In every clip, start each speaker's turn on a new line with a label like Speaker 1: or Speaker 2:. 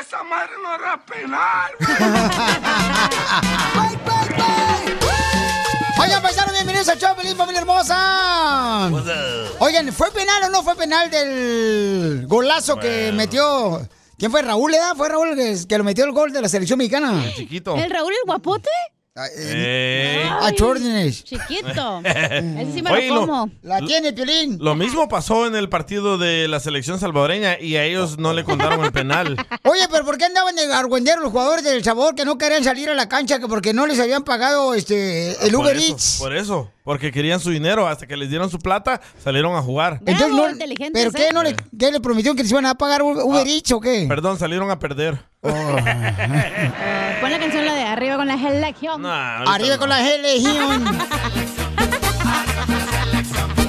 Speaker 1: Esa madre no era penal.
Speaker 2: Oigan, paisanos, bienvenidos al show, feliz familia hermosa. Oigan, ¿fue penal o no fue penal del golazo que metió? ¿Quién fue? ¿Raúl, eh? ¿Fue Raúl que, que lo metió el gol de la selección mexicana?
Speaker 3: chiquito.
Speaker 4: ¿El Raúl el guapote?
Speaker 3: Eh.
Speaker 2: A Chordines.
Speaker 4: Chiquito. Ese sí me lo
Speaker 3: Oye, lo-
Speaker 4: como.
Speaker 2: La tiene, Piolín.
Speaker 3: Lo mismo pasó en el partido de la selección salvadoreña y a ellos no le contaron el penal.
Speaker 2: Oye, pero ¿por qué andaban de argüendero los jugadores del sabor que no querían salir a la cancha que porque no les habían pagado este el
Speaker 3: Por
Speaker 2: Uber
Speaker 3: eso,
Speaker 2: Eats?
Speaker 3: Por eso, porque querían su dinero. Hasta que les dieron su plata, salieron a jugar.
Speaker 2: Entonces,
Speaker 4: Bravo,
Speaker 2: no-
Speaker 4: inteligentes,
Speaker 2: ¿Pero qué,
Speaker 4: ¿eh?
Speaker 2: no le, qué le prometieron que les iban a pagar U-
Speaker 3: Ah,
Speaker 2: Uber Eats o qué?
Speaker 3: Perdón, salieron a perder.
Speaker 2: Oh.
Speaker 4: Pon la canción la de arriba con la selección.
Speaker 3: Nah, ahorita
Speaker 2: Arriba
Speaker 3: no.
Speaker 2: con la legión.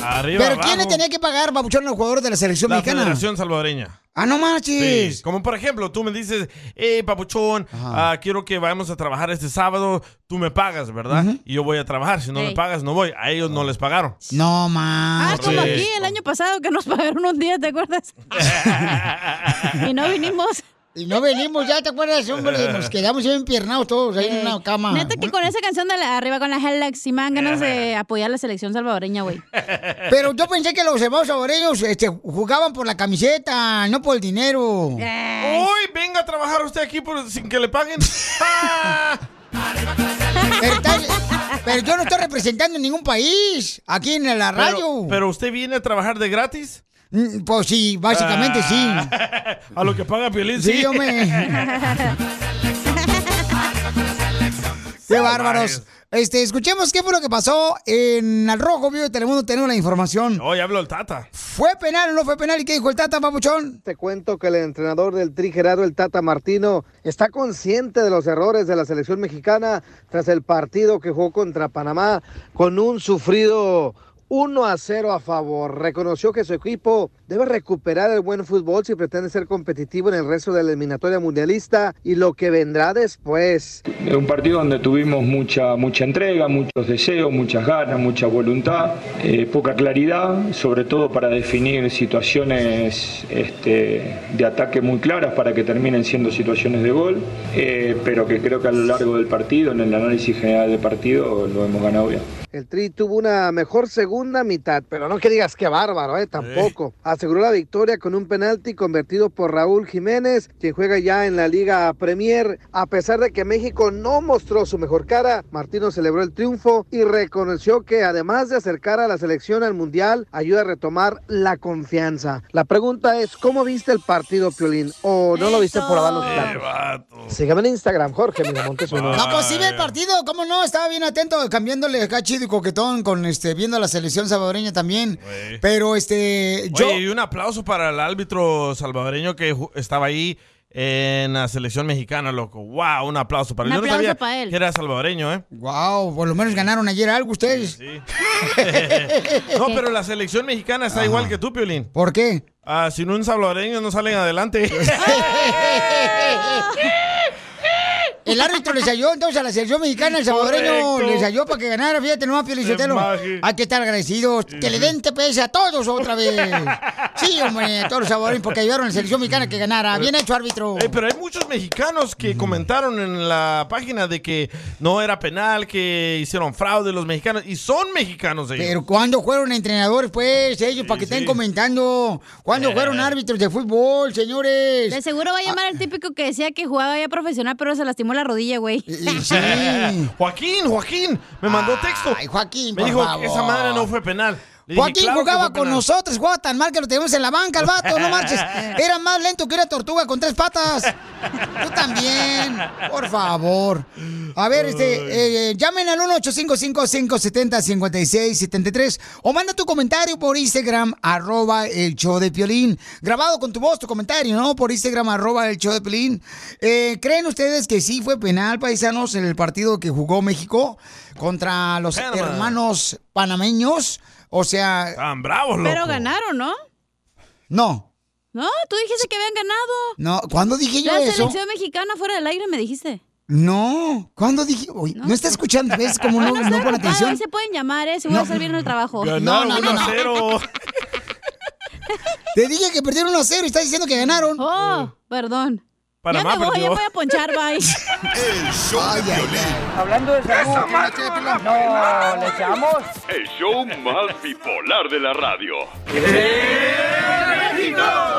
Speaker 3: Arriba,
Speaker 2: ¿Pero quién le
Speaker 3: abajo.
Speaker 2: tenía que pagar, babuchón, los jugadores de la selección
Speaker 3: La
Speaker 2: mexicana?
Speaker 3: Federación Salvadoreña.
Speaker 2: Ah, no
Speaker 3: Sí,
Speaker 2: marches.
Speaker 3: Como por ejemplo, tú me dices, hey, papuchón, ah, quiero que vayamos a trabajar este sábado, tú me pagas, ¿verdad? Y yo voy a trabajar, si no me
Speaker 4: Ey.
Speaker 3: pagas, no voy. A ellos no les pagaron.
Speaker 2: Ah. No
Speaker 4: Ah,
Speaker 2: más.
Speaker 4: como
Speaker 3: sí.
Speaker 4: aquí el año pasado que nos pagaron un día, ¿te acuerdas? y no vinimos.
Speaker 2: Y no venimos, ya te acuerdas, hombre. Nos quedamos bien piernados todos ahí en una cama.
Speaker 4: Neta que con esa canción de la arriba con la Hellux y me dan ganas de apoyar la selección salvadoreña, güey.
Speaker 2: Pero yo pensé que los hermanos saboreños este, jugaban por la camiseta, no por el dinero.
Speaker 3: Uy, venga a trabajar usted aquí por- sin que le paguen. Ah.
Speaker 2: Pero, tal- pero yo no estoy representando ningún país aquí en la radio.
Speaker 3: pero, pero usted viene a trabajar de gratis. Ah.
Speaker 2: Mm, Pues sí, básicamente
Speaker 3: a lo que paga Piolín,
Speaker 2: sí.
Speaker 3: sí.
Speaker 2: Sí, hombre. Qué bárbaros. Este, escuchemos qué fue lo que pasó en Al Rojo Vivo de Telemundo. Tenemos la información.
Speaker 3: Hoy habló el Tata.
Speaker 2: ¿Fue penal o no fue penal? ¿Y qué dijo el Tata, papuchón?
Speaker 5: Te cuento que el entrenador del Tri Gerardo, el Tata Martino, está consciente de los errores de la selección mexicana tras el partido que jugó contra Panamá con un sufrido 1 a 0 a favor. Reconoció que su equipo debe recuperar el buen fútbol si pretende ser competitivo en el resto de la eliminatoria mundialista y lo que vendrá después.
Speaker 6: Es un partido donde tuvimos mucha, mucha entrega, muchos deseos, muchas ganas, mucha voluntad, eh, poca claridad, sobre todo para definir situaciones este, de ataque muy claras para que terminen siendo situaciones de gol, eh, pero que creo que a lo largo del partido, en el análisis general del partido, lo hemos ganado bien.
Speaker 5: El Tri tuvo una mejor segunda mitad, pero no que digas que bárbaro, ¿eh? tampoco. Aseguró la victoria con un penalti convertido por Raúl Jiménez, quien juega ya en la Liga Premier. A pesar de que México no mostró su mejor cara, Martino celebró el triunfo y reconoció que además de acercar a la selección al Mundial, ayuda a retomar la confianza. La pregunta es, ¿cómo viste el partido, Piolín? ¿O no lo viste por abajo los
Speaker 3: Eh,
Speaker 5: planos?
Speaker 3: vato.
Speaker 5: Sígame en Instagram, Jorge Miramontes. uno.
Speaker 2: No, pues sí ve el partido, ¿cómo no? Estaba bien atento, cambiándole acá chido y coquetón, con este, viendo a la selección salvadoreña también.
Speaker 3: Güey.
Speaker 2: Pero este, yo.
Speaker 3: Oye, y un aplauso para el árbitro salvadoreño que ju- estaba ahí en la selección mexicana, loco. ¡Wow! Un aplauso para él.
Speaker 4: Un
Speaker 3: Yo no
Speaker 4: aplauso
Speaker 3: sabía
Speaker 4: para él.
Speaker 3: que era salvadoreño, ¿eh?
Speaker 2: Wow, por lo menos ganaron ayer algo ustedes.
Speaker 3: Sí. no, pero la selección mexicana está igual que tú, Piolín.
Speaker 2: ¿Por qué?
Speaker 3: Ah, sin un salvadoreño no salen adelante.
Speaker 2: El árbitro les ayudó entonces a la selección mexicana, el salvadoreño
Speaker 7: Correcto.
Speaker 2: les ayudó para que ganara, fíjate, nomás Pio Lizotelo.
Speaker 7: Imagen.
Speaker 2: Hay que estar agradecidos, que le den TPS a todos otra vez. Sí, hombre, a todos los salvadoreños, porque ayudaron a la selección mexicana que ganara. Bien hecho, árbitro.
Speaker 3: Eh, pero hay muchos mexicanos que comentaron en la página de que no era penal, que hicieron fraude los mexicanos. Y son mexicanos ellos.
Speaker 2: Pero cuando fueron entrenadores, pues, ellos, para que estén comentando. Cuando
Speaker 3: Eh.
Speaker 2: fueron árbitros de fútbol, señores.
Speaker 4: De seguro va a llamar el típico que decía que jugaba ya profesional, pero se lastimó la rodilla, güey.
Speaker 3: Joaquín, Joaquín, me mandó texto.
Speaker 2: Ay, Joaquín,
Speaker 3: Me
Speaker 2: por
Speaker 3: dijo
Speaker 2: favor.
Speaker 3: que esa madre no fue penal. Le dije,
Speaker 2: Joaquín
Speaker 3: "Claro que
Speaker 2: jugaba
Speaker 3: fue
Speaker 2: con
Speaker 3: penal".
Speaker 2: nosotros, jugaba tan mal que lo teníamos en la banca, el vato, no marches. Era más lento que una tortuga con tres patas. Tú también, por favor. A ver, este, eh, llamen al 1-855-570-5673 o manda tu comentario por Instagram, arroba el show de Piolín. Grabado con tu voz, tu comentario, ¿no? Por Instagram, arroba el show de Piolín. Eh, ¿Creen ustedes que sí fue penal, paisanos, en el partido que jugó México contra los
Speaker 3: Panamá.
Speaker 2: hermanos panameños? O sea...
Speaker 3: Tan bravos, loco.
Speaker 4: Pero ganaron, ¿no?
Speaker 2: No,
Speaker 4: No, tú dijiste que habían ganado.
Speaker 2: no. ¿Cuándo dije yo
Speaker 4: La
Speaker 2: eso?
Speaker 4: selección mexicana fuera del aire me dijiste.
Speaker 2: No. ¿Cuándo dije? Uy, no. está escuchando, ¿ves? Como
Speaker 4: Ah,
Speaker 2: no, no pone
Speaker 4: Bueno,
Speaker 2: atención.
Speaker 4: hoy se pueden llamar, ¿eh? Si voy a servir en el trabajo.
Speaker 2: Ganaron No, no, no, 1 a no. Te dije que perdieron 1 a 0 y estás diciendo que ganaron.
Speaker 4: Oh, perdón.
Speaker 2: Panamá
Speaker 4: ya me voy,
Speaker 2: perdió.
Speaker 4: ya voy a ponchar, bye.
Speaker 8: Hablando de salud, no, le echamos.
Speaker 9: El show más bipolar de la radio.
Speaker 1: ¡México!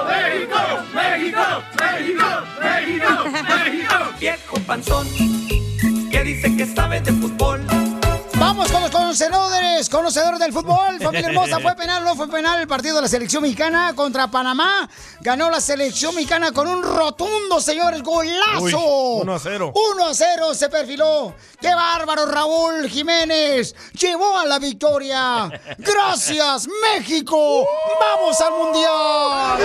Speaker 1: ¡México! ¡México! ¡México! ¡México! ¡México! Viejo panzón que dice que sabe de fútbol.
Speaker 2: Vamos con los conocedores, conocedores del fútbol. Familia hermosa, fue penal, no fue penal el partido de la selección mexicana contra Panamá. Ganó la selección mexicana con un rotundo, señores, golazo.
Speaker 3: Uy, 1 a 0.
Speaker 2: 1 a 0 se perfiló. ¡Qué bárbaro, Raúl Jiménez! Llevó a la victoria. ¡Gracias, México! ¡Vamos al mundial!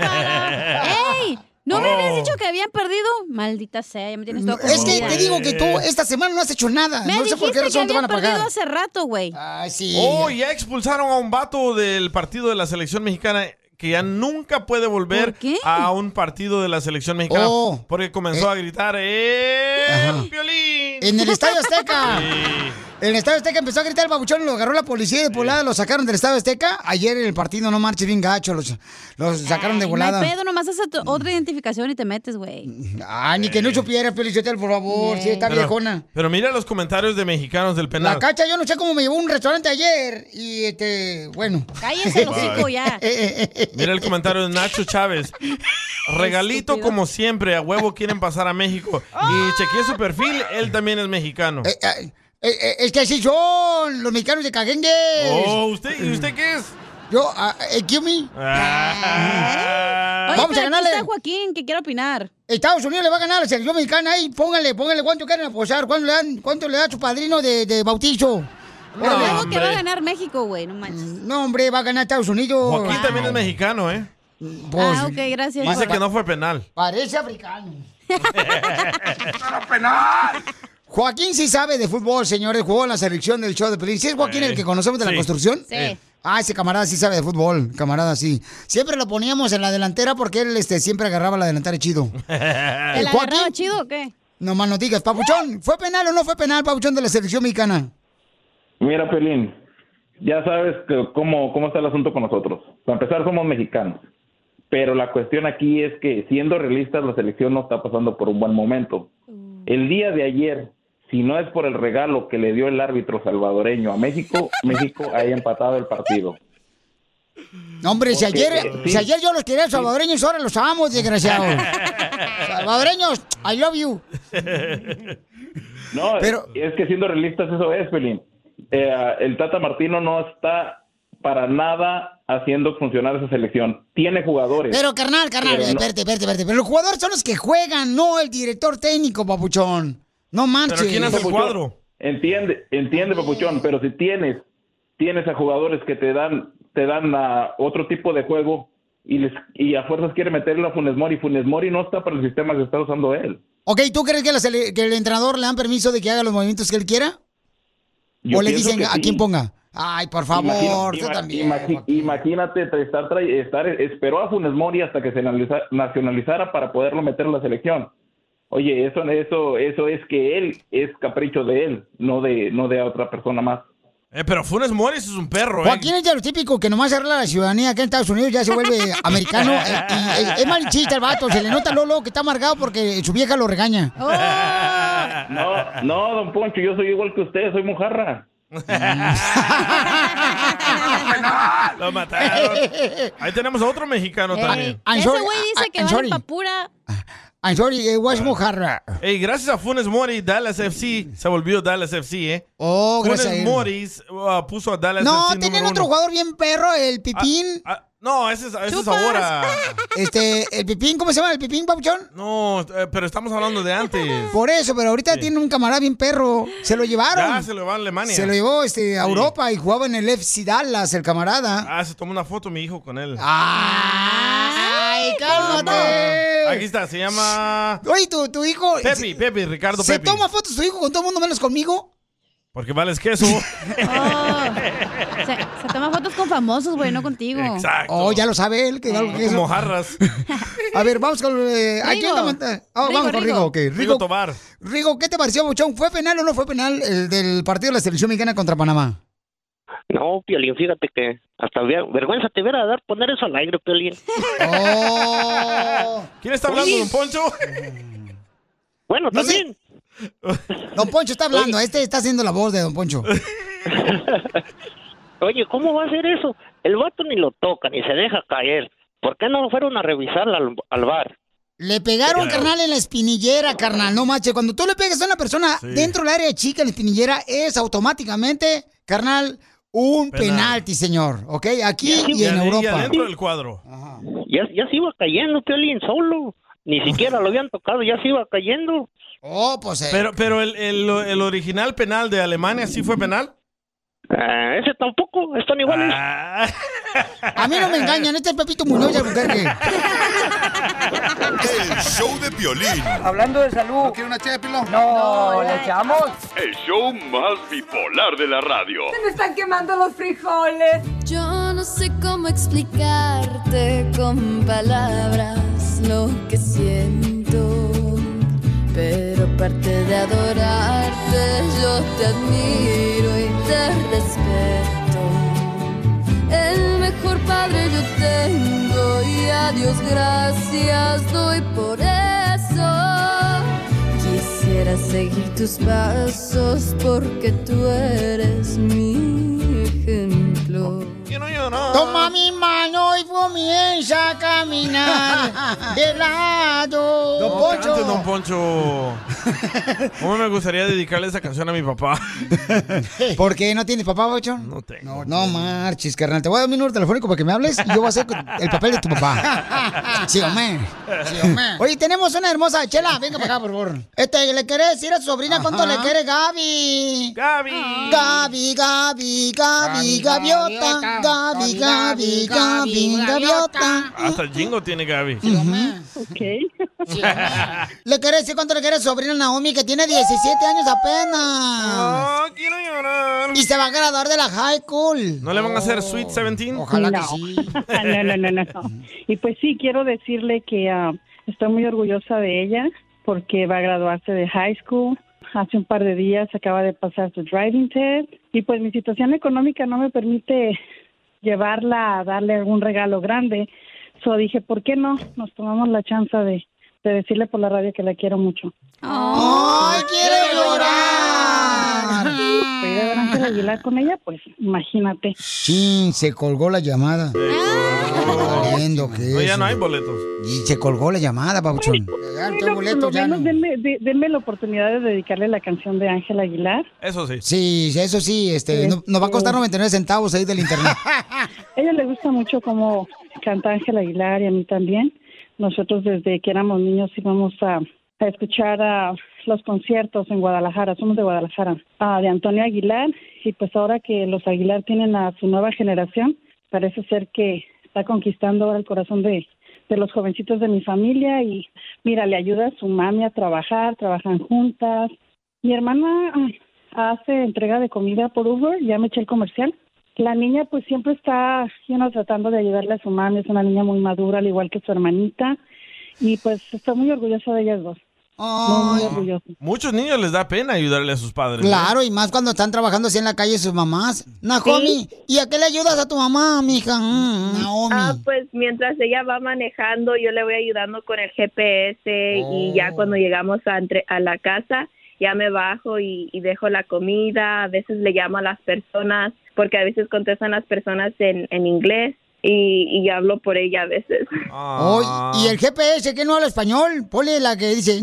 Speaker 4: ¡Ey! ¿No me
Speaker 2: Oh.
Speaker 4: habías dicho que habían perdido? Maldita sea, ya me tienes todo
Speaker 2: Es que te digo que tú esta semana no has hecho nada.
Speaker 4: Me
Speaker 2: no sé por qué
Speaker 4: dijiste que
Speaker 2: razón te van a
Speaker 4: habían
Speaker 2: pagar.
Speaker 4: perdido hace rato, güey.
Speaker 2: Ay, sí.
Speaker 3: Oh, ya expulsaron a un vato del partido de la selección mexicana que ya nunca puede volver a un partido de la selección mexicana
Speaker 2: Oh.
Speaker 3: porque comenzó a gritar ¡Eh, Piolín!
Speaker 2: En el Estadio Azteca.
Speaker 3: Sí.
Speaker 2: El Estadio Azteca empezó a gritar el babuchón, lo agarró la policía y de volada, lo sacaron del Estadio Azteca. Ayer en el partido no marche bien gacho, los, los sacaron de
Speaker 4: Ay, no hay
Speaker 2: volada.
Speaker 4: pedo, nomás haces tu- otra identificación y te metes, güey. Eh,
Speaker 2: Ay, ni que no supiera, Pelichotel, por favor, si está
Speaker 3: Pero-
Speaker 2: viejona.
Speaker 3: Pero mira los comentarios de mexicanos del penal.
Speaker 2: La cacha, yo no sé cómo me llevó a un restaurante ayer y este, bueno.
Speaker 4: Cállense
Speaker 3: los hocico
Speaker 2: Eh,
Speaker 4: ya.
Speaker 3: Mira el comentario de Nacho Chávez. Regalito como siempre, a huevo quieren pasar a México.
Speaker 4: Ah.
Speaker 3: Y chequeé su perfil, él también es mexicano.
Speaker 2: Eh, es que así son los mexicanos de Cagengue.
Speaker 3: Oh, ¿usted- y usted qué es?
Speaker 2: Yo, ah, excuse me.
Speaker 3: Ah,
Speaker 4: Oye,
Speaker 2: Vamos
Speaker 4: pero
Speaker 2: a
Speaker 4: aquí
Speaker 2: ganarle.
Speaker 4: está Joaquín, que quiere opinar.
Speaker 2: Estados Unidos le va a ganar a la selección mexicana ahí. Póngale, póngale cuánto quieren apostar, cuánto le, dan, cuánto le da a su padrino de, de bautizo.
Speaker 4: Pero
Speaker 2: Órale.
Speaker 4: luego que va a ganar México, güey, no manches.
Speaker 2: No, hombre, va a ganar Estados Unidos.
Speaker 3: Joaquín también es mexicano, ¿eh?
Speaker 2: Pues,
Speaker 4: Ah, ok, gracias.
Speaker 3: Dice que no fue penal.
Speaker 2: Parece africano.
Speaker 1: ¡Penal!
Speaker 2: Joaquín sí sabe de fútbol, señores. Jugó en la selección del show de Pelín. ¿Sí es Joaquín
Speaker 7: Sí.
Speaker 2: el que conocemos de la
Speaker 7: Sí.
Speaker 2: construcción?
Speaker 7: Sí.
Speaker 2: Ah, ese camarada sí sabe de fútbol, camarada sí. Siempre lo poníamos en la delantera porque él este, siempre agarraba la delantera chido.
Speaker 4: ¿El
Speaker 2: Joaquín-
Speaker 4: agarrado chido o qué? ¿Eh?
Speaker 2: No más no digas, Papuchón, ¿fue penal o no fue penal, Papuchón, de la selección mexicana?
Speaker 10: Mira, Pelín, ya sabes que- cómo, cómo está el asunto con nosotros. Para empezar, somos mexicanos. Pero la cuestión aquí es que, siendo realistas, la selección no está pasando por un buen momento. El día de ayer, si no es por el regalo que le dio el árbitro salvadoreño a México, México haya empatado el partido.
Speaker 2: No, hombre, si
Speaker 10: Porque,
Speaker 2: ayer,
Speaker 10: sí.
Speaker 2: si ayer yo los quería salvadoreños, ahora los amo, desgraciados. salvadoreños, I love you.
Speaker 10: No, es que siendo realistas eso es, Pelín. Eh, el Tata Martino no está para nada haciendo funcionar esa selección. Tiene jugadores.
Speaker 2: Pero carnal, carnal,
Speaker 10: Pero no-
Speaker 2: espérate, espérate, espérate. Pero los jugadores son los que juegan, no el director técnico, Papuchón. No manches.
Speaker 10: Papuchón, Entiende, entiende, Papuchón, pero si tienes, tienes a jugadores que te dan, te dan a otro tipo de juego y, les, y a fuerzas quiere meterle a Funes Mori, Funes Mori no está para el sistema que está usando él.
Speaker 2: Ok, ¿tú crees que, la sele- que el entrenador le dan permiso de que haga los movimientos que él quiera?
Speaker 10: Yo
Speaker 2: ¿O le
Speaker 10: pienso
Speaker 2: dicen
Speaker 10: que
Speaker 2: a
Speaker 10: sí.
Speaker 2: quién ponga? Ay, por favor, tú
Speaker 10: Imagina-
Speaker 2: también.
Speaker 10: imagi- imagínate tra-
Speaker 11: eh,
Speaker 10: estar, tra- estar- esperó a Funes Mori hasta que se nacionaliza- nacionalizara para poderlo meter en la selección.
Speaker 11: Oye, eso, eso, eso es que él es capricho de él, no de, no de otra persona más.
Speaker 3: Eh, pero Funes Mori es un perro, ¿eh?
Speaker 2: Joaquín es de lo típico que nomás arregla la ciudadanía acá en Estados Unidos, ya se vuelve americano. eh, y, eh, es malinchista el vato, se le nota Lolo que está amargado porque su vieja lo regaña.
Speaker 10: Oh.
Speaker 11: No, no, don Poncho, yo soy igual que usted, soy mojarra.
Speaker 3: Lo mataron. Ahí tenemos a otro mexicano
Speaker 4: Eh,
Speaker 3: también.
Speaker 2: I'm
Speaker 4: Ese
Speaker 2: sorry,
Speaker 4: güey
Speaker 2: I-
Speaker 4: dice que
Speaker 2: I'm
Speaker 4: va
Speaker 2: sorry.
Speaker 4: en papura.
Speaker 2: I'm sorry, it was mojarra.
Speaker 3: Ey, gracias a Funes Mori, Dallas FC se volvió Dallas FC, ¿eh?
Speaker 2: Oh,
Speaker 3: Funes
Speaker 2: gracias a él.
Speaker 3: Mori uh, puso a Dallas FC.
Speaker 2: No,
Speaker 3: número
Speaker 2: tenían
Speaker 3: uno.
Speaker 2: otro jugador bien perro, el Pipín.
Speaker 3: Ah, no, ese es, ese es ahora.
Speaker 2: Este, el Pipín, ¿cómo se llama el Pipín, papuchón?
Speaker 3: No, eh, pero estamos hablando de antes.
Speaker 2: Por eso, pero ahorita tiene un camarada bien perro. Se lo llevaron.
Speaker 3: Ya se lo llevó a Alemania.
Speaker 2: Se lo llevó este, a
Speaker 3: Sí.
Speaker 2: Europa y jugaba en el FC Dallas, el camarada.
Speaker 3: Ah, se tomó una foto mi hijo con él.
Speaker 2: ¡Ay, cálmate!
Speaker 3: Aquí está, se llama...
Speaker 2: Oye, tu, tu hijo.
Speaker 3: Pepe, Pepe, Ricardo
Speaker 2: ¿Se
Speaker 3: Pepe.
Speaker 2: toma fotos tu hijo con todo el mundo menos conmigo?
Speaker 3: Porque vales queso.
Speaker 4: O sea, Oh. se toma fotos con famosos, güey, no contigo.
Speaker 3: Exacto. Mm,
Speaker 2: Oh, ya lo sabe él, que algo que eso.
Speaker 3: Como jarras.
Speaker 2: A ver, vamos con. eh, ¿A quién
Speaker 4: Rigo.
Speaker 2: vamos? Ah, vamos con Rigo, ok.
Speaker 3: Rigo Tobar.
Speaker 2: Rigo, ¿qué te pareció, Buchón? ¿Fue penal o no fue penal el del partido de la selección mexicana contra Panamá?
Speaker 12: No, Piolín, fíjate que hasta ver- vergüenza te hubiera dar poner eso al aire, Piolín.
Speaker 2: Oh.
Speaker 3: ¿Quién está hablando,
Speaker 12: Oye.
Speaker 3: don Poncho?
Speaker 12: Bueno,
Speaker 2: No sé.
Speaker 12: también.
Speaker 2: Don Poncho está hablando, este está haciendo la voz de Don Poncho.
Speaker 12: Oye, ¿cómo va a ser eso? El vato ni lo toca, ni se deja caer. ¿Por qué no fueron a revisar al, al bar?
Speaker 2: Le pegaron, carnal, en la espinillera, carnal. No manches, cuando tú le pegas a una persona dentro del área chica, en la espinillera, es automáticamente, carnal, un
Speaker 12: Penal.
Speaker 2: penalti, señor. ¿Ok? Aquí y en
Speaker 3: Ya- ya
Speaker 2: Europa.
Speaker 3: dentro del cuadro.
Speaker 12: Ya, ya se iba cayendo, Piolín, solo. Ni siquiera lo habían tocado, ya se iba cayendo.
Speaker 2: Oh, pues.
Speaker 3: Pero, pero el, el, el original penal de Alemania sí fue penal. Ah,
Speaker 12: ese tampoco, Ah, están iguales.
Speaker 2: A mí no me engañan, este es Pepito Muñoz de Albuquerque.
Speaker 13: El show de violín.
Speaker 14: Hablando de salud. ¿No quiere una chépilo? No, ¿le echamos?
Speaker 13: El show más bipolar de la radio.
Speaker 15: me están quemando los frijoles. Yo no sé cómo explicarte con palabras lo que siento, pero aparte de adorarte, yo te admiro y te respeto. El mejor padre yo tengo y a Dios gracias doy por eso. Quisiera seguir tus pasos porque tú eres mi ejemplo.
Speaker 2: Toma mi mano y comienza a caminar de lado.
Speaker 3: No pues, cante, don Poncho. ¿Cómo me gustaría dedicarle esa canción a mi papá?
Speaker 2: ¿Por qué no tienes papá, Bochón?
Speaker 3: No tengo.
Speaker 2: No, marches, carnal. Te voy a dar mi número telefónico para que me hables y yo voy a hacer el papel de tu papá. Sí, hombre. Sí, hombre. Oye, tenemos una hermosa chela. Venga para acá, por favor. Este, ¿le quiere decir a su sobrina cuánto
Speaker 14: Ajá.
Speaker 2: le quiere Gaby?
Speaker 3: Gaby.
Speaker 2: Gaby, Gaby, Gaby, gaviota. Gaby, Gaby, Gaby, gaviota.
Speaker 3: Hasta el jingo tiene Gaby.
Speaker 2: ¿Le quiere decir cuánto le quiere a su sobrina Naomi que tiene 17 años apenas?
Speaker 3: No, quiero llorar.
Speaker 2: Y se va a graduar de la high school.
Speaker 3: ¿No le van a hacer Sweet 17?
Speaker 2: Ojalá
Speaker 16: No. Ah, no, no, no, no, no. Y pues sí, quiero decirle que ah, estoy muy orgullosa de ella porque va a graduarse de high school. Hace un par de días acaba de pasar su driving test y pues mi situación económica no me permite llevarla a darle algún regalo grande. So dije, ¿por qué no? Nos tomamos la chance de, de decirle por la radio que la quiero mucho.
Speaker 2: ¡Ay, quiero llorar!
Speaker 16: Fui de ver a Ángel Aguilar con ella, pues imagínate.
Speaker 2: Sí, se colgó la llamada. Valiendo que
Speaker 3: No, ya
Speaker 2: eso.
Speaker 3: no hay boletos.
Speaker 2: Y se colgó la llamada, Pabuchón.
Speaker 16: Bueno, por lo menos denme, de- denme la oportunidad de dedicarle la canción de Ángel Aguilar.
Speaker 3: Eso sí.
Speaker 2: Sí, eso sí, este, no- nos va a costar 99 centavos ahí del internet.
Speaker 16: A ella le gusta mucho cómo canta Ángel Aguilar y a mí también. Nosotros desde que éramos niños íbamos a, a escuchar a los conciertos en Guadalajara, somos de Guadalajara, ah, de Antonio Aguilar y pues ahora que los Aguilar tienen a su nueva generación, parece ser que está conquistando ahora el corazón de, de los jovencitos de mi familia y mira, le ayuda a su mami a trabajar, trabajan juntas. Mi hermana ah, hace entrega de comida por Uber, ya me eché el comercial. La niña pues siempre está you know, tratando de ayudarle a su mami, es una niña muy madura, al igual que su hermanita, y pues estoy muy orgullosa de ellas dos. Muy, muy orgulloso.
Speaker 3: Muchos niños les da pena ayudarle a sus padres. ¿eh? ¿no?
Speaker 2: Claro, y más cuando están trabajando así en la calle sus mamás. Naomi, ¿y a qué le ayudas a tu mamá, mija? Mm, Naomi.
Speaker 17: Ah, pues mientras ella va manejando, yo le voy ayudando con el GPS
Speaker 2: Oh.
Speaker 17: y ya cuando llegamos a, entre- a la casa, ya me bajo y, y dejo la comida. A veces le llamo a las personas, porque a veces contestan las personas en, en inglés y, y hablo por ella a veces.
Speaker 2: Oh, y el GPS que no habla español, ponle la que dice,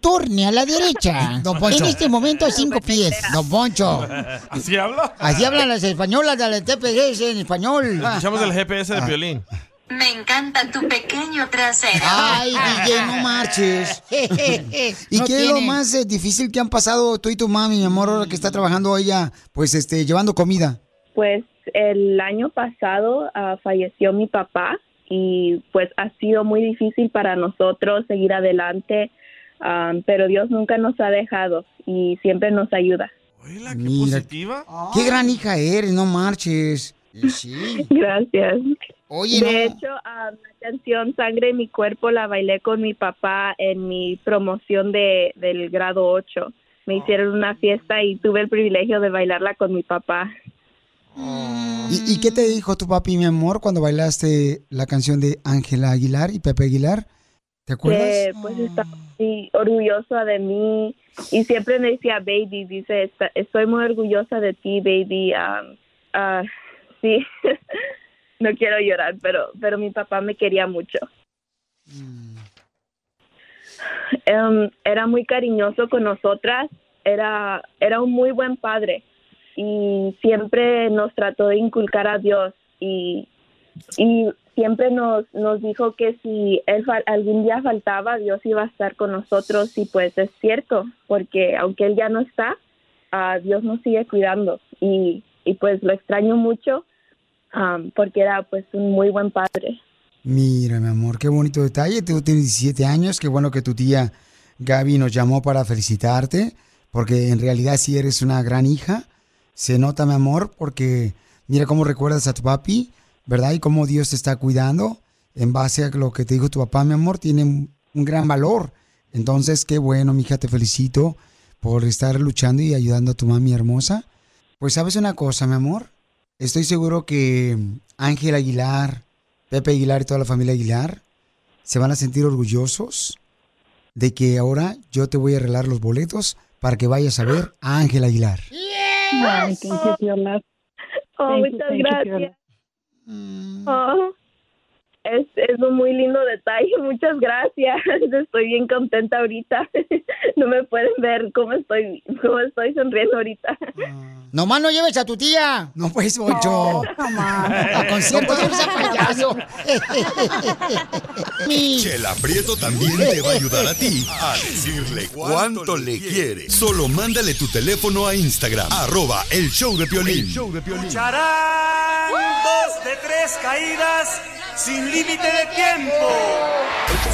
Speaker 2: turne a la derecha. Don Poncho. En este momento cinco pies, don Poncho.
Speaker 3: ¿Así habla?
Speaker 2: Así hablan las españolas de la TPS en español.
Speaker 3: Escuchamos el GPS
Speaker 2: Ah.
Speaker 3: de violín.
Speaker 18: Me encanta tu pequeño trasero.
Speaker 2: Ay, DJ, no marches. ¿Y qué es lo más eh, difícil que han pasado tú y tu mami, mi amor, ahora que está trabajando ella, pues, este, llevando comida?
Speaker 17: Pues el año pasado ah, falleció mi papá y pues ha sido muy difícil para nosotros seguir adelante, ah, pero Dios nunca nos ha dejado y siempre nos ayuda.
Speaker 2: Mira, Qué gran hija eres, no marches.
Speaker 17: Gracias.
Speaker 2: Oye,
Speaker 17: de
Speaker 2: no.
Speaker 17: hecho, ah, la canción Sangre en mi cuerpo la bailé con mi papá en mi promoción de, del grado 8.
Speaker 2: Ah.
Speaker 17: Me hicieron una fiesta y tuve el privilegio de bailarla con mi papá.
Speaker 2: ¿Y, y qué te dijo tu papi, mi amor, cuando bailaste la canción de Ángela Aguilar y Pepe Aguilar? ¿Te acuerdas?
Speaker 17: que, pues estaba muy orgullosa de mí y siempre me decía baby, dice, "Esta- estoy muy orgullosa de ti, baby. um, ah, sí, no quiero llorar, pero, pero mi papá me quería mucho. Em, era muy cariñoso con nosotras, era, era un muy buen padre y siempre nos trató de inculcar a Dios y, y siempre nos, nos dijo que si él fal- algún día faltaba, Dios iba a estar con nosotros y pues es cierto, porque aunque él ya no está, ah, Dios nos sigue cuidando y, y pues lo extraño mucho am, porque era pues un muy buen padre.
Speaker 2: Mira, mi amor, qué bonito detalle. Tú tienes 17 años, qué bueno que tu tía Gaby nos llamó para felicitarte, porque en realidad sí eres una gran hija. Se nota, mi amor, porque mira cómo recuerdas a tu papi, ¿verdad? Y cómo Dios te está cuidando en base a lo que te dijo tu papá, mi amor, tiene un un gran valor. Entonces, qué bueno, mija, te felicito por estar luchando y ayudando a tu mami hermosa. Pues sabes una cosa, mi amor, estoy seguro que Ángel Aguilar, Pepe Aguilar y toda la familia Aguilar se van a sentir orgullosos de que ahora yo te voy a arreglar los boletos para que vayas a ver a Ángel Aguilar.
Speaker 16: Ay, thank you, Piolas.
Speaker 17: Oh,
Speaker 16: Thank you,
Speaker 17: muchas
Speaker 16: thank you,
Speaker 17: gracias.
Speaker 16: Piolas.
Speaker 17: Oh, es, es un muy lindo detalle, muchas gracias. Estoy bien contenta ahorita. No me pueden ver cómo estoy, cómo estoy sonriendo ahorita.
Speaker 2: Nomás no lleves a tu tía. No pues, Bocho. a concierto de ese payaso.
Speaker 14: Chela Prieto también te va a ayudar a ti a decirle cuánto le quiere. Solo mándale tu teléfono a Instagram, arroba el show de Piolín.
Speaker 1: Lucharán dos de tres caídas sin límite de tiempo.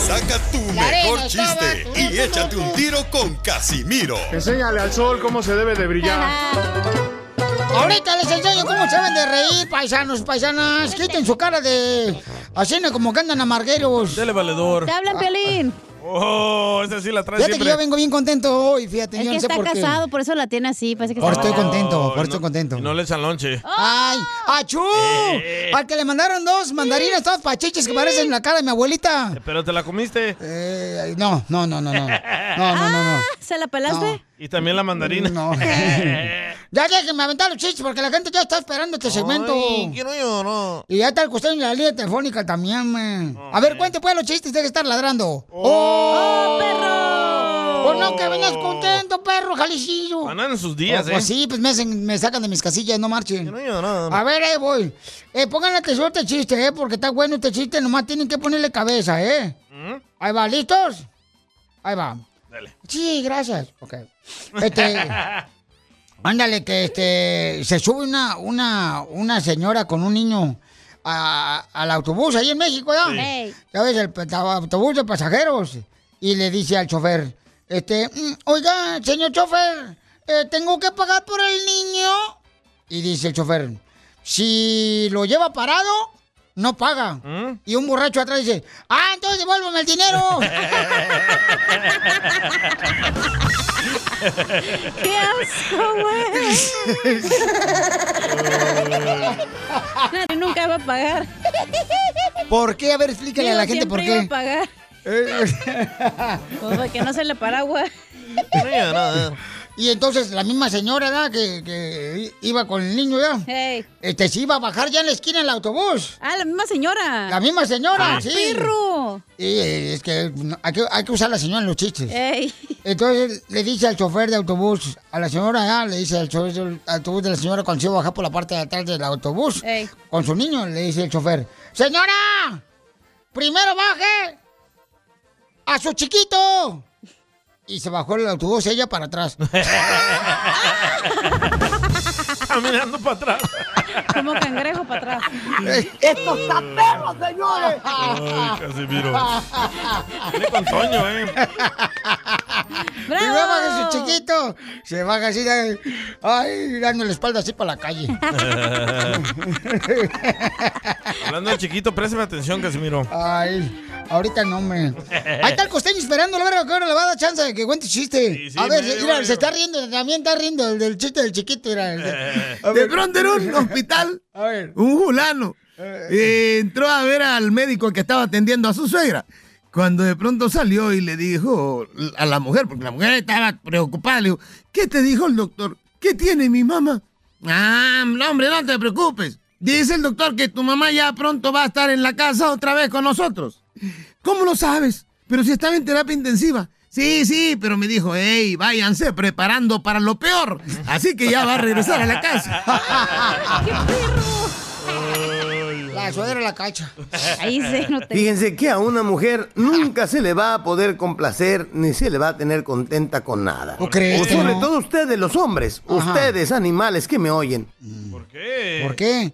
Speaker 14: Saca tu mejor chiste y échate un tiro con Casimiro.
Speaker 19: Enséñale al sol cómo se debe de brillar.
Speaker 2: Ahorita les enseño cómo se deben de reír, paisanos, paisanas. Quiten su cara de... Así no como que andan amargueros.
Speaker 3: Dele valedor.
Speaker 2: Te hablan, Pelín.
Speaker 3: Oh, esa sí la trae
Speaker 2: Fíjate que
Speaker 3: siempre.
Speaker 2: yo vengo bien contento hoy, fíjate,
Speaker 4: Es
Speaker 2: yo
Speaker 4: que
Speaker 2: no sé
Speaker 4: está
Speaker 2: por qué.
Speaker 4: casado, por eso la tiene así. Parece que
Speaker 2: Ahora
Speaker 4: está
Speaker 2: estoy contento, ahora
Speaker 3: no-
Speaker 2: estoy contento.
Speaker 3: No le echan lonche.
Speaker 2: ¡Ay! ¡Achú! Al que le mandaron dos mandarinas, todas pachiches que parecen la cara de mi abuelita.
Speaker 3: Pero te la comiste.
Speaker 2: Eh, no, no, no, no, no.
Speaker 3: Eh.
Speaker 2: No, no, no, no.
Speaker 4: Ah, ¿Se la pelaste?
Speaker 3: Y también la mandarina.
Speaker 2: No. Ya déjenme aventar los chistes porque la gente ya está esperando este segmento.
Speaker 3: quiero llorar.
Speaker 2: Y ya está el costeño en la línea telefónica también, man. A ver, cuente pues los chistes, deja de estar ladrando. ¡Oh, perro! Pues no, que vengas contento, perro, jalecillo.
Speaker 3: Andan en sus días,
Speaker 2: Oh,
Speaker 3: ¿eh?
Speaker 2: Pues sí, pues me, hacen- me sacan de mis casillas, no marchen. A ver, ahí voy. Eh, pónganle atención a este chiste, ¿eh? Porque está bueno este chiste, nomás tienen que ponerle cabeza, ¿eh? Ahí va, ¿listos? Ahí va.
Speaker 3: ¿Mm? Dale.
Speaker 2: Sí, gracias. Ok.
Speaker 20: ¡Ah,
Speaker 2: Este, ándale, que este, se sube una, una, una señora con un niño a- al autobús ahí en México, ¿ya?
Speaker 1: Sí. Ey.
Speaker 2: Ya ves, el peta- autobús de pasajeros. Y le dice al chofer, este, "Mm, oiga, señor chofer, eh, ¿tengo que pagar por el niño? Y dice el chofer, si lo lleva parado, no paga.
Speaker 4: ¿Mm?
Speaker 2: Y un borracho atrás dice, ah, entonces devuélvame el dinero.
Speaker 4: ¡Qué asco, güey! Nadie nunca va a pagar.
Speaker 2: ¿Por qué? A ver, explícale
Speaker 4: Digo,
Speaker 2: a la gente por
Speaker 4: siempre
Speaker 2: qué. Eh,
Speaker 4: iba a pagar. Pues, porque no se le paragua.
Speaker 2: Y entonces la misma señora ¿verdad? que, que iba con el niño, ¿verdad? Este se iba a bajar ya en la esquina el autobús.
Speaker 4: Ah, la misma señora.
Speaker 2: La misma señora,
Speaker 4: Ah,
Speaker 2: sí.
Speaker 4: perro.
Speaker 2: Y eh, es que no, hay, que hay que usar la señora en los chistes. Entonces le dice al chofer de autobús, a la señora, ¿verdad? le dice al chofer del autobús de la señora cuando se iba a bajar por la parte de atrás del autobús con su niño, le dice el chofer, señora, primero baje a su chiquito. Y se bajó el autobús ella para atrás.
Speaker 3: Caminando para atrás.
Speaker 4: Como cangrejo para atrás.
Speaker 20: Eh,
Speaker 2: ¡Esto está perro, señores!
Speaker 3: Ay, Casimiro. Viene con Toño, ¿eh?
Speaker 2: Primero baja su chiquito. Se baja así, ay, ay, dando la espalda así para la calle.
Speaker 3: Hablando de chiquito, préstame atención, Casimiro.
Speaker 2: Ay, ahorita no, me. Ahí está el costeño esperando, la verdad, que ahora le va a dar chance de que cuente chiste.
Speaker 3: sí,
Speaker 2: a ver,
Speaker 3: medio,
Speaker 2: mira,
Speaker 3: medio.
Speaker 2: se está riendo, también está riendo el del chiste del chiquito. Mira, el de-
Speaker 20: De pronto en un hospital, un fulano eh, entró a ver al médico que estaba atendiendo a su suegra. Cuando de pronto salió y le dijo a la mujer, porque la mujer estaba preocupada, le dijo, ¿qué te dijo el doctor? ¿Qué tiene mi mamá? Ah, no, hombre, no te preocupes. Dice el doctor que tu mamá ya pronto va a estar en la casa otra vez con nosotros. ¿Cómo lo sabes? Pero si estaba en terapia intensiva. Sí, sí, pero me dijo, hey, váyanse preparando para lo peor. Así que ya va a regresar a la casa.
Speaker 2: La suegra la cacha.
Speaker 7: Fíjense que a una mujer nunca se le va a poder complacer ni se le va a tener contenta con nada.
Speaker 2: crees que
Speaker 7: Sobre
Speaker 2: no?
Speaker 7: todo ustedes, los hombres,
Speaker 2: Ajá.
Speaker 7: ustedes, animales que me oyen.
Speaker 2: ¿Por qué?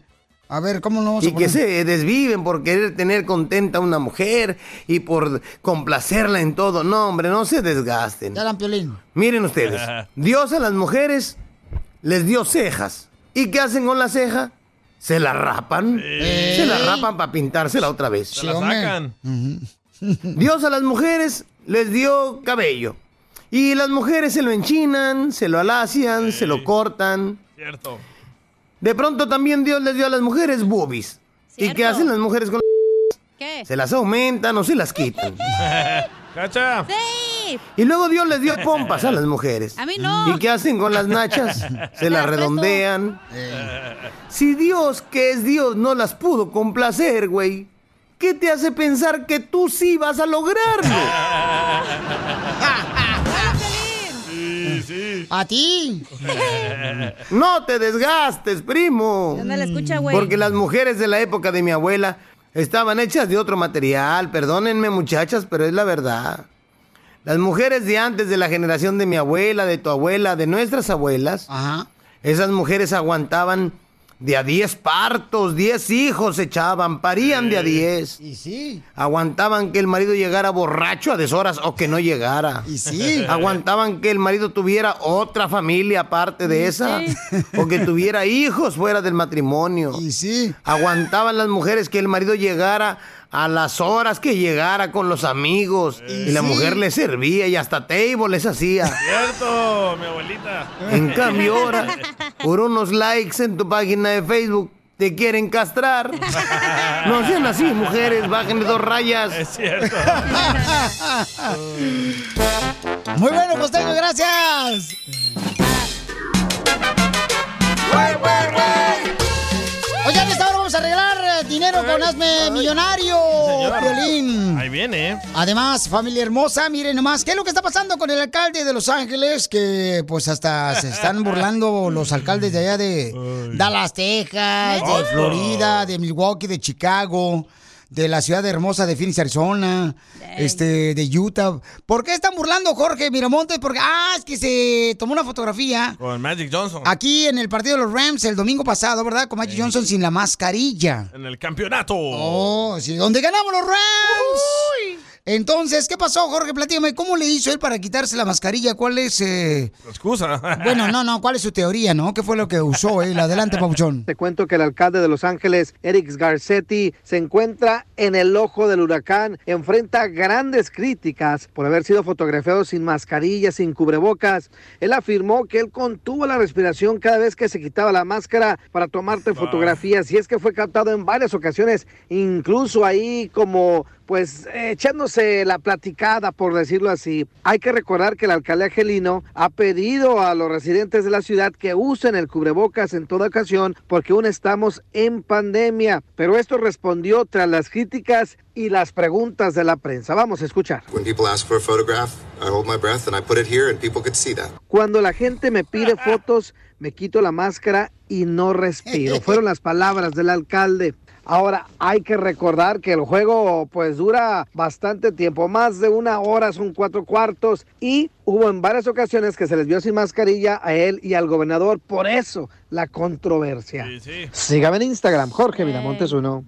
Speaker 2: A ver, ¿cómo no vamos
Speaker 7: Y
Speaker 2: a
Speaker 7: que
Speaker 2: poner?
Speaker 7: se desviven por querer tener contenta a una mujer y por complacerla en todo. No, hombre, no se desgasten.
Speaker 2: Ya, dan piolín.
Speaker 7: Miren ustedes, Dios a las mujeres les dio cejas. ¿Y qué hacen con la ceja? Se la rapan. Se la rapan para pintársela otra vez.
Speaker 3: Se la
Speaker 2: eh.
Speaker 3: sacan.
Speaker 7: Dios a las mujeres les dio cabello. Y las mujeres se lo enchinan, se lo alacian, se lo cortan.
Speaker 3: Cierto.
Speaker 7: De pronto también Dios les dio a las mujeres boobies. ¿Y qué hacen las mujeres con las
Speaker 4: ¿Qué?
Speaker 7: Se las aumentan o se las quitan.
Speaker 3: ¡Cacha!
Speaker 4: ¡Sí!
Speaker 7: Y luego Dios les dio pompas a las mujeres.
Speaker 4: A mí no.
Speaker 7: ¿Y qué hacen con las nachas? Se las redondean.
Speaker 4: Eh.
Speaker 7: Si Dios, que es Dios, no las pudo complacer, güey, ¿qué te hace pensar que tú sí vas a lograrlo?
Speaker 3: Sí, sí.
Speaker 2: A ti.
Speaker 7: No te desgastes, primo.
Speaker 4: ¿Dónde la escucha, güey?
Speaker 7: Porque las mujeres de la época de mi abuela estaban hechas de otro material. Perdónenme, muchachas, pero es la verdad. Las mujeres de antes, de la generación de mi abuela, de tu abuela, de nuestras abuelas, esas mujeres aguantaban de a 10 partos, 10 hijos echaban, parían de a 10.
Speaker 2: Y sí.
Speaker 7: Aguantaban que el marido llegara borracho a deshoras o que no llegara. Y
Speaker 2: sí.
Speaker 7: Aguantaban que el marido tuviera otra familia aparte de esa. O que tuviera hijos fuera del matrimonio. Y
Speaker 2: sí.
Speaker 7: Aguantaban las mujeres que el marido llegara a las horas que llegara con los amigos. Y la
Speaker 3: sí.
Speaker 7: mujer les servía y hasta table les hacía.
Speaker 3: Cierto, mi abuelita.
Speaker 7: En cambio ahora, por unos likes en tu página de Facebook, te quieren castrar. No sean así, mujeres, bájenle dos rayas. Es
Speaker 3: cierto.
Speaker 2: Muy bueno, costeño, gracias. Oigan, esta hora vamos a arreglar eh, dinero con Hazme Millonario,
Speaker 3: Señor.
Speaker 2: Piolín.
Speaker 3: Ahí viene, ¿eh?
Speaker 2: Además, familia hermosa, miren nomás, ¿qué es lo que está pasando con el alcalde de Los Ángeles? Que pues hasta se están burlando los alcaldes de allá de Dallas, Texas, de
Speaker 1: ¿Neta?
Speaker 2: Florida, de Milwaukee, de Chicago, de la ciudad hermosa de Phoenix, Arizona, este, de Utah. ¿Por qué están burlando a Jorge Miramontes? Porque, ah, es que se tomó una fotografía
Speaker 3: Con Magic Johnson.
Speaker 2: aquí en el partido de los Rams el domingo pasado, ¿verdad? Con Magic Johnson sin la mascarilla.
Speaker 3: En el campeonato.
Speaker 2: Oh, sí, donde ganamos los Rams. Entonces, ¿qué pasó, Jorge? Platícame, ¿cómo le hizo él para quitarse la mascarilla? ¿Cuál es...? eh,
Speaker 3: Excusa.
Speaker 2: Bueno, no, no, ¿cuál es su teoría, no? ¿Qué fue lo que usó él? Adelante, Pabuchón.
Speaker 5: Te cuento que el alcalde de Los Ángeles, Eric Garcetti, se encuentra en el ojo del huracán, enfrenta grandes críticas por haber sido fotografiado sin mascarilla, sin cubrebocas. Él afirmó que él contuvo la respiración cada vez que se quitaba la máscara para tomarte fotografías y es que fue captado en varias ocasiones, incluso ahí como pues eh, echándose la platicada, por decirlo así. Hay que recordar que el alcalde Angelino ha pedido a los residentes de la ciudad que usen el cubrebocas en toda ocasión porque aún estamos en pandemia. Pero esto respondió tras las críticas y las preguntas de la prensa. Vamos a escuchar.
Speaker 21: When people ask for a photograph, I hold my breath and I put it here and people could see that.
Speaker 5: Cuando la gente me pide fotos, me quito la máscara y no respiro. Fueron las palabras del alcalde. Ahora hay que recordar que el juego pues dura bastante tiempo, más de una hora, son cuatro cuartos y hubo en varias ocasiones que se les vio sin mascarilla a él y al gobernador, por eso la controversia. Sígame en Instagram, Jorge Miramontes uno.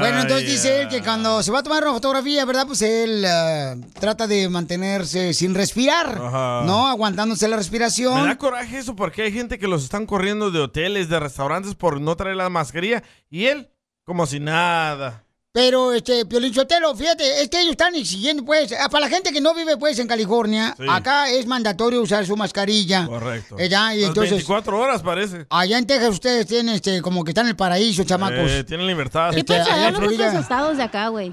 Speaker 2: Bueno, entonces dice él que cuando se va a tomar una fotografía, ¿verdad? Pues él eh, trata de mantenerse sin respirar,
Speaker 3: Ajá.
Speaker 2: ¿no? Aguantándose la respiración.
Speaker 3: Me da coraje eso porque hay gente que los están corriendo de hoteles, de restaurantes por no traer la mascarilla y él como si nada.
Speaker 2: Pero, este, Piolín Sotelo, fíjate, es que ellos están exigiendo, pues, ah, para la gente que no vive, pues, en California,
Speaker 3: Sí.
Speaker 2: acá es mandatorio usar su mascarilla.
Speaker 3: Correcto.
Speaker 2: Eh, ya, y
Speaker 3: Las
Speaker 2: entonces,
Speaker 3: 24 horas parece.
Speaker 2: allá en Texas ustedes tienen, este, como que están en el paraíso, chamacos.
Speaker 3: Eh, tienen libertad.
Speaker 4: ¿Qué pensarán los otros estados de acá, güey?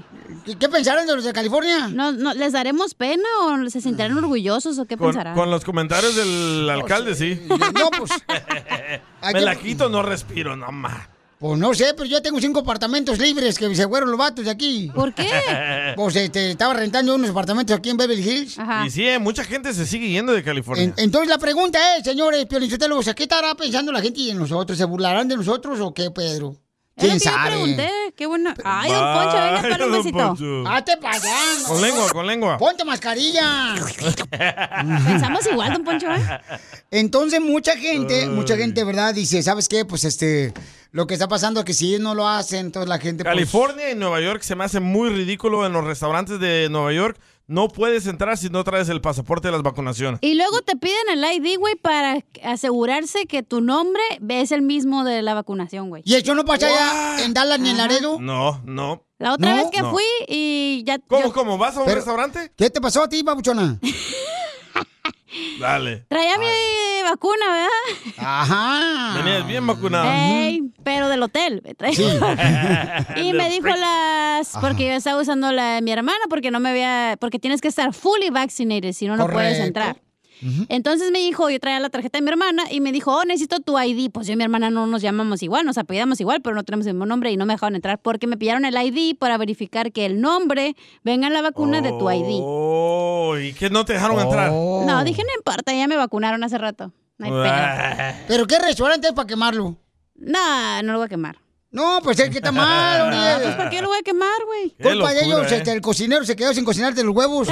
Speaker 2: ¿Qué, pensaron de los de California? Mm.
Speaker 4: No, no, ¿Les daremos pena o se sentirán orgullosos o qué
Speaker 3: Con,
Speaker 4: pensarán?
Speaker 3: con los comentarios del alcalde, sí.
Speaker 2: No, pues.
Speaker 3: Me la quito, no respiro, no más.
Speaker 2: Pues no sé, pero yo tengo cinco apartamentos libres que se fueron los vatos de aquí.
Speaker 4: ¿Por
Speaker 3: qué?
Speaker 2: Pues este, estaba rentando unos apartamentos aquí en Beverly Hills.
Speaker 3: Y sí, eh, mucha gente se sigue yendo de California.
Speaker 2: En- entonces la pregunta es, señores, Piolinsotelo, o sea, ¿qué estará pensando la gente de nosotros? ¿Se burlarán de nosotros o qué, Pedro? ¿Quién
Speaker 4: Yo
Speaker 2: sabe?
Speaker 4: pregunté, qué buena. Ay, don Poncho, venga
Speaker 2: Vaya,
Speaker 4: para un
Speaker 2: don
Speaker 4: besito.
Speaker 2: Poncho. Hazte para allá.
Speaker 3: Con lengua, con lengua.
Speaker 2: Ah, Ponte mascarilla.
Speaker 4: Pensamos igual, don Poncho, ¿eh?
Speaker 2: Entonces mucha gente,
Speaker 4: Ay.
Speaker 2: mucha gente, ¿verdad? Dice, ¿sabes qué? Pues este, lo que está pasando es que si ellos no lo hacen, entonces la gente... pues,
Speaker 3: California y Nueva York se me hace muy ridículo en los restaurantes de Nueva York. No puedes entrar si no traes el pasaporte de las vacunaciones.
Speaker 4: Y luego te piden el ID, güey, para asegurarse que tu nombre es el mismo de la vacunación, güey.
Speaker 2: ¿Y eso no pasa allá en Dallas ni en Laredo?
Speaker 3: No, no.
Speaker 4: La otra
Speaker 2: ¿No?
Speaker 4: vez que
Speaker 3: No.
Speaker 4: fui y ya...
Speaker 3: ¿Cómo,
Speaker 4: yo-
Speaker 3: cómo? ¿Vas a un
Speaker 2: Pero-
Speaker 3: restaurante?
Speaker 2: ¿Qué te pasó a ti, babuchona?
Speaker 3: Dale.
Speaker 4: Traía mi vacuna, ¿verdad?
Speaker 2: Ajá.
Speaker 3: Venías bien vacunado.
Speaker 4: Ey, pero del hotel. me traía. Y me dijo las, porque yo estaba usando la de mi hermana, porque no me había, porque tienes que estar fully vaccinated, si no, no puedes
Speaker 22: Correcto.
Speaker 4: entrar. Entonces me dijo, yo traía la tarjeta de mi hermana y me dijo, oh, necesito tu ID. Pues yo y mi hermana no nos llamamos igual, nos apellidamos igual, pero no tenemos el mismo nombre y no me dejaron entrar porque me pillaron el ID para verificar que el nombre venga en la vacuna de tu ID.
Speaker 3: Oh, ¿y qué no te dejaron entrar? Oh.
Speaker 4: No, dije, no importa, ya me vacunaron hace rato. No hay
Speaker 3: Ah,
Speaker 4: pedo.
Speaker 2: ¿Pero qué restaurante es para quemarlo?
Speaker 4: No, no lo voy a quemar.
Speaker 2: No, pues es que está mal,
Speaker 4: No,
Speaker 2: hombre.
Speaker 4: pues ¿para qué lo voy a quemar, güey?
Speaker 2: Qué Culpa de ellos, este,
Speaker 3: ¿eh?
Speaker 2: el cocinero se quedó sin cocinarte los huevos.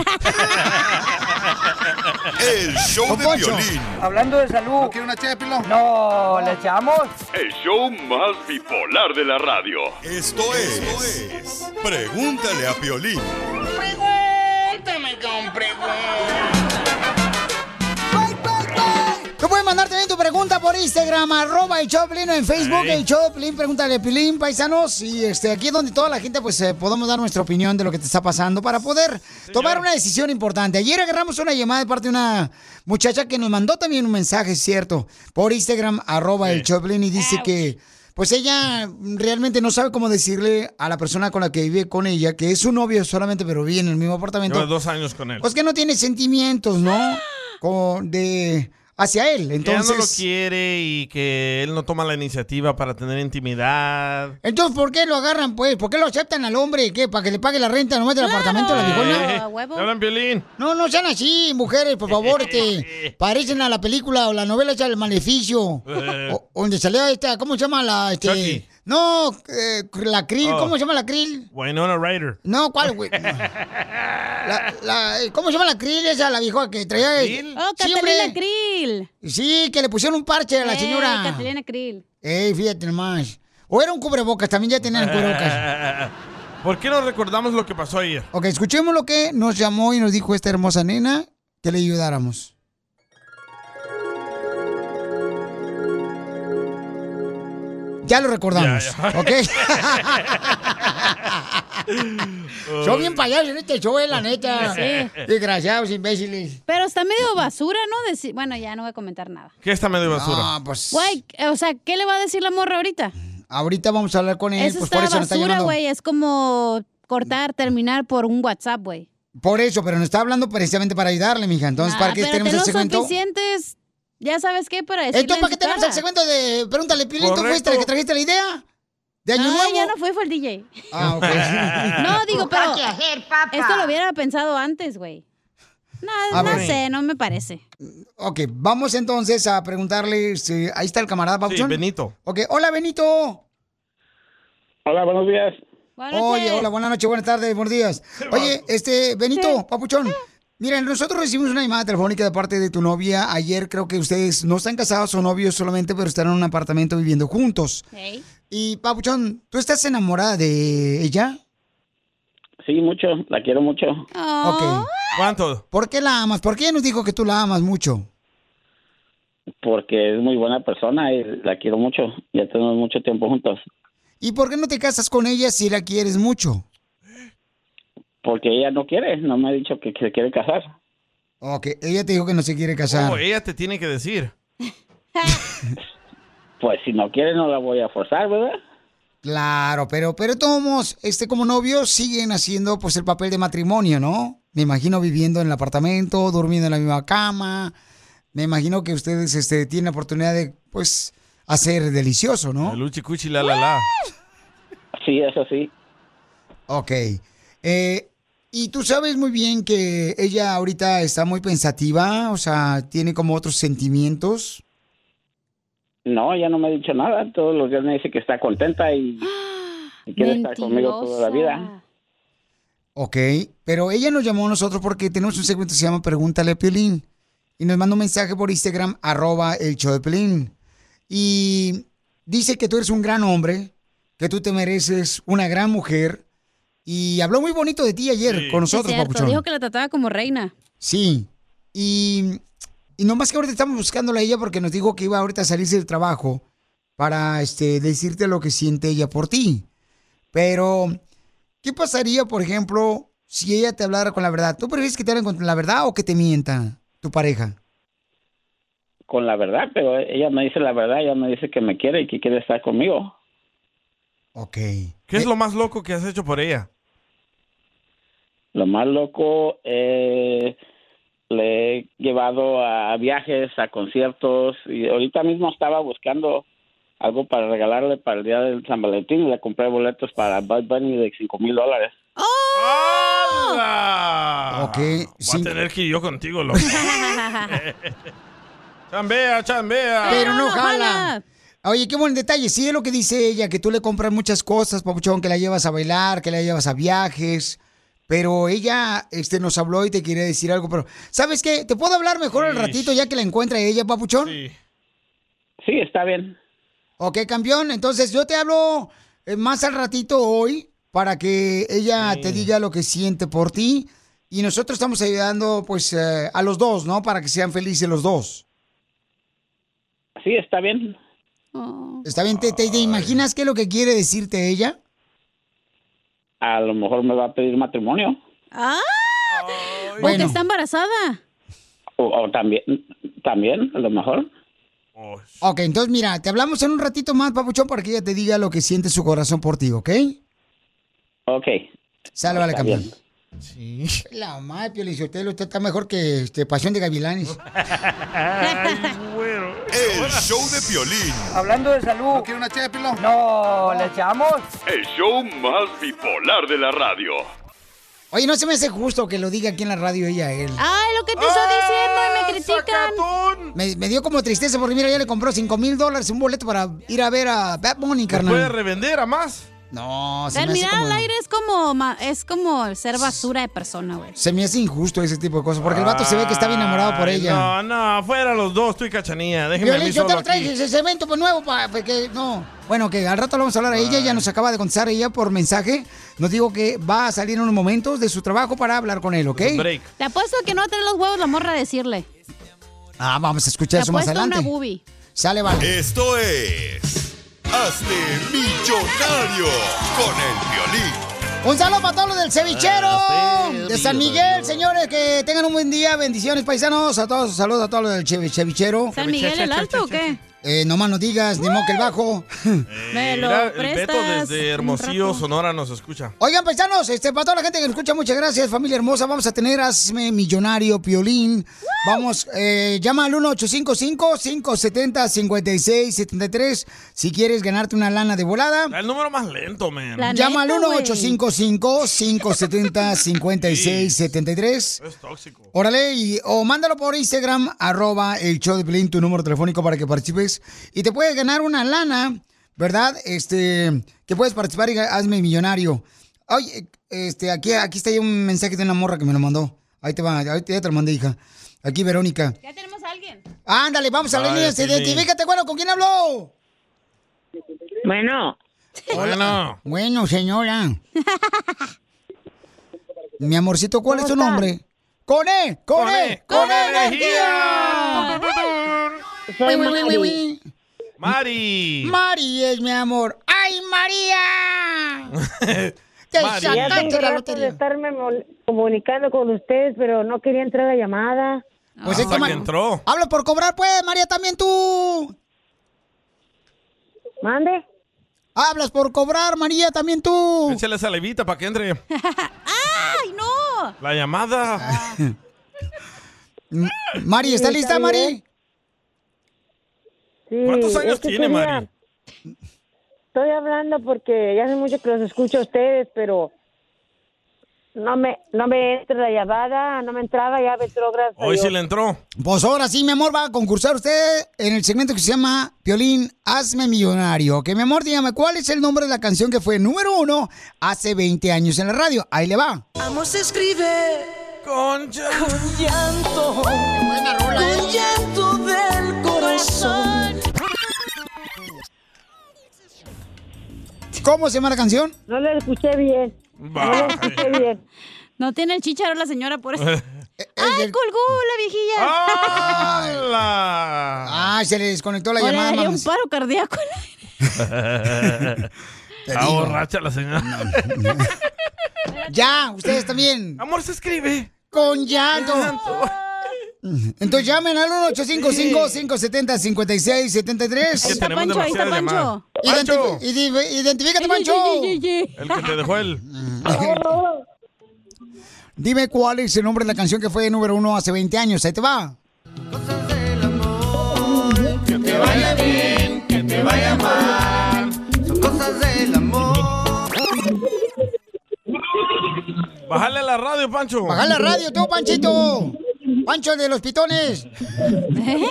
Speaker 13: El show
Speaker 2: Don
Speaker 13: de
Speaker 2: Poncho.
Speaker 13: violín.
Speaker 14: Hablando de salud. ¿No quiere una No, ¿le echamos?
Speaker 9: El show más bipolar de la radio.
Speaker 13: Esto es. Pregúntale a Piolín.
Speaker 14: Pregúntame con
Speaker 2: Tú puedes mandar también tu pregunta por Instagram, arroba el Choplin, en Facebook,
Speaker 14: Ey.
Speaker 2: el Choplin, pregúntale a Pilín, paisanos. Y este, aquí es donde toda la gente, pues, eh, podemos dar nuestra opinión de lo que te está pasando para poder tomar una decisión importante. Ayer agarramos una llamada de parte de una muchacha que nos mandó también un mensaje, cierto, por Instagram, arroba el Choplin, y dice que, pues, ella realmente no sabe cómo decirle a la persona con la que vive con ella, que es su novio solamente, pero vive en el mismo apartamento.
Speaker 3: Llevas dos años con él.
Speaker 2: Pues que no tiene sentimientos, ¿no? Como de hacia él.
Speaker 3: Que ella no lo
Speaker 2: Entonces,
Speaker 3: quiere y que él no toma la iniciativa para tener intimidad.
Speaker 2: entonces ¿por qué lo agarran pues? ¿Por qué lo aceptan al hombre? ¿Qué? ¿Para que le pague la renta nomás del apartamento la
Speaker 3: Eh,
Speaker 2: viejona?
Speaker 3: ¿te hablan violín?
Speaker 2: No, no sean así, mujeres, por favor, este, parecen a la película o la novela esa El Maleficio.
Speaker 1: Oh,
Speaker 2: o- donde salió esta, ¿cómo se llama la este?
Speaker 3: Chucky.
Speaker 2: No, eh, la krill,
Speaker 3: Oh.
Speaker 2: ¿cómo se llama la krill?
Speaker 3: Winona Ryder.
Speaker 2: No, ¿cuál, güey? La- la- eh, ¿Cómo se llama la krill esa, la vieja que traía?
Speaker 4: ¿Krill? Oh,
Speaker 2: Sí, hombre.
Speaker 4: Catalina Krill.
Speaker 2: Sí, que le pusieron un parche a la
Speaker 4: Eh,
Speaker 2: señora.
Speaker 4: Catalina Krill.
Speaker 2: Ey, fíjate nomás. O era un cubrebocas, también ya tenían cubrebocas.
Speaker 3: ¿Por qué no recordamos lo que pasó ayer?
Speaker 2: Ok, escuchemos lo que nos llamó y nos dijo esta hermosa nena que le ayudáramos. Ya lo recordamos.
Speaker 1: Ya, ya.
Speaker 2: Ok. Son bien payasos en este show, eh, la neta.
Speaker 4: Sí.
Speaker 2: Desgraciados, imbéciles.
Speaker 4: Pero está medio basura, ¿no? Deci- bueno, ya no voy a comentar nada.
Speaker 3: ¿Qué está medio basura?
Speaker 2: Ah, pues
Speaker 4: Güey, o sea, ¿qué le va a decir la morra ahorita?
Speaker 2: ahorita vamos a hablar con él.
Speaker 4: eso
Speaker 2: Pues
Speaker 4: está
Speaker 2: por eso nos está
Speaker 4: basura,
Speaker 2: llamando.
Speaker 4: güey. Es como cortar, terminar por un WhatsApp, güey.
Speaker 2: Por eso, pero nos está hablando precisamente para ayudarle, mija. Entonces, ¿para
Speaker 4: Ah,
Speaker 2: qué
Speaker 4: pero
Speaker 2: tenemos el
Speaker 4: tenlos
Speaker 2: segmento?
Speaker 4: suficientes, ya sabes qué, para decirle
Speaker 2: Entonces,
Speaker 4: en
Speaker 2: ¿para qué
Speaker 4: su
Speaker 2: tenemos
Speaker 4: cara.
Speaker 2: el segmento de Pregúntale, Piolín? ¿Tú
Speaker 4: Correcto.
Speaker 2: fuiste el que trajiste la idea? ¿De Año
Speaker 4: no,
Speaker 2: Nuevo?
Speaker 4: ya no fui, fue el DJ.
Speaker 2: Ah, ok.
Speaker 4: No, digo, pero
Speaker 1: Ojalá que ayer, papá.
Speaker 4: esto lo hubiera pensado antes, güey. No,
Speaker 2: A
Speaker 4: no
Speaker 2: ver.
Speaker 4: sé, no me parece.
Speaker 2: Ah, Ok, vamos entonces a preguntarle si... Ahí está el camarada Papuchón.
Speaker 3: Benito.
Speaker 2: Ok, hola, Benito.
Speaker 23: Hola, buenos días.
Speaker 2: Oye, hola, buenas noches, buenas tardes, buenos días. Oye, este, Benito, Papuchón. Miren, nosotros recibimos una llamada telefónica de parte de tu novia. Ayer creo que ustedes no están casados o novios solamente, pero están en un apartamento viviendo juntos. Y Papuchón, ¿tú estás enamorada de ella?
Speaker 23: Sí, mucho, la quiero mucho.
Speaker 2: Ok.
Speaker 3: ¿Cuánto?
Speaker 2: ¿Por qué la amas? ¿Por qué ella nos dijo que tú la amas mucho?
Speaker 23: Porque es muy buena persona y la quiero mucho. Ya tenemos mucho tiempo juntos.
Speaker 2: ¿Y por qué no te casas con ella si la quieres mucho?
Speaker 23: Porque ella no quiere, no me ha dicho que, que se quiere casar.
Speaker 2: Ok, ella te dijo que no se quiere
Speaker 3: Oh,
Speaker 2: casar.
Speaker 3: ella te tiene que decir.
Speaker 23: Pues si no quiere, no la voy a forzar, ¿verdad?
Speaker 2: Claro, pero, pero todos, este, como novios, siguen haciendo pues el papel de matrimonio, ¿no? Me imagino viviendo en el apartamento, durmiendo en la misma cama. Me imagino que ustedes este, tienen la oportunidad de, pues, hacer delicioso, ¿no?
Speaker 3: El uchi cuchi la la la.
Speaker 23: Sí, eso sí.
Speaker 2: Ok. Eh, y tú sabes muy bien que ella ahorita está muy pensativa, o sea, tiene como otros sentimientos.
Speaker 23: No, ella no me ha dicho nada. Todos los días me dice que está contenta y, y quiere estar conmigo toda la vida.
Speaker 2: Ok, pero ella nos llamó a nosotros porque tenemos un segmento que se llama Pregúntale a Piolín. Y nos manda un mensaje por Instagram, arroba el show de Piolín. Y dice que tú eres un gran hombre, que tú te mereces una gran mujer. Y habló muy bonito de ti ayer con nosotros,
Speaker 4: Es cierto,
Speaker 2: Papuchón.
Speaker 4: dijo que la trataba como reina.
Speaker 2: Sí. Y, y nomás que ahorita estamos buscándola a ella porque nos dijo que iba ahorita a salirse del trabajo para este, decirte lo que siente ella por ti. Pero, ¿qué pasaría, por ejemplo, si ella te hablara con la verdad? ¿Tú prefieres que te hablen con la verdad o que te mienta tu pareja?
Speaker 23: Con la verdad, pero ella me dice la verdad. Ella me dice que me quiere y que quiere estar conmigo.
Speaker 2: Ok. Eh,
Speaker 3: ¿Qué es lo más loco que has hecho por ella?
Speaker 23: Lo más loco, eh, le he llevado a viajes, a conciertos y ahorita mismo estaba buscando algo para regalarle para el día del San Valentín y le compré boletos para Bad Bunny de cinco mil dólares.
Speaker 3: Ah,
Speaker 2: ¡Oh! Ok,
Speaker 3: Voy a tener que ir yo contigo, loco. chambea, chambea.
Speaker 2: Pero no jala. Oye, qué buen detalle. Sí, es lo que dice ella, que tú le compras muchas cosas, papuchón, que la llevas a bailar, que la llevas a viajes. Pero ella este, nos habló y te quería decir algo, pero ¿sabes qué? ¿Te puedo hablar mejor al ratito ya que la encuentra ella, papuchón? Sí.
Speaker 23: Sí, está bien.
Speaker 2: Ok, campeón. Entonces yo te hablo eh, más al ratito hoy para que ella te diga lo que siente por ti. Y nosotros estamos ayudando pues eh, a los dos, ¿no? Para que sean felices los dos.
Speaker 23: Sí, está bien.
Speaker 2: Está bien, ¿te, te- te imaginas qué es lo que quiere decirte ella?
Speaker 23: A lo mejor me va a pedir matrimonio
Speaker 4: ¡Ah! O
Speaker 23: Bueno.
Speaker 4: que está embarazada.
Speaker 23: o, o también, también a lo mejor.
Speaker 2: Ok, entonces mira, te hablamos en un ratito más, papuchón, para que ella te diga lo que siente su corazón por ti, ¿ok?
Speaker 23: Ok.
Speaker 2: Sálvale,
Speaker 23: Está
Speaker 2: campeón.
Speaker 23: bien.
Speaker 2: Sí. La madre, Piolín, Sotelo, usted está mejor que este, Pasión de Gavilanes.
Speaker 13: El show de Piolín.
Speaker 14: Hablando de salud. ¿No una No, ¿le echamos?
Speaker 9: El show más bipolar de la radio.
Speaker 2: Oye, no se me hace justo que lo diga aquí en la radio ella a él.
Speaker 4: ¡Ay, lo que te estoy
Speaker 2: Ah.
Speaker 4: diciendo y me critican!
Speaker 2: Me, me dio como tristeza porque mira, ya le compró 5 mil dólares un boleto para ir a ver a Bad Bunny, carnal.
Speaker 3: ¿Puede revender a más?
Speaker 2: No, Ah, se me hace
Speaker 4: Terminar
Speaker 2: como-
Speaker 4: al aire es como, ma- es como ser basura de persona, güey.
Speaker 2: Se me hace injusto ese tipo de cosas, porque el vato se ve que está bien enamorado por
Speaker 3: Ay,
Speaker 2: ella.
Speaker 3: No, no, fuera los dos, tú y Cachanía. Déjenme a mí
Speaker 2: Violín, yo te
Speaker 3: solo
Speaker 2: lo traje
Speaker 3: aquí.
Speaker 2: ese cemento pues, nuevo para que no. Bueno, que al rato le vamos a hablar a ella, ya nos acaba de contestar ella por mensaje. Nos dijo que va a salir en unos momentos de su trabajo para hablar con él, ¿ok?
Speaker 4: Te apuesto que no va a tener los huevos la morra a decirle.
Speaker 2: Ah, vamos a
Speaker 4: Te
Speaker 2: escuchar eso más
Speaker 4: apuesto una
Speaker 2: adelante.
Speaker 4: boobie.
Speaker 2: Sale,
Speaker 14: Eh,
Speaker 2: vale.
Speaker 13: Esto es. Hazte millonario con el violín.
Speaker 2: Un saludo para todos los del cevichero
Speaker 13: Ah, sí,
Speaker 2: de San
Speaker 13: amigo,
Speaker 2: Miguel, señores, que tengan un buen día, bendiciones paisanos, a todos, saludos a todos los del che- cevichero.
Speaker 4: ¿San Miguel el alto o qué? Uh.
Speaker 2: Eh, nomás no digas, ni modo que el bajo.
Speaker 4: Me lo
Speaker 3: Mira, el Beto
Speaker 4: prestas.
Speaker 3: desde Hermosillo, Sonora, nos escucha.
Speaker 2: Oigan, paisanos, este, para toda la gente que nos escucha, muchas gracias, familia hermosa. Vamos a tener Hazme Millonario Piolín. Vamos, eh, llama al 1-855-570-5673 si quieres ganarte una lana de volada.
Speaker 3: El número más lento, man.
Speaker 2: llama al 1-855-570-5673.
Speaker 3: Es tóxico.
Speaker 2: Órale, y- o mándalo por Instagram, arroba el show de Piolín, tu número telefónico para que participes. Y te puedes ganar una lana, ¿verdad? Este, que puedes participar y ga- hazme millonario. Oye, este, aquí, aquí está ya un mensaje de una morra que me lo mandó. Ahí te va, ahí te- ya te lo mandé, hija. Aquí, Verónica.
Speaker 4: Ya tenemos a alguien.
Speaker 2: Ándale, vamos a la
Speaker 4: Ay,
Speaker 2: línea.
Speaker 4: Piolín.
Speaker 2: Identifícate, bueno, ¿con quién habló?
Speaker 24: Bueno.
Speaker 2: Bueno. Bueno, señora. Mi amorcito, ¿cuál es tu nombre? Con E, con E, con E energía.
Speaker 24: Soy
Speaker 2: Uy, uy, uy, uy, uy.
Speaker 24: Mari.
Speaker 3: Mari.
Speaker 2: Mari es mi amor. ¡Ay, María! Te
Speaker 24: Mari. Ya
Speaker 2: sacaste
Speaker 24: tengo
Speaker 2: la
Speaker 24: rato
Speaker 2: lotería.
Speaker 24: de estarme mol- comunicando con ustedes, pero no quería entrar la llamada.
Speaker 2: Pues es ma- Habla por cobrar, pues, María, también tú.
Speaker 24: Mande.
Speaker 2: Hablas por cobrar, María, también tú.
Speaker 3: Échale esa levita para que entre
Speaker 4: ¡Ay, no!
Speaker 3: la llamada.
Speaker 2: M- Mari, ¿está
Speaker 24: Sí,
Speaker 2: lista,
Speaker 24: está
Speaker 2: Mari?
Speaker 24: bien. Sí,
Speaker 3: ¿Cuántos años
Speaker 24: es que
Speaker 3: tiene,
Speaker 24: quería-
Speaker 3: Mari?
Speaker 24: Estoy hablando porque ya hace mucho que los escucho a ustedes, pero no me no me entra la llamada, no me entraba, ya me entró gracias a
Speaker 3: Hoy sí
Speaker 24: Dios.
Speaker 3: le entró.
Speaker 2: Pues ahora sí, mi amor, va a concursar usted en el segmento que se llama Piolín, hazme millonario. Que mi amor, dígame, ¿cuál es el nombre de la canción que fue número uno hace 20 años en la radio? Ahí le va.
Speaker 1: Amor se escribe con, llanto. Con llanto del corazón.
Speaker 2: ¿Cómo se llama la canción?
Speaker 24: No la escuché bien.
Speaker 4: No tiene el chicharo la señora, por eso.
Speaker 2: Eh,
Speaker 4: ¡Ay, colgó la viejilla!
Speaker 2: Ah, se le desconectó la
Speaker 4: O le
Speaker 2: llamada.
Speaker 4: daría
Speaker 2: mames.
Speaker 4: un paro cardíaco.
Speaker 3: Ah, borracha la señora.
Speaker 2: Ya, ustedes también.
Speaker 3: Amor se escribe.
Speaker 2: Con llanto. Entonces llamen al 1-855-570-5673.
Speaker 3: Es que tenemos Pancho, ahí está demasiadas Pancho. llamadas.
Speaker 2: Identi-
Speaker 3: Pancho.
Speaker 2: idif- identifícate, Pancho.
Speaker 3: El que te dejó el.
Speaker 2: Dime cuál es el nombre de la canción que fue número uno hace 20 años. Ahí te va.
Speaker 1: Que te vaya bien, que te vaya mal. Son cosas del amor.
Speaker 3: Bájale a la radio, Pancho.
Speaker 2: Baja la radio, tú, Panchito. Pancho de los pitones.
Speaker 3: ¿Eh?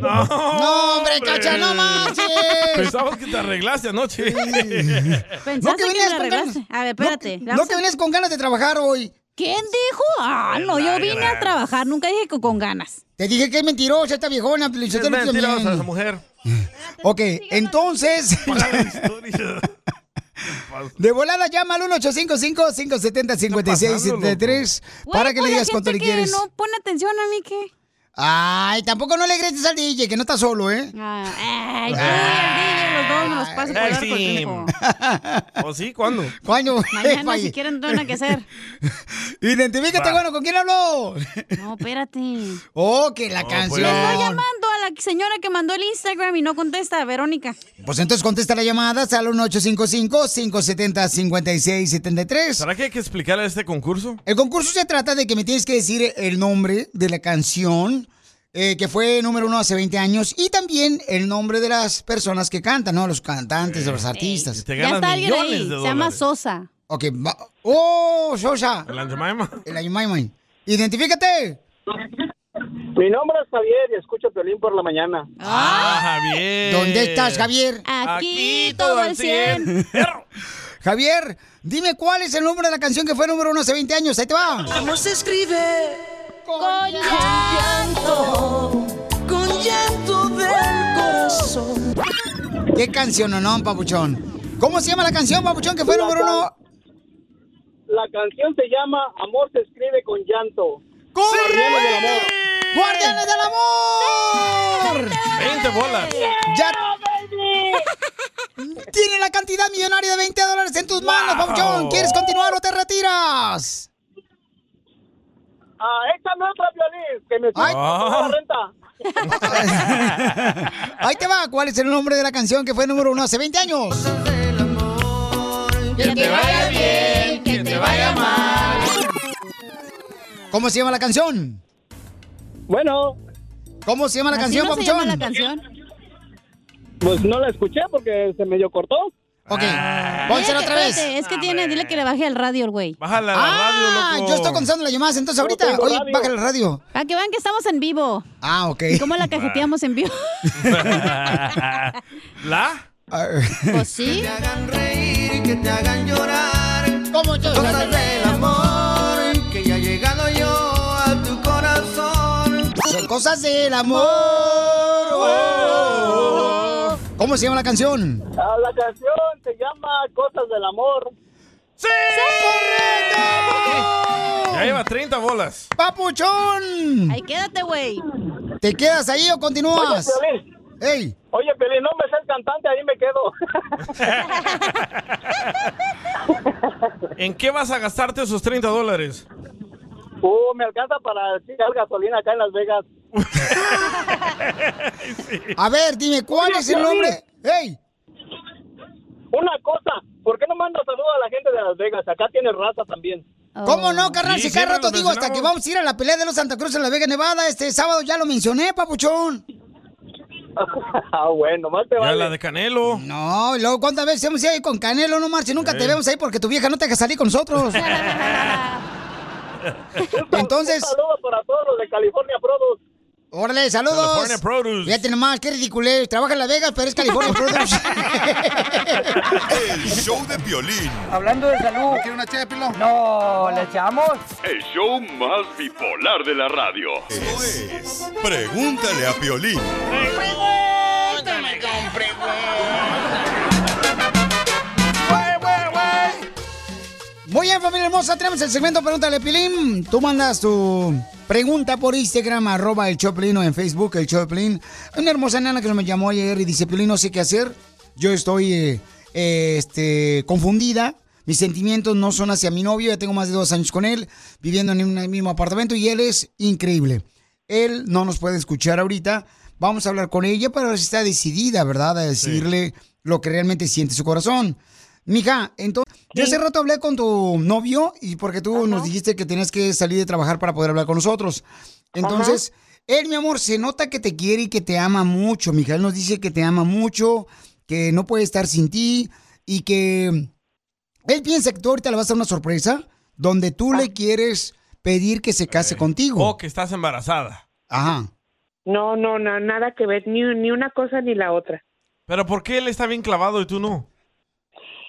Speaker 3: No,
Speaker 2: No, hombre, cacha, no marches.
Speaker 3: Pensamos que te arreglaste anoche.
Speaker 2: No que
Speaker 4: que
Speaker 2: venías
Speaker 4: me
Speaker 2: con
Speaker 4: arreglaste?
Speaker 2: ganas.
Speaker 4: A ver, espérate.
Speaker 2: No,
Speaker 4: vamos
Speaker 2: que
Speaker 4: a-
Speaker 2: venías con ganas de trabajar hoy.
Speaker 4: ¿Quién dijo? Ah, no, yo vine a trabajar. Nunca dije que con ganas.
Speaker 2: Te dije que es mentirosa esta viejona. pero yo te lo pido bien.
Speaker 3: mujer.
Speaker 2: Ok, entonces. De volada llama al 1-855-570-5673 para
Speaker 4: Güey, pues
Speaker 2: que le
Speaker 4: la
Speaker 2: digas cuánto le
Speaker 4: gente
Speaker 2: quieres.
Speaker 4: que no pone atención a mí, ¿qué?
Speaker 2: Ay, tampoco no le grites al DJ, que no está solo, ¿eh?
Speaker 4: Ah, ay, tú y el DJ, los dos me los paso por
Speaker 2: Ay,
Speaker 4: dar
Speaker 2: sí.
Speaker 4: consejo.
Speaker 3: ¿O sí? ¿Cuándo?
Speaker 2: ¿Cuándo?
Speaker 4: Mañana, si quieren, no hay nada que hacer.
Speaker 2: Identifícate,
Speaker 4: Va.
Speaker 2: bueno, ¿con quién habló?
Speaker 4: No, espérate.
Speaker 2: Oh, que la canción.
Speaker 4: Le estoy llamando a la señora que mandó el Instagram y no contesta, Verónica.
Speaker 2: Pues entonces contesta la llamada, sale 1-855-570-5673.
Speaker 3: ¿Será que hay que explicarle este concurso?
Speaker 2: El concurso se trata de que me tienes que decir el nombre de la canción eh, que fue número uno hace 20 años y también el nombre de las personas que cantan, ¿no? Los cantantes, los artistas.
Speaker 4: Ya está alguien ahí. Se llama Sosa.
Speaker 2: Ok, va- ¡Oh, Sosa!
Speaker 3: El Anjamaima.
Speaker 2: El Anjamaima. ¡Identifícate!
Speaker 6: Mi nombre es Javier y escucho Piolín por la mañana.
Speaker 3: Ah, Javier.
Speaker 2: ¿Dónde estás, Javier?
Speaker 3: Aquí, Aquí, todo todo al al cien.
Speaker 2: Javier, dime cuál es el nombre de la canción que fue número uno hace 20 años. Ahí te va.
Speaker 1: ¿Cómo se escribe? Con, llanto. Con llanto del corazón.
Speaker 2: ¿Qué canción o no, papuchón? ¿Cómo se llama la canción, papuchón, que fue número uno?
Speaker 6: La canción se llama Amor se escribe con llanto.
Speaker 2: Guardianes del amor. ¡Guardianes del amor!
Speaker 3: 20 bolas.
Speaker 2: ¡Ya! Tiene la cantidad millonaria de 20 dólares en tus manos, papuchón. ¿Quieres continuar o te retiras?
Speaker 6: Ah, échame otra violín, que me
Speaker 2: Ay.
Speaker 6: estoy pagando la renta.
Speaker 2: Ahí te va. ¿Cuál es el nombre de la canción que fue número uno hace 20 años?
Speaker 1: Que te vaya bien, que te vaya mal.
Speaker 2: ¿Cómo se llama la canción?
Speaker 6: Bueno.
Speaker 2: ¿Cómo se llama la canción, papuchón?
Speaker 6: Pues no la escuché porque se medio cortó.
Speaker 2: Ok,
Speaker 4: Dile que- espérate, Es que tiene, dile que le baje el radio el güey.
Speaker 3: Bájala
Speaker 2: la Ah, radio, loco. yo estoy contestando las llamadas, entonces ahorita.
Speaker 4: tengo
Speaker 2: Oye,
Speaker 4: radio.
Speaker 2: bájale el radio.
Speaker 4: Para Ah, que vean que estamos en vivo.
Speaker 2: Ah, ok.
Speaker 4: ¿Y cómo la cajeteamos en vivo?
Speaker 3: ¿La?
Speaker 4: Pues sí.
Speaker 1: reír, que te hagan llorar.
Speaker 2: Como
Speaker 1: Cosas del amor, que ya he llegado yo a tu corazón.
Speaker 2: Son cosas del amor.
Speaker 6: Oh.
Speaker 2: ¿Cómo se llama la canción?
Speaker 6: Ah, la canción se llama Cosas del amor.
Speaker 3: ¡Sí! Ya lleva 30 bolas.
Speaker 2: ¡Papuchón!
Speaker 4: Ahí quédate, güey.
Speaker 2: ¿Te quedas ahí o continúas?
Speaker 6: Oye,
Speaker 2: ¡Ey!
Speaker 6: Oye, Pelín, no me sé el cantante, ahí me quedo.
Speaker 3: ¿En qué vas a gastarte esos 30 dólares?
Speaker 6: Uh, me alcanza para tirar gasolina acá en Las Vegas.
Speaker 2: A ver, dime, ¿cuál
Speaker 6: Oye,
Speaker 2: es el
Speaker 6: Piolín.
Speaker 2: nombre? ¡Ey!
Speaker 6: Una cosa, ¿por qué no mandas saludos a la gente de Las Vegas? Acá tienes raza también.
Speaker 2: ¿Cómo no, carnal? Si
Speaker 6: Oh. Sí,
Speaker 2: cada
Speaker 6: siempre
Speaker 2: rato
Speaker 6: lo
Speaker 2: digo hasta que
Speaker 6: mencionamos.
Speaker 2: vamos a ir a la pelea de los Santa Cruz en la Vega Nevada este sábado, ya lo mencioné, papuchón.
Speaker 6: ah, bueno, más te
Speaker 3: Ya
Speaker 6: vale.
Speaker 3: la de Canelo.
Speaker 2: No, y luego cuántas veces hemos ido ahí con Canelo, no marche, nunca
Speaker 3: Sí.
Speaker 2: te vemos ahí porque tu vieja no te deja salir con nosotros. Entonces.
Speaker 6: Un saludo para todos los de California Produce.
Speaker 2: Órale, saludos.
Speaker 6: California
Speaker 3: Produce.
Speaker 2: Fíjate nomás, qué ridiculez. Trabaja en Las Vegas, pero es California Produce.
Speaker 13: El show de violín.
Speaker 14: Hablando de salud. ¿Quiere una ché de pilón? No, ¿le echamos?
Speaker 9: El show más bipolar de la radio.
Speaker 13: Pregúntale a Piolín.
Speaker 2: Muy bien, familia hermosa, tenemos el segmento Pregúntale a Pilín. Tú mandas tu pregunta por Instagram, arroba el Choplin o en Facebook, el Choplin. Una hermosa nana que me llamó ayer y dice, Pilín, no sé qué hacer. Yo estoy eh, eh, este, confundida. Mis sentimientos no son hacia mi novio. Ya tengo más de dos años con él, viviendo en un mismo apartamento y él es increíble. Él no nos puede escuchar ahorita. Vamos a hablar con ella para ver si está decidida, ¿verdad? A decirle lo que realmente siente su corazón. Mija, entonces, yo hace rato hablé con tu novio y porque tú nos dijiste que tenías que salir de trabajar para poder hablar con nosotros. Entonces, él, mi amor, se nota que te quiere y que te ama mucho, mija. Él nos dice que te ama mucho, que no puede estar sin ti y que él piensa que tú ahorita le vas a dar una sorpresa donde tú le quieres pedir que se case contigo.
Speaker 3: O Oh, que estás embarazada.
Speaker 2: Ajá.
Speaker 22: No, no, na- nada que ver, ni, ni una cosa ni la otra.
Speaker 3: Pero ¿por qué él está bien clavado y tú no?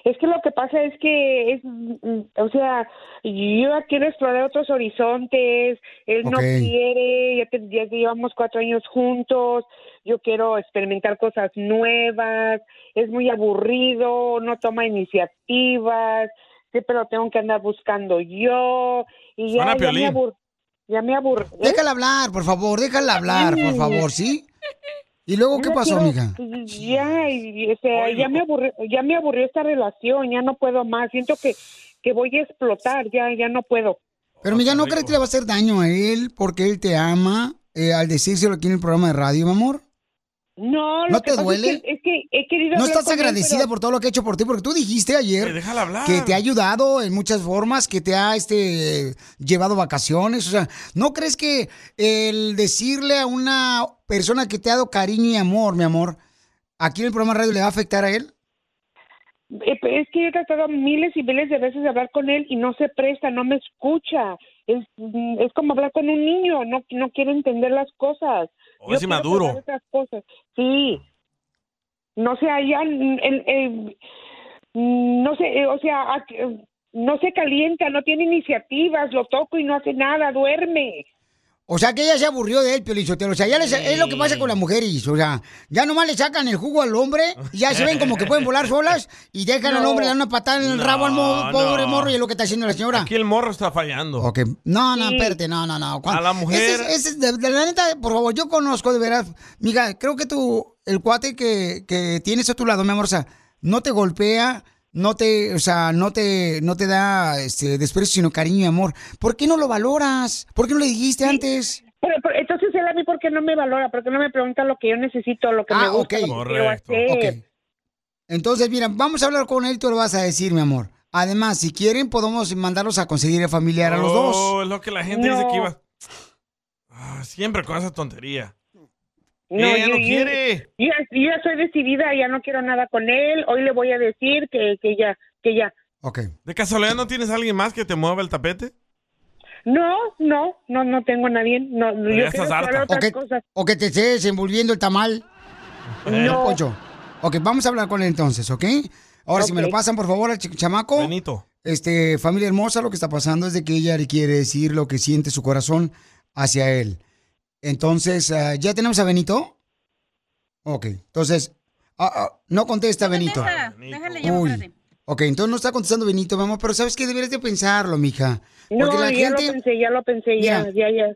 Speaker 22: Es que lo que pasa es que es, mm, o sea, yo ya quiero explorar otros horizontes, él no
Speaker 1: Ok.
Speaker 22: quiere, ya, te- ya llevamos cuatro años juntos, yo quiero experimentar cosas nuevas, es muy aburrido, no toma iniciativas, siempre lo tengo que andar buscando yo, y ya,
Speaker 2: Suena
Speaker 22: ya me
Speaker 2: Piolín.
Speaker 22: aburrí. Ya me aburrí. ¿eh?
Speaker 2: Déjala hablar, por favor, déjala hablar, por favor, ¿sí? ¿Y luego qué
Speaker 22: Ya
Speaker 2: pasó,
Speaker 22: quiero-
Speaker 2: mija?
Speaker 22: Ya, y, o sea,
Speaker 2: Ay,
Speaker 22: ya, me aburrió, ya me aburrió esta relación, ya no puedo más, siento que, que voy a explotar, ya, ya no puedo.
Speaker 2: Pero mija, ¿no crees que le va a hacer daño a él porque él te ama eh, al decírselo aquí en el programa de radio, mi amor?
Speaker 22: No, lo
Speaker 2: ¿No
Speaker 22: que
Speaker 2: te
Speaker 22: pasa es
Speaker 2: duele?
Speaker 22: que- Es que, he querido
Speaker 2: ¿No
Speaker 22: hablar
Speaker 2: estás
Speaker 22: con él,
Speaker 2: agradecida
Speaker 22: pero-
Speaker 2: por todo lo que ha hecho por ti? Porque tú dijiste ayer que te ha ayudado en muchas formas, que te ha este, llevado vacaciones. O sea, ¿no crees que el decirle a una persona que te ha dado cariño y amor, mi amor, aquí en el programa de radio le va a afectar a él?
Speaker 22: Eh, Es que yo he tratado miles y miles de veces de hablar con él y no se presta, no me escucha. es, es como hablar con un niño, no, no quiere entender las cosas.
Speaker 3: O Oh, es
Speaker 22: Yo quiero
Speaker 3: inmaduro.
Speaker 22: saber otras cosas. Sí. No se hallan, en- en- no sé, eh, o sea, a- eh, no se calienta, no tiene iniciativas, lo toco y no hace nada, duerme.
Speaker 2: O sea, que ella se aburrió de él, Piolichotelo. O sea, ya les- es lo que pasa con las mujeres. O sea, ya nomás le sacan el jugo al hombre, y ya se ven como que pueden volar solas y dejan al
Speaker 3: No.
Speaker 2: hombre dar una patada en el rabo al mo-
Speaker 3: No,
Speaker 2: pobre
Speaker 3: no.
Speaker 2: morro y es lo que está haciendo la señora.
Speaker 3: Aquí el morro está fallando.
Speaker 2: No, no, espérate, no, no, no.
Speaker 3: A la mujer.
Speaker 2: Ese es- ese es de, de la neta, por favor, yo conozco de veras. Mira, creo que tú, el cuate que, que tienes a tu lado, mi amor, o sea, no te golpea, no te, o sea, no te, no te da este, desprecio, sino cariño y amor. ¿Por qué no lo valoras? ¿Por qué no le dijiste antes?
Speaker 22: Pero, pero entonces él a mí porque no me valora, porque no me pregunta lo que yo necesito, lo que me
Speaker 2: Ah,
Speaker 22: gusta,
Speaker 2: ok.
Speaker 22: lo que quiero hacer.
Speaker 2: Ok. Entonces, mira, vamos a hablar con él, tú lo vas a decir, mi amor. Además, si quieren, podemos mandarlos a conseguir a familiar a los
Speaker 3: Oh,
Speaker 2: dos.
Speaker 3: es lo que la gente dice
Speaker 2: No.
Speaker 3: que iba. Ah, siempre con esa tontería.
Speaker 22: No,
Speaker 3: Ella
Speaker 22: yo,
Speaker 3: no
Speaker 22: yo-
Speaker 3: quiere.
Speaker 22: yo ya- yo ya soy decidida, ya no quiero nada con él. Hoy le voy a decir que, que ya, que ya.
Speaker 3: ¿De casualidad no tienes a alguien más que te mueva el tapete?
Speaker 22: No, no, no, no tengo a nadie. No, no,
Speaker 3: Pero
Speaker 22: yo
Speaker 3: ya
Speaker 22: quiero
Speaker 3: estás
Speaker 22: explorar
Speaker 3: harta.
Speaker 22: otras
Speaker 2: O que,
Speaker 22: cosas.
Speaker 2: o que te estés envolviendo el tamal.
Speaker 22: No.
Speaker 2: Poncho. Ok, vamos a hablar con él entonces, ¿ok? Ahora, si me lo
Speaker 22: Ok.
Speaker 2: pasan, por favor, al ch- chamaco. Este, familia hermosa, lo que está pasando es de que ella le quiere decir lo que siente su corazón hacia él. Entonces, ah, ¿ya tenemos a Benito? Ok, entonces, ah, ah, no contesta Benito.
Speaker 4: Déjale
Speaker 2: llamo, Uy. espérate. Ok, entonces no está contestando Benito, mi amor, pero ¿sabes qué? Deberías de pensarlo, mija. Porque
Speaker 22: No,
Speaker 2: la
Speaker 22: ya
Speaker 2: gente...
Speaker 22: lo pensé, ya lo pensé, ya, ya, ya.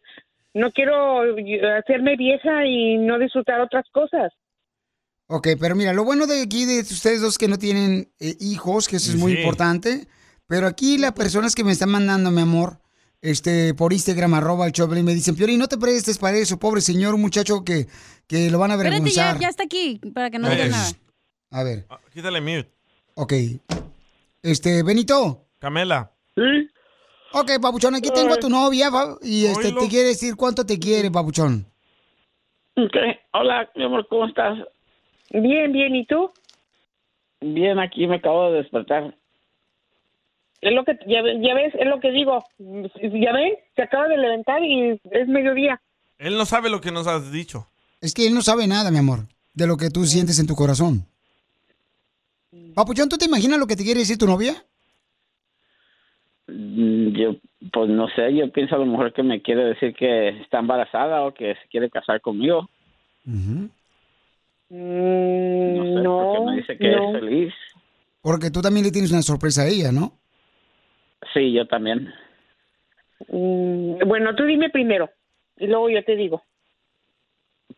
Speaker 22: No quiero eh, hacerme vieja y no disfrutar otras cosas.
Speaker 2: Ok, pero mira, lo bueno de aquí, de ustedes dos que no tienen eh, hijos, que eso es muy
Speaker 12: Sí.
Speaker 2: importante, pero aquí las personas que me están mandando, mi amor, este, por Instagram, arroba el Choplin, me dicen, Piori, no te prestes para eso, pobre señor, muchacho, que, que lo van a
Speaker 4: Espérate,
Speaker 2: avergonzar.
Speaker 4: ya, ya está aquí, para que no
Speaker 2: Ay,
Speaker 4: diga
Speaker 2: ay,
Speaker 4: nada.
Speaker 2: A ver,
Speaker 3: Ah, Quítale mute.
Speaker 2: ok. Este, Benito.
Speaker 3: Camela.
Speaker 2: ¿Sí? Ok, papuchón, aquí tengo a tu novia, pa- y este,
Speaker 3: Oilo.
Speaker 2: te quiere decir cuánto te quiere, papuchón.
Speaker 23: Ok, Hola, mi amor, ¿cómo estás?
Speaker 22: Bien, bien, ¿y tú?
Speaker 23: Bien, aquí me acabo de despertar.
Speaker 22: Es lo que, ya, ve- ya ves, es lo que digo. Ya ven, se acaba de levantar y es mediodía.
Speaker 3: Él no sabe lo que nos has dicho.
Speaker 2: Es que él no sabe nada, mi amor, de lo que
Speaker 22: Mm.
Speaker 2: tú sientes en tu corazón. Papuchón, ¿tú te imaginas lo que te quiere decir tu novia?
Speaker 23: Mm, Yo, pues no sé, yo pienso a lo mejor que me quiere decir que está embarazada o que se quiere casar conmigo.
Speaker 22: Mm, No
Speaker 23: sé, porque me dice que
Speaker 2: no.
Speaker 23: es feliz.
Speaker 2: Porque tú también le tienes una sorpresa a ella, ¿no?
Speaker 23: Sí, yo también.
Speaker 22: Mm, bueno, tú dime primero y luego yo te digo.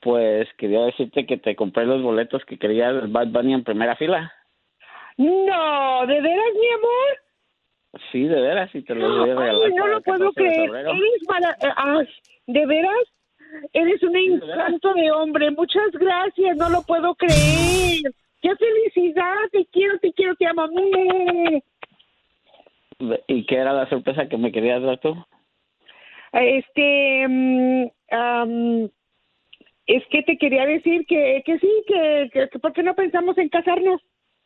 Speaker 23: Pues quería decirte que te compré los boletos que quería del Bad Bunny en primera fila.
Speaker 22: No, ¿de veras, mi amor?
Speaker 23: Sí, de veras, y te los voy a regalar.
Speaker 22: Ay, no
Speaker 23: para
Speaker 22: lo
Speaker 23: el
Speaker 22: puedo
Speaker 23: 14 de
Speaker 22: creer.
Speaker 23: febrero.
Speaker 22: Eres para... eh, ay, ¿De veras? Eres un encanto de hombre. Muchas gracias, no lo puedo creer. ¡Qué felicidad! Te quiero, te quiero, te amo. Mm.
Speaker 23: ¿Y qué era la sorpresa que me querías dar tú?
Speaker 22: Este... mm, am, es que te quería decir que, que sí, que, que, que ¿por qué no pensamos en casarnos?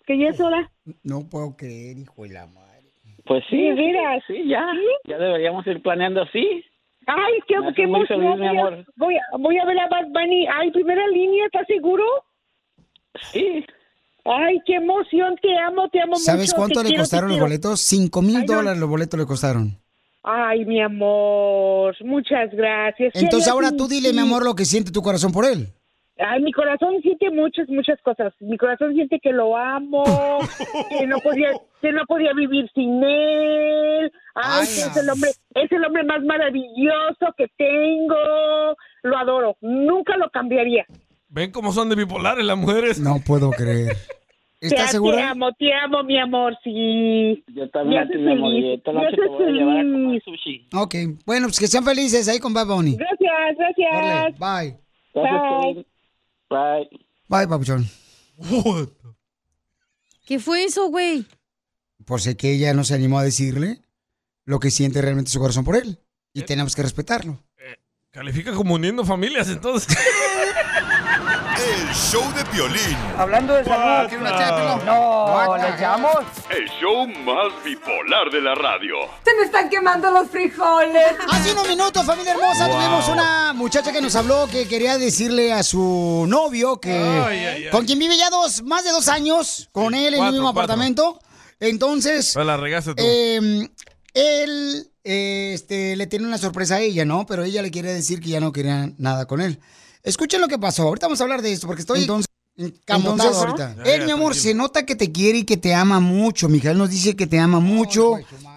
Speaker 22: Que ya es hora.
Speaker 2: No puedo creer, hijo de la madre.
Speaker 23: Pues sí,
Speaker 22: De
Speaker 23: sí,
Speaker 22: veras.
Speaker 23: sí, ya. Ya deberíamos ir planeando así.
Speaker 22: Ay, qué,
Speaker 23: Me hace
Speaker 22: qué
Speaker 23: muy
Speaker 22: emoción.
Speaker 23: feliz, mi
Speaker 22: voy a-
Speaker 23: amor.
Speaker 22: Voy a, voy a ver a Bad Bunny. Ay, primera línea, ¿estás seguro?
Speaker 23: Sí.
Speaker 22: Ay, qué emoción. Te amo, te amo
Speaker 2: ¿Sabes
Speaker 22: mucho.
Speaker 2: cuánto
Speaker 22: te
Speaker 2: le
Speaker 22: quiero, te
Speaker 2: costaron los
Speaker 22: quiero.
Speaker 2: boletos? Cinco mil
Speaker 22: Ay, no.
Speaker 2: dólares los boletos le costaron.
Speaker 22: Ay, mi amor. Muchas gracias. ¿Qué
Speaker 2: Entonces
Speaker 22: haría
Speaker 2: ahora
Speaker 22: sin
Speaker 2: tú dile,
Speaker 22: ti?
Speaker 2: mi amor, lo que siente tu corazón por él.
Speaker 22: Ay, mi corazón siente muchas, muchas cosas. Mi corazón siente que lo amo, que no podía, que no podía vivir sin él. Ay, que es el hombre, es el hombre más maravilloso que tengo. Lo adoro. Nunca lo cambiaría.
Speaker 3: ¿Ven cómo son de bipolares las mujeres?
Speaker 2: No puedo creer.
Speaker 22: te, Te amo, te amo, mi amor, sí.
Speaker 23: Yo
Speaker 2: también a ti, mi amor, y esta noche te voy a llevar a comer Ok, bueno, pues que sean felices ahí con Bad Bunny.
Speaker 22: Gracias, gracias.
Speaker 2: bye.
Speaker 23: Gracias,
Speaker 2: Bye.
Speaker 23: Bye.
Speaker 2: Bye, papuchón.
Speaker 4: ¿Qué fue eso, güey?
Speaker 2: Por si que ella no se animó a decirle lo que siente realmente su corazón por él.
Speaker 3: Eh.
Speaker 2: Y tenemos que respetarlo.
Speaker 3: Califica como uniendo familias, entonces.
Speaker 13: El show de Piolín.
Speaker 14: Hablando de salud.
Speaker 13: Ah, ¿Quiere una chela, ¿eh? Pelón?
Speaker 14: No, ¿le echamos?
Speaker 9: El show más bipolar de la radio.
Speaker 15: Se me están quemando los frijoles.
Speaker 2: Hace unos minutos, familia hermosa,
Speaker 9: Wow.
Speaker 2: tuvimos una muchacha que nos habló que quería decirle a su novio que
Speaker 3: Ay, ay, ay.
Speaker 2: con quien vive ya dos, más de dos años, con él en
Speaker 3: Cuatro,
Speaker 2: el mismo
Speaker 3: cuatro.
Speaker 2: apartamento. Entonces,
Speaker 3: Pues la regaste tú.
Speaker 2: eh, él eh, este, le tiene una sorpresa a ella, ¿no? Pero ella le quiere decir que ya no quería nada con él. Escuchen lo que pasó. Ahorita vamos a hablar de esto porque estoy entonces encamotado Entonces, ahorita. Eh, Ajá. Él, mi amor, se nota que te quiere y que te ama mucho. Mijael nos dice que te ama mucho,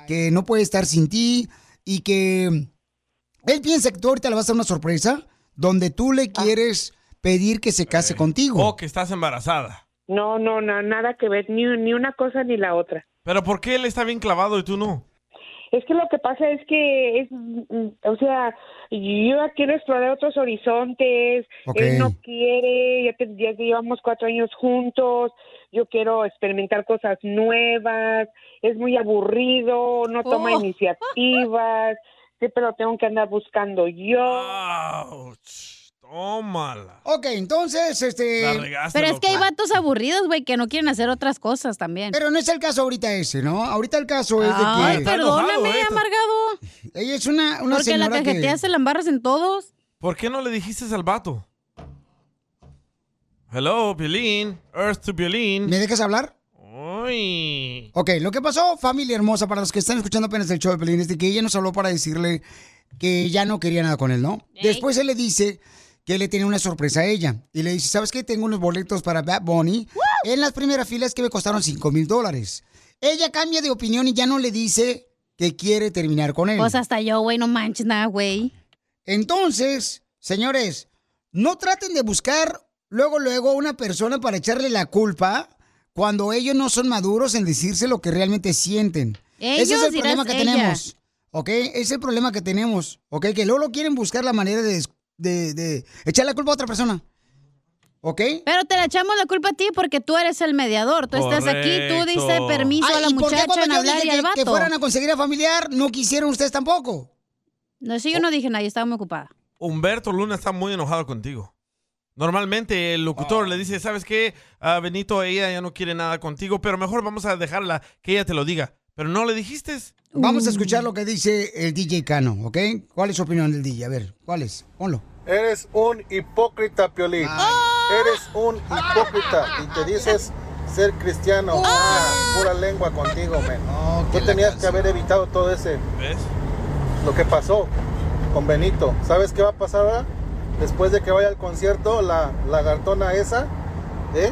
Speaker 2: que no puede estar sin ti y que él piensa que tú ahorita le vas a dar una sorpresa donde tú le
Speaker 4: Ah.
Speaker 2: quieres pedir que se case contigo.
Speaker 3: O Oh, que estás embarazada.
Speaker 22: No, no, na- nada que ver, ni, ni una cosa ni la otra.
Speaker 3: Pero ¿por qué él está bien clavado y tú no?
Speaker 22: Es que lo que pasa es que es, mm, o sea, yo ya quiero explorar otros horizontes,
Speaker 3: Ok.
Speaker 22: él no quiere, ya, te- ya llevamos cuatro años juntos, yo quiero experimentar cosas nuevas, es muy aburrido, no toma
Speaker 3: Oh.
Speaker 22: iniciativas, siempre lo tengo que andar buscando yo.
Speaker 3: Tómala.
Speaker 2: Ok, entonces, este...
Speaker 3: La regaste,
Speaker 4: Pero es que hay vatos aburridos, güey, que no quieren hacer otras cosas también.
Speaker 2: Pero no es el caso ahorita ese, ¿no? Ahorita el caso es de que...
Speaker 4: Ay, perdóname,
Speaker 2: eh.
Speaker 4: amargado.
Speaker 2: Ella es una, una
Speaker 4: Porque la
Speaker 2: señora que-
Speaker 4: cajetea se la embarras en todos.
Speaker 3: ¿Por qué no le dijiste al vato? Hello, Piolín. Earth to Piolín.
Speaker 2: ¿Me dejas hablar?
Speaker 3: Uy.
Speaker 2: Ok, lo que pasó, familia hermosa, para los que están escuchando apenas el show de Pelín, es de que ella nos habló para decirle que ya no quería nada con él, ¿no? Después él le dice que le tiene una sorpresa a ella. Y le dice, ¿sabes qué? Tengo unos boletos para Bad Bunny en las primeras filas que me costaron 5 mil dólares. Ella cambia de opinión y ya no le dice que quiere terminar con él.
Speaker 4: Pues hasta yo, güey, no manches nada, güey.
Speaker 2: Entonces, señores, no traten de buscar luego, luego a una persona para echarle la culpa cuando ellos no son maduros en decirse lo que realmente sienten. Ese es
Speaker 4: Ellos
Speaker 2: el problema que
Speaker 4: dirás ella.
Speaker 2: tenemos. ¿Ok? Es el problema que tenemos. ¿Ok? Que luego lo quieren buscar la manera de, de, de echar la culpa a otra persona. ¿Ok?
Speaker 4: Pero te la echamos la culpa a ti porque tú eres el mediador. Tú estás aquí, tú dices
Speaker 2: Correcto.
Speaker 4: permiso a
Speaker 2: Ay,
Speaker 4: la
Speaker 2: ¿y por qué
Speaker 4: muchacha
Speaker 2: cuando
Speaker 4: en
Speaker 2: yo
Speaker 4: hablar
Speaker 2: dije
Speaker 4: y al
Speaker 2: que-
Speaker 4: vato.
Speaker 2: que fueran a conseguir a familiar, no quisieron ustedes tampoco? Oh.
Speaker 4: No, eso yo no dije nada, yo estaba muy ocupada.
Speaker 3: Humberto Luna está muy enojado contigo. Normalmente el locutor le dice, ¿sabes qué? A Benito, ella ya no quiere nada contigo, pero mejor vamos a dejarla que ella te lo diga. Pero no le dijiste.
Speaker 2: Vamos a
Speaker 4: Mm.
Speaker 2: escuchar lo que dice el DJ Cano, ¿ok? ¿Cuál es su opinión del DJ? A ver, ¿cuál es? Ponlo.
Speaker 12: Eres un hipócrita, Piolín. Eres un hipócrita y te dices ser cristiano. Ah, Pura lengua contigo, men. Tú tenías que haber evitado todo ese,
Speaker 3: ¿Ves?
Speaker 12: lo que pasó con Benito. ¿Sabes qué va a pasar ahora? Después de que vaya al concierto, la lagartona esa, ¿eh?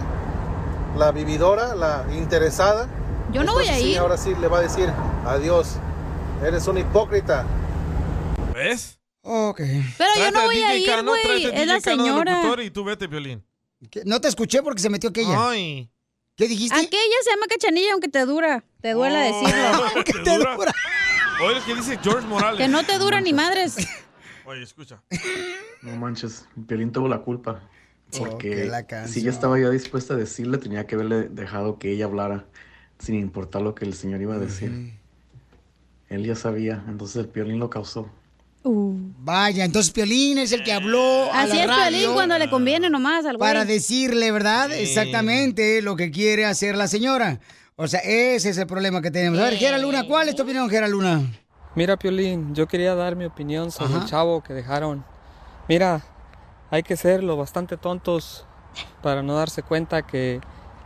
Speaker 12: La vividora, la interesada.
Speaker 4: Yo no voy a
Speaker 12: entonces sí,
Speaker 4: ir.
Speaker 12: ahora sí le va a decir, adiós. Eres un hipócrita.
Speaker 3: ¿Ves?
Speaker 2: Ok.
Speaker 4: Pero yo
Speaker 3: Tráete
Speaker 4: no voy a
Speaker 3: DJ
Speaker 4: ir,
Speaker 3: Cano,
Speaker 4: güey.
Speaker 3: tráete
Speaker 4: Es la
Speaker 3: DJ Cano de
Speaker 4: señora.
Speaker 3: locutor y tú vete, Piolín.
Speaker 2: ¿Qué? No te escuché porque se metió aquella.
Speaker 3: Ay.
Speaker 2: ¿Qué dijiste? Oh.
Speaker 4: Aquella se llama cachanilla, aunque te dura. Te duela decirlo.
Speaker 3: ¿Qué te dura? Oye, lo que dice George Morales.
Speaker 4: Que no te dura ni madres.
Speaker 3: Oye, escucha.
Speaker 11: No manches, Piolín tuvo la culpa. Porque
Speaker 2: que la
Speaker 11: si ya estaba ya dispuesta a decirle, tenía que haberle dejado que ella hablara, sin importar lo que el señor iba a decir. Él ya sabía, entonces el Piolín lo causó.
Speaker 2: Vaya, entonces Piolín es el que habló.
Speaker 4: Uh.
Speaker 2: a
Speaker 4: Así
Speaker 2: la
Speaker 4: es,
Speaker 2: radio
Speaker 4: Piolín, cuando le conviene nomás al güey.
Speaker 2: Para decirle, ¿verdad?
Speaker 4: Sí.
Speaker 2: Exactamente lo que quiere hacer la señora. O sea, ese es el problema que tenemos. A ver, Gera Luna, ¿cuál es tu opinión, Gera Luna?
Speaker 25: Mira, Piolín, yo quería dar mi opinión sobre
Speaker 2: Ajá.
Speaker 25: el chavo que dejaron. Mira, hay que ser lo bastante tontos para no darse cuenta que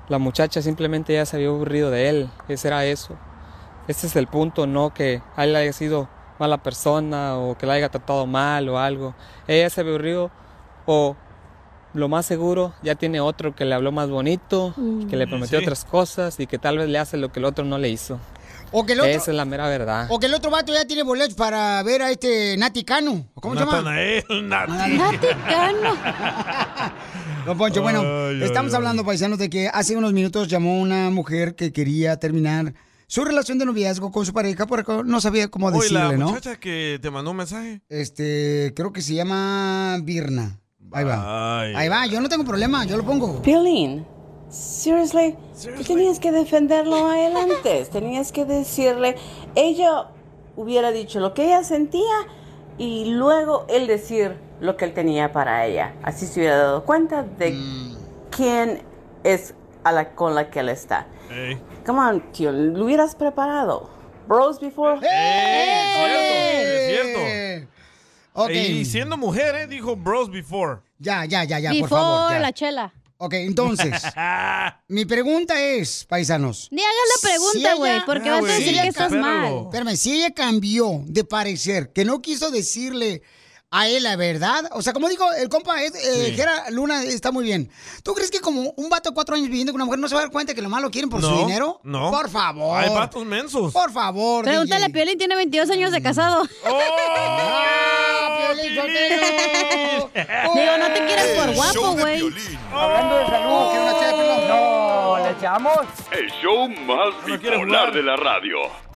Speaker 25: la muchacha simplemente ya se había aburrido de él. Ese era eso. Ese es el punto, no que a él haya sido mala persona o que la haya tratado mal o algo. Ella se aburrió o lo más seguro ya tiene otro que le habló más bonito,
Speaker 2: Mm.
Speaker 25: que le
Speaker 2: Sí,
Speaker 25: prometió
Speaker 2: sí.
Speaker 25: otras cosas y que tal vez le hace lo que el otro no le hizo.
Speaker 2: O que el otro-
Speaker 25: Esa es la mera
Speaker 4: Ah.
Speaker 25: verdad.
Speaker 2: O que el otro vato ya tiene boletos para ver a este Nati Cano. ¿O ¿Cómo se llama? Don Poncho, bueno,
Speaker 25: Ay, ay,
Speaker 2: estamos
Speaker 25: ay.
Speaker 2: hablando, paisanos, de que hace unos minutos llamó una mujer que quería terminar su relación de noviazgo con su pareja porque no sabía cómo
Speaker 3: Oye, la
Speaker 2: decirle, ¿no?
Speaker 3: muchacha que te mandó un mensaje.
Speaker 2: Este, creo que se llama Birna. Ahí va.
Speaker 3: Ay.
Speaker 2: Ahí va, yo no tengo problema, yo lo pongo.
Speaker 26: Piolín, seriously, tú tenías que defenderlo a él antes. Tenías que decirle, ella hubiera dicho lo que ella sentía y luego él decir, lo que él tenía para ella. Así se hubiera dado cuenta de quién es a la, con la que él está. Come on, tío, lo hubieras preparado. Bros before.
Speaker 4: ¡Eh,
Speaker 3: Es cierto. Y siendo mujer, ¿eh? Dijo bros before.
Speaker 2: Ya, ya, ya, ya,
Speaker 4: Before
Speaker 2: por favor. ya.
Speaker 4: la chela.
Speaker 2: Ok, entonces, mi pregunta es, paisanos.
Speaker 4: Ni hagas la pregunta,
Speaker 2: ella-
Speaker 4: güey, porque
Speaker 3: Ah,
Speaker 4: vas a decir que estás mal.
Speaker 2: Espérame, si ella cambió de parecer, que no quiso decirle a él la verdad, o sea, como dijo el compa eh, eh,
Speaker 3: Sí.
Speaker 2: Gerard Luna, está muy bien. ¿Tú crees que como un vato de cuatro años viviendo con una mujer no se va a dar cuenta que lo malo quieren por su
Speaker 3: No,
Speaker 2: dinero?
Speaker 3: no.
Speaker 2: Por favor.
Speaker 3: Hay vatos mensos.
Speaker 2: Por favor.
Speaker 4: Pregúntale a
Speaker 2: DJ.
Speaker 4: Piolín, tiene 22 años de casado.
Speaker 3: Eh.
Speaker 2: Oh.
Speaker 4: Digo, no te quieras por guapo, güey.
Speaker 27: Hablando de salud, ¿quiere una chepa? No, ¿le echamos?
Speaker 9: El show más bipolar de la radio.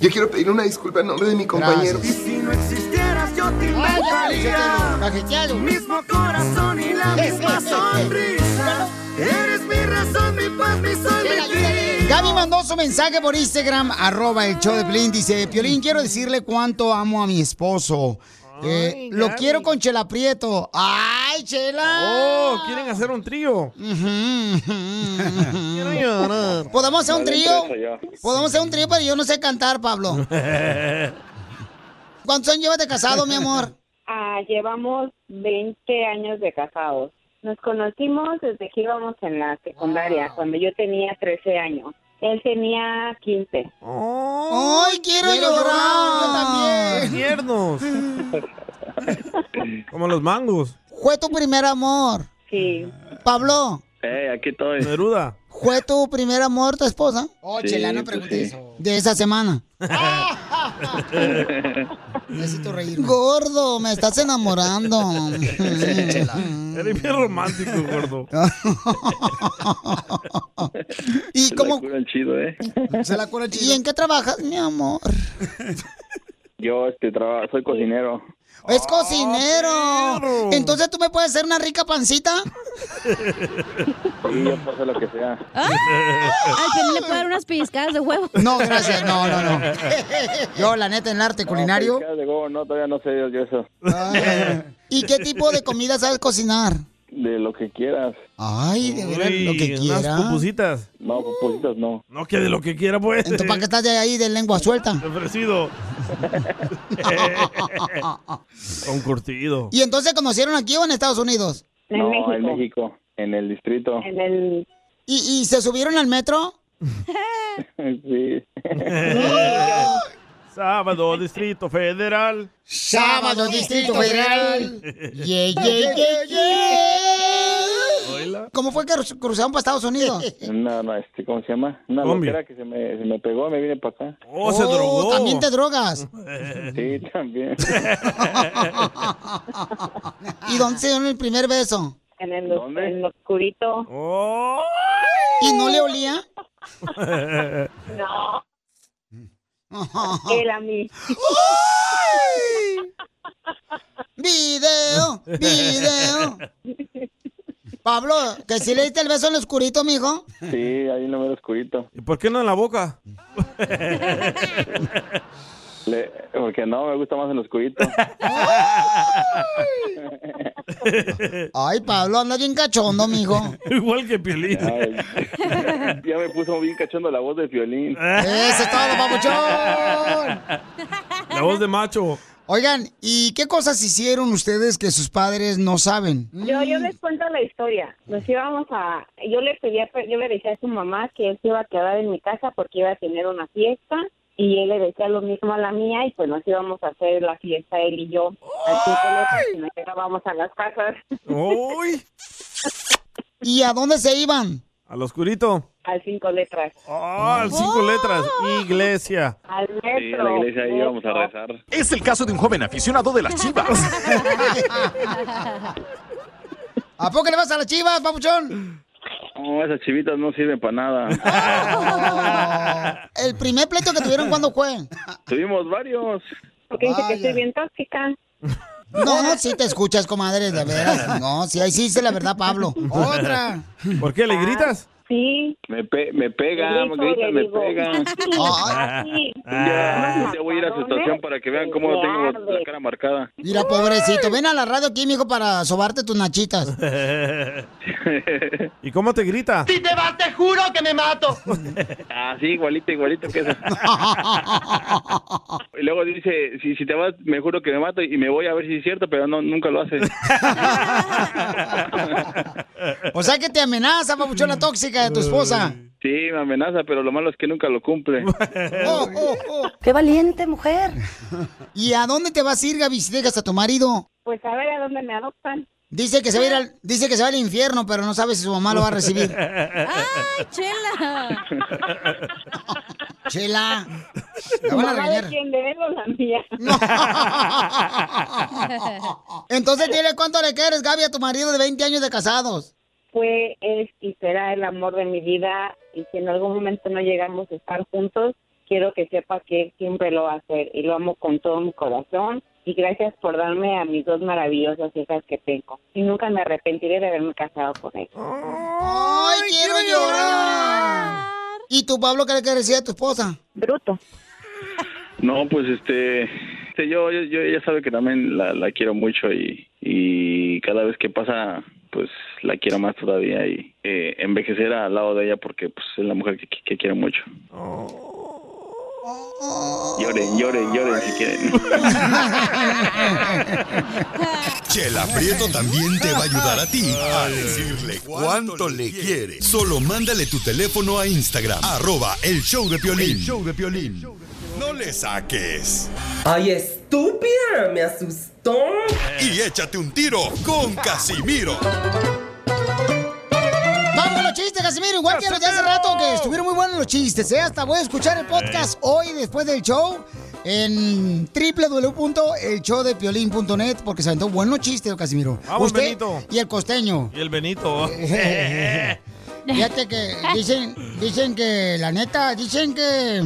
Speaker 28: Yo quiero pedir una disculpa en nombre de mi compañero.
Speaker 1: Si no existieras yo te
Speaker 2: Ah,
Speaker 28: Ay, ya,
Speaker 1: inventaría Mismo corazón y la misma sonrisa Eres mi razón, mi paz, mi sol, mi fin
Speaker 2: Gaby mandó su mensaje por Instagram, arroba el show de Piolín. Dice, Piolín, quiero decirle cuánto amo a mi esposo. Eh, lo quiero con Chela Prieto. Ah, ¡Ay, Chela!
Speaker 3: Oh, quieren hacer un trío. Quiero llorar.
Speaker 2: ¿Podemos hacer un
Speaker 3: Valiente
Speaker 2: trío?
Speaker 3: soy yo.
Speaker 2: ¿Podemos hacer un trío? Pero yo no sé cantar, Pablo. ¿Cuántos años llevas de casado, mi amor?
Speaker 29: Ah, llevamos 20 años de casados. Nos conocimos desde que íbamos en la secundaria, cuando yo tenía 13 años. Él tenía 15.
Speaker 2: ¡Ay, quiero, llorar! Yo también.
Speaker 3: Tiernos. Como los mangos.
Speaker 2: ¿Fue tu primer amor?
Speaker 29: Sí.
Speaker 2: Pablo,
Speaker 3: Eh, aquí estoy. Neruda.
Speaker 2: ¿fue tu primer amor tu esposa?
Speaker 3: Oh, Sí, Chela, no pues preguntes sí.
Speaker 2: eso. De esa semana. Necesito reírme. Gordo, me estás enamorando.
Speaker 3: Eres bien romántico, gordo.
Speaker 2: Ah. ¿Y cómo?
Speaker 10: chido, ¿eh?
Speaker 2: Se la ¿Y en qué trabajas, mi amor?
Speaker 10: Yo este, trabajo, soy cocinero.
Speaker 2: Es
Speaker 3: Ah,
Speaker 2: cocinero. Entonces tú me puedes hacer una rica pancita.
Speaker 10: Y yo paso lo que sea.
Speaker 2: ¡Ah!
Speaker 4: Al Piolín le puedo dar unas pellizcadas de huevo.
Speaker 2: No, gracias, no, no, no. Yo, la neta, en el arte culinario. Ah.
Speaker 10: No, de gobo, no, todavía no sé yo eso.
Speaker 2: ¿Y qué tipo de comida sabes cocinar?
Speaker 10: De lo que quieras.
Speaker 2: Ay, de veras, lo que quiera.
Speaker 3: pupusitas.
Speaker 10: No, pupusitas no.
Speaker 3: No, que de lo que quiera, pues.
Speaker 2: Entonces, ¿para qué estás de ahí de lengua suelta?
Speaker 3: Ofrecido. Eh, Con curtido.
Speaker 2: ¿Y entonces conocieron aquí o en Estados Unidos?
Speaker 10: no, en México, en el distrito.
Speaker 2: el... ¿Y, y se subieron al metro?
Speaker 10: sí.
Speaker 3: Sábado, Distrito Federal.
Speaker 2: Sábado, Distrito Federal. Ye, ye, ye, ye. ¿Cómo fue que cru- cruzaron para Estados Unidos?
Speaker 10: Una, una, este, ¿cómo se llama? Una
Speaker 3: Combi.
Speaker 10: loquera que se me, se me pegó, me vine para acá.
Speaker 3: Oh, se drogó. Eh.
Speaker 2: También te drogas.
Speaker 10: Sí, también.
Speaker 2: ¿Y dónde se dieron el primer beso?
Speaker 29: En el, en el oscurito.
Speaker 2: ¿Y no le olía?
Speaker 29: No. Él a mí.
Speaker 2: Video, video. Pablo, ¿que si le diste el beso en el oscurito, mijo?
Speaker 10: Sí, ahí no me lo oscurito.
Speaker 3: ¿Y por qué no en la boca?
Speaker 10: Le- porque no, me gusta más el oscurito.
Speaker 2: Ay, Pablo, anda bien cachondo, mijo.
Speaker 3: Igual que Piolín.
Speaker 10: Ya, ya me puso bien cachondo la voz de violín.
Speaker 2: ¡Eso es todo, papuchón!
Speaker 3: La voz de macho.
Speaker 2: Oigan, ¿y qué cosas hicieron ustedes que sus padres no saben?
Speaker 29: Yo, yo les cuento la historia. Nos íbamos a, yo le pedía, yo le decía a su mamá que él se iba a quedar en mi casa porque iba a tener una fiesta y él le decía lo mismo a la mía y pues nos íbamos a hacer la fiesta él y yo. Así que nos quedábamos a las casas
Speaker 3: ¡Uy!
Speaker 2: ¿Y a dónde se iban?
Speaker 3: Al oscurito.
Speaker 29: al cinco letras.
Speaker 3: Ah, al cinco letras.
Speaker 2: Oh.
Speaker 3: Iglesia.
Speaker 29: Al
Speaker 3: Sí,
Speaker 29: metro.
Speaker 3: la iglesia ahí vamos a
Speaker 10: rezar.
Speaker 23: Es el caso de un joven aficionado de las chivas.
Speaker 2: ¿A poco le vas a las chivas, papuchón?
Speaker 10: No, esas chivitas no sirven para nada.
Speaker 2: El primer pleito que tuvieron, ¿cuándo fue?
Speaker 10: Tuvimos varios.
Speaker 29: Porque dice que
Speaker 2: Vaya.
Speaker 29: estoy bien tóxica.
Speaker 2: No, no, sí te escuchas, comadre, de veras. No, sí, ahí sí dice la verdad, Pablo. Otra.
Speaker 3: ¿Por qué le gritas?
Speaker 29: Sí.
Speaker 10: Me, pe- me pegan,
Speaker 2: Le
Speaker 10: me
Speaker 2: grito, le
Speaker 10: gritan, me
Speaker 2: digo.
Speaker 10: pegan.
Speaker 2: Ay.
Speaker 3: Ah.
Speaker 10: Ya, ya voy a ir a su estación para que vean cómo tengo la cara marcada.
Speaker 2: Mira, pobrecito, ven a la radio aquí, mijo, para sobarte tus nachitas.
Speaker 3: ¿Y cómo te grita?
Speaker 14: Si te vas, te juro que me mato.
Speaker 10: Así, igualito, igualito que esa. Y luego dice, si, si te vas, me juro que me mato y me voy a ver si es cierto, pero no, nunca lo hace.
Speaker 2: O sea que te amenaza, papuchón, la tóxica de tu esposa.
Speaker 10: Sí, me amenaza, pero lo malo es que nunca lo cumple.
Speaker 2: Oh, oh, oh. ¡Qué valiente mujer! ¿Y a dónde te vas a ir, Gaby, si dejas a tu marido?
Speaker 29: Pues a ver a dónde me adoptan.
Speaker 2: Dice que se va a ir al, dice que se va al infierno, pero no sabe si su mamá Ah, lo va a recibir.
Speaker 29: ¡Ay,
Speaker 4: chela!
Speaker 2: Chela. La van a
Speaker 29: ¿Mamá
Speaker 2: regañar.
Speaker 29: de quién de él o la mía?
Speaker 2: Entonces dile cuánto le quieres, Gaby, a tu marido de 20 años de casados.
Speaker 29: fue, es y será el amor de mi vida y si en algún momento no llegamos a estar juntos, quiero que sepa que él siempre lo va a hacer y lo amo con todo mi corazón y gracias por darme a mis dos maravillosas hijas que tengo y nunca me arrepentiré de haberme casado con él.
Speaker 2: ¡Ay, quiero llorar! ¿Y tú, Pablo, qué le quieres decir a tu esposa?
Speaker 29: Bruto.
Speaker 10: No, pues este, este, yo, yo, yo- ella sabe que también la, la quiero mucho y, y cada vez que pasa, pues la quiero más todavía y eh, envejecer al lado de ella porque pues es la mujer que, que, que quiero mucho. Lloren, lloren, lloren si quieren.
Speaker 24: Chela Prieto también te va a ayudar a ti a decirle cuánto le quiere. Solo mándale tu teléfono a Instagram, arroba el show de Piolín.
Speaker 5: El
Speaker 24: show de Piolín. No le saques.
Speaker 5: Ay, estúpida, me asustó.
Speaker 24: Y échate un tiro con Casimiro.
Speaker 2: Vamos a los chistes, Casimiro. Igual que los de hace rato, que estuvieron muy buenos los chistes. ¿eh? Hasta voy a escuchar el podcast hoy después del show en www.elshowdepiolín.net porque se aventó buenos chistes, Casimiro.
Speaker 3: Vamos,
Speaker 2: Usted
Speaker 3: Benito.
Speaker 2: y el costeño.
Speaker 3: Y el Benito.
Speaker 2: Fíjate que dicen, dicen que, la neta, dicen que,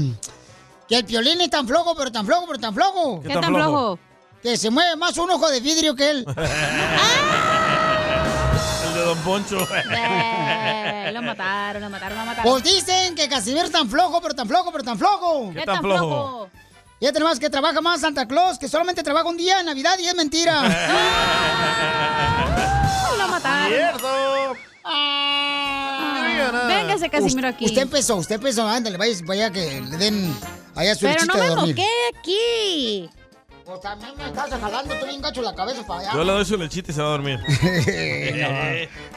Speaker 2: que el piolín es tan flojo, pero tan flojo, pero tan flojo.
Speaker 14: ¿Qué tan tan flojo? flojo?
Speaker 2: Que se mueve más un ojo de vidrio que él.
Speaker 3: El de Don Poncho.
Speaker 4: Eh, lo mataron, lo mataron, lo mataron.
Speaker 2: Pues dicen que Casimiro es tan flojo, pero tan flojo, pero tan flojo.
Speaker 4: ¿Qué tan flojo?
Speaker 2: Ya tenemos que trabaja más Santa Claus, que solamente trabaja un día en Navidad y es mentira.
Speaker 4: Lo mataron. Ah, Véngase, Casimiro,
Speaker 2: Us-
Speaker 4: aquí.
Speaker 2: Usted empezó, usted empezó, ándale, vaya, vaya que le den allá su
Speaker 4: Pero no
Speaker 2: lechita de
Speaker 4: me
Speaker 2: dormir.
Speaker 4: moqué aquí.
Speaker 2: Pues también me estás jalando tú bien gacho la cabeza para allá.
Speaker 3: Yo le doy su lechita y se va a dormir.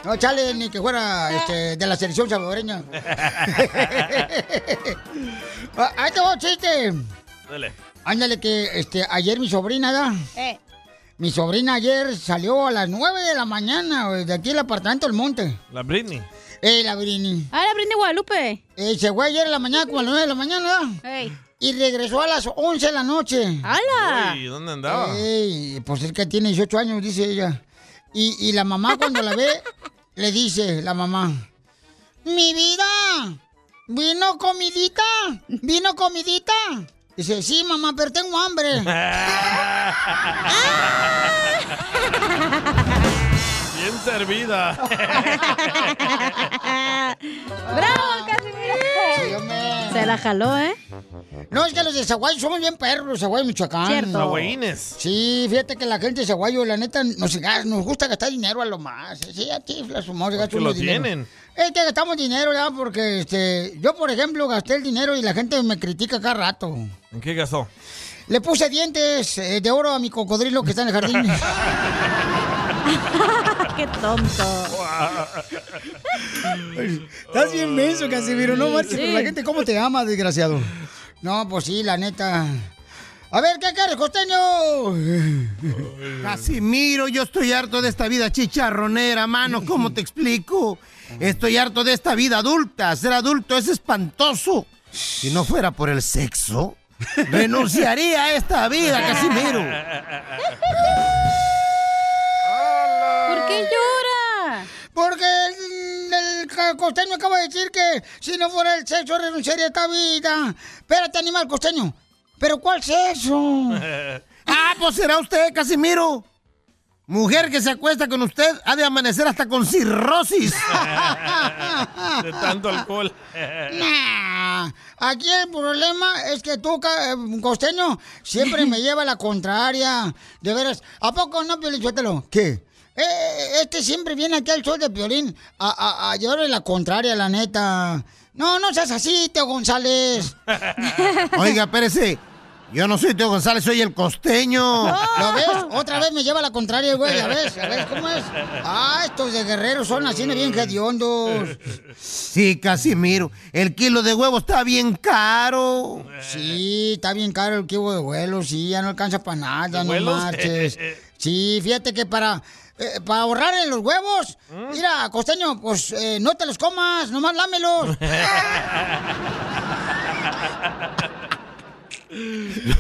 Speaker 2: No, chale, ni que fuera este, de la selección salvadoreña. Ah, Ahí te va un chiste.
Speaker 3: Dale.
Speaker 2: Ándale que este, ayer mi sobrina, ¿da?
Speaker 4: Eh.
Speaker 2: Mi sobrina ayer salió a las 9 de la mañana güey, de aquí del apartamento del monte.
Speaker 3: La Britney.
Speaker 2: Eh, la Brini.
Speaker 4: Ah, la Brini Guadalupe.
Speaker 2: Eh, se fue ayer en la mañana, como a las 9 de la mañana, ¿da? Y regresó a las 11 de la noche. Ah.
Speaker 4: ¡Hala!
Speaker 3: Uy, ¿dónde andaba?
Speaker 2: Ey, pues es que tiene 18 años, dice ella. Y, y la mamá cuando la ve, le dice, la mamá, ¡Mi vida! ¿Vino comidita? ¿Vino comidita? Dice, sí, mamá, pero tengo hambre.
Speaker 3: Bien servida.
Speaker 2: Ah.
Speaker 4: ¡Bravo, Casimiro! Se la jaló, ¿eh?
Speaker 2: No, es que los de Zaguay somos bien perros, los Zaguay, Michoacán.
Speaker 3: Cierto. Zaguayines.
Speaker 2: Sí, fíjate que la gente de Zaguayo, la neta, nos, nos gusta gastar dinero a lo más. Sí, a ti, la sumamos,
Speaker 3: Porque Pues lo tienen.
Speaker 2: Es que gastamos dinero ya porque este, yo, por ejemplo, gasté el dinero y la gente me critica cada rato.
Speaker 3: ¿En qué gastó?
Speaker 2: Le puse dientes eh, de oro a mi cocodrilo que está en el jardín.
Speaker 4: ¡Qué tonto!
Speaker 2: Estás bien menso, Casimiro. No marches,
Speaker 4: Sí.
Speaker 2: pero la gente, ¿cómo te ama, desgraciado? No, pues sí, la neta. A ver, ¿qué quieres, costeño?
Speaker 7: Casimiro, yo estoy harto de esta vida chicharronera, mano, ¿cómo te explico? Estoy harto de esta vida adulta, ser adulto es espantoso. Si no fuera por el sexo, renunciaría a esta vida, Casimiro.
Speaker 4: ¿Por qué llora?
Speaker 2: Porque el, el ca- costeño acaba de decir que si no fuera el sexo renunciaría a esta vida. Espérate, animal costeño. ¿Pero cuál sexo?
Speaker 7: Ah, pues será usted, Casimiro. Mujer que se acuesta con usted ha de amanecer hasta con cirrosis.
Speaker 3: De tanto alcohol.
Speaker 2: Nah, Aquí el problema es que tú, ca- eh, costeño, siempre me lleva la contraria. De veras, ¿a poco no, Piolín? Suéltalo. ¿Qué? Eh, eh, este siempre viene aquí al show de Piolín a, a, a llevarle la contraria, la neta. No, no seas así, Teo González.
Speaker 7: Oiga, espérese. Yo no soy Teo González, soy el costeño.
Speaker 2: ¿Lo ves? Otra vez me lleva la contraria, güey. ¿Ya ves? ¿Ya ves cómo es? Ah, estos de guerreros son así, no bien hediondos.
Speaker 7: Sí, Casimiro. El kilo de huevo está bien caro.
Speaker 3: Eh.
Speaker 2: Sí, está bien caro el kibo de vuelo, sí, ya no alcanza para nada, no
Speaker 7: ¿Vuelos?
Speaker 2: marches. Sí, fíjate que para, eh, para ahorrar en los huevos,
Speaker 3: ¿Mm?
Speaker 2: mira, costeño, pues eh, no te los comas, nomás lámelos.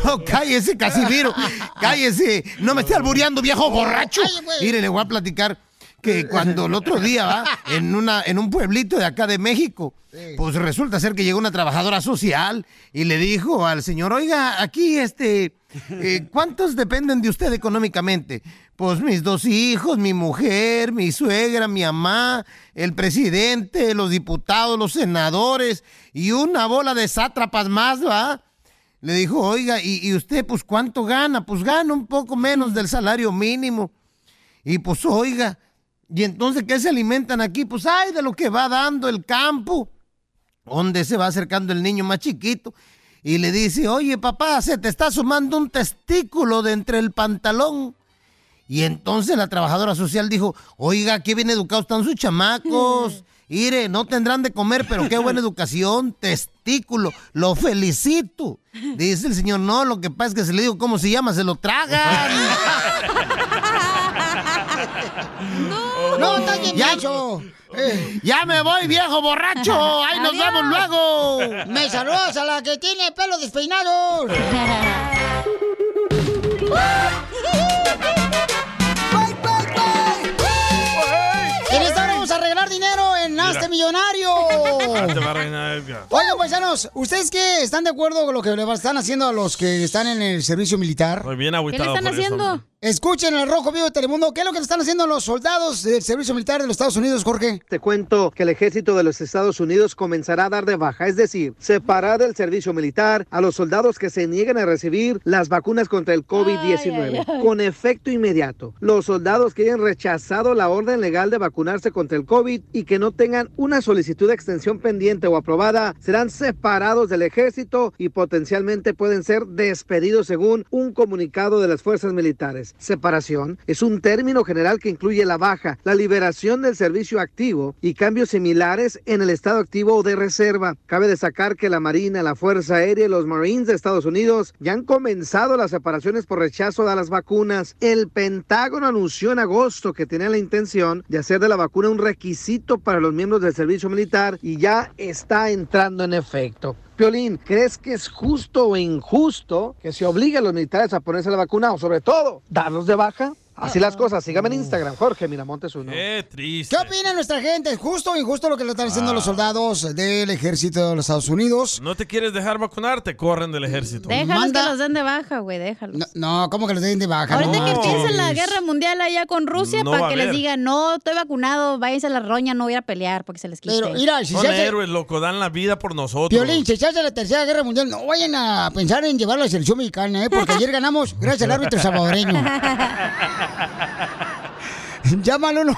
Speaker 7: No, cállese, Casimiro. Cállese. No me esté albureando, viejo borracho. Mire, le voy a platicar que cuando el otro día va en una en un pueblito de acá de México, pues resulta ser que llegó una trabajadora social y le dijo al señor, "Oiga, aquí este eh, ¿cuántos dependen de usted económicamente?" Pues mis dos hijos, mi mujer, mi suegra, mi mamá, el presidente, los diputados, los senadores y una bola de sátrapas más, ¿va? Le dijo, oiga, ¿y, y usted pues cuánto gana? Pues gana un poco menos del salario mínimo. Y pues oiga, ¿y entonces qué se alimentan aquí? Pues ay, de lo que va dando el campo. Donde se va acercando el niño más chiquito y le dice, oye papá, se te está asomando un testículo de entre el pantalón. Y entonces la trabajadora social dijo, oiga, qué bien educados están sus chamacos. Ire, no tendrán de comer, pero qué buena educación, testículo, lo felicito. Dice el señor, no, lo que pasa es que se le digo cómo se llama, se lo tragan.
Speaker 2: No, está bien
Speaker 7: Ya-
Speaker 2: gacho. Eh,
Speaker 7: Ya me voy, viejo borracho. Ahí nos
Speaker 2: Adiós.
Speaker 7: vemos luego.
Speaker 2: Me saludas a la que tiene pelo despeinado. En esta hora vamos a arreglar dinero en
Speaker 3: Mira.
Speaker 2: Hazte Millonario.
Speaker 3: Ah, te va a reinar Edgar.
Speaker 2: Oigan, paisanos, ¿ustedes qué? ¿Están de acuerdo con lo que le están haciendo a los que están en el servicio militar?
Speaker 3: Estoy bien agüitado por eso, hombre.
Speaker 2: Escuchen el Rojo Vivo de Telemundo. ¿Qué es lo que le están haciendo a los soldados del servicio militar de los Estados Unidos, Jorge?
Speaker 5: Te cuento que el ejército de los Estados Unidos comenzará a dar de baja, es decir, separar del servicio militar a los soldados que se nieguen a recibir las vacunas contra el
Speaker 30: Ay, ay, ay.
Speaker 5: COVID-19 con efecto inmediato. Los soldados que hayan rechazado la orden legal de vacunarse contra el COVID y que no tengan una solicitud de extensión pendiente o aprobada serán separados del ejército y potencialmente pueden ser despedidos según un comunicado de las fuerzas militares.
Speaker 12: sexuales. Separación es un término general que incluye la baja, la liberación del servicio activo y cambios similares en el estado activo o de reserva. Cabe destacar que la Marina, la Fuerza Aérea y los Marines de Estados Unidos ya han comenzado las separaciones por rechazo a las vacunas. El Pentágono anunció en agosto que tenía la intención de hacer de la vacuna un requisito para los miembros del servicio militar y ya está entrando en efecto. Piolín, ¿crees que es justo o injusto que se obligue a los militares a ponerse la vacuna o sobre todo darlos de baja? Así las cosas, sígame en Instagram, Jorge Miramontes uno.
Speaker 3: Qué triste. Ah.
Speaker 2: ¿Qué opina nuestra gente? ¿Es justo o injusto lo que le están haciendo los soldados del ejército de los Estados Unidos?
Speaker 3: No te quieres dejar vacunar, te corren del ejército.
Speaker 4: Déjalos que los den de baja, güey, déjalos.
Speaker 2: No, ¿cómo que les den de baja?
Speaker 4: Ahorita
Speaker 2: No
Speaker 4: que
Speaker 2: marches.
Speaker 4: empieza la guerra mundial allá con Rusia,
Speaker 2: No va
Speaker 4: para
Speaker 2: a
Speaker 4: que les
Speaker 2: haber.
Speaker 4: digan, no, estoy vacunado, váyanse a la roña, no voy a ir a pelear, porque se les quite.
Speaker 2: Pero, mira, si
Speaker 3: Son
Speaker 2: se hace-
Speaker 3: héroes, loco, dan la vida por nosotros.
Speaker 2: Piolín, si se hace la tercera guerra mundial, no vayan a pensar en llevar a la selección mexicana, ¿eh? Porque ayer ganamos gracias al árbitro salvadoreño. Llámalo al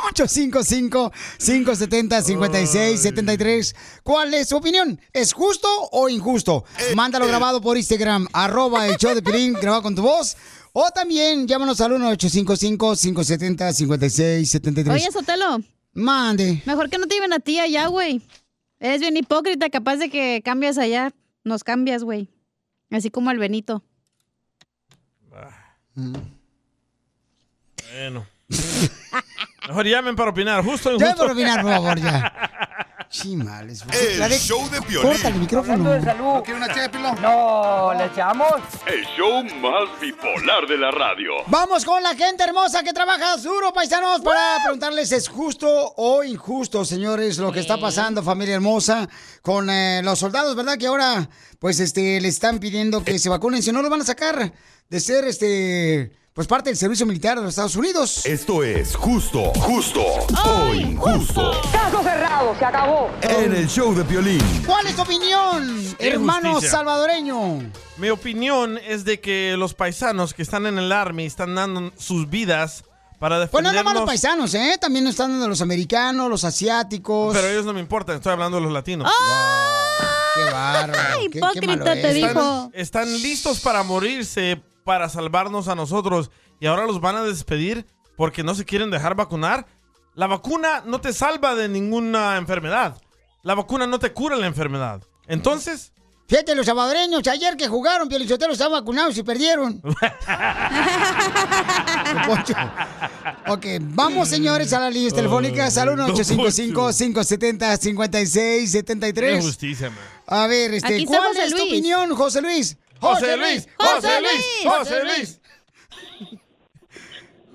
Speaker 2: 855-570-5673. ¿Cuál es su opinión? ¿Es justo o injusto? Mándalo grabado por Instagram, arroba el show de Piolín, grabado con tu voz. O también llámanos al 1-855-570-5673.
Speaker 4: Oye, Sotelo.
Speaker 2: Mande.
Speaker 4: Mejor que no te lleven a ti allá, güey. Eres bien hipócrita, capaz de que cambias allá. Nos cambias, güey. Así como al Benito.
Speaker 3: Bueno. Mejor llamen para opinar, justo o injusto.
Speaker 2: Llamen para opinar, por favor, ya. Chimales.
Speaker 3: El
Speaker 24: show de
Speaker 3: Piolín.
Speaker 2: Córtale el micrófono.
Speaker 14: ¿No quiere una chépilo? No, ¿le echamos?
Speaker 9: El show más bipolar de la radio.
Speaker 2: Vamos con la gente hermosa que trabaja duro, paisanos, para preguntarles, ¿es justo o injusto, señores, lo que está pasando, familia hermosa, con eh, los soldados, verdad? Que ahora, pues, este, le están pidiendo que se vacunen, si no, lo van a sacar de ser, este, pues, parte del servicio militar de los Estados Unidos.
Speaker 24: Esto es justo, justo o injusto.
Speaker 2: Caso cerrado, se acabó.
Speaker 24: En el show de Piolín.
Speaker 2: ¿Cuál es tu opinión,
Speaker 3: Qué
Speaker 2: hermano
Speaker 3: injusticia.
Speaker 2: salvadoreño?
Speaker 3: Mi opinión es de que los paisanos que están en el Army están dando sus vidas para
Speaker 2: Bueno, no
Speaker 3: defendernos.
Speaker 2: más los paisanos, ¿eh? También nos están dando los americanos, los asiáticos.
Speaker 3: Pero ellos no me importan, estoy hablando de los latinos.
Speaker 2: ¡Qué bárbaro!
Speaker 4: qué- qué hipócrita malo ¡Ah! te eres. dijo.
Speaker 3: Están listos para morirse, para salvarnos a nosotros, y ahora los van a despedir porque no se quieren dejar vacunar. La vacuna no te salva de ninguna enfermedad. La vacuna no te cura la enfermedad. Entonces,
Speaker 2: Fíjate, los salvadoreños ayer que jugaron, Pielichotero, estaban vacunados y perdieron. Don Poncho. ok, vamos señores a las líneas telefónicas al
Speaker 3: Don qué
Speaker 2: 1-855-570-5673.
Speaker 3: justicia, man.
Speaker 2: A ver, este,
Speaker 3: Aquí está
Speaker 2: ¿cuál
Speaker 3: José
Speaker 2: es tu
Speaker 3: Luis.
Speaker 2: opinión, José Luis?
Speaker 3: José Luis, José Luis, José Luis.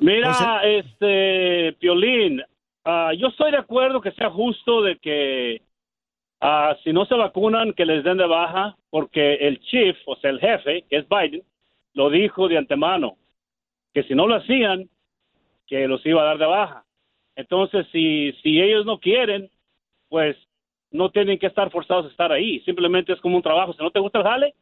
Speaker 13: Mira, este, Piolín, ah, yo estoy de acuerdo que sea justo de que ah, si no se vacunan, que les den de baja, porque el chief, o sea, el jefe, que es Biden, lo dijo de antemano, que si no lo hacían, que los iba a dar de baja. Entonces, si, si ellos no quieren, pues no tienen que estar forzados a estar ahí. Simplemente es como un trabajo. Si no te gusta el jale,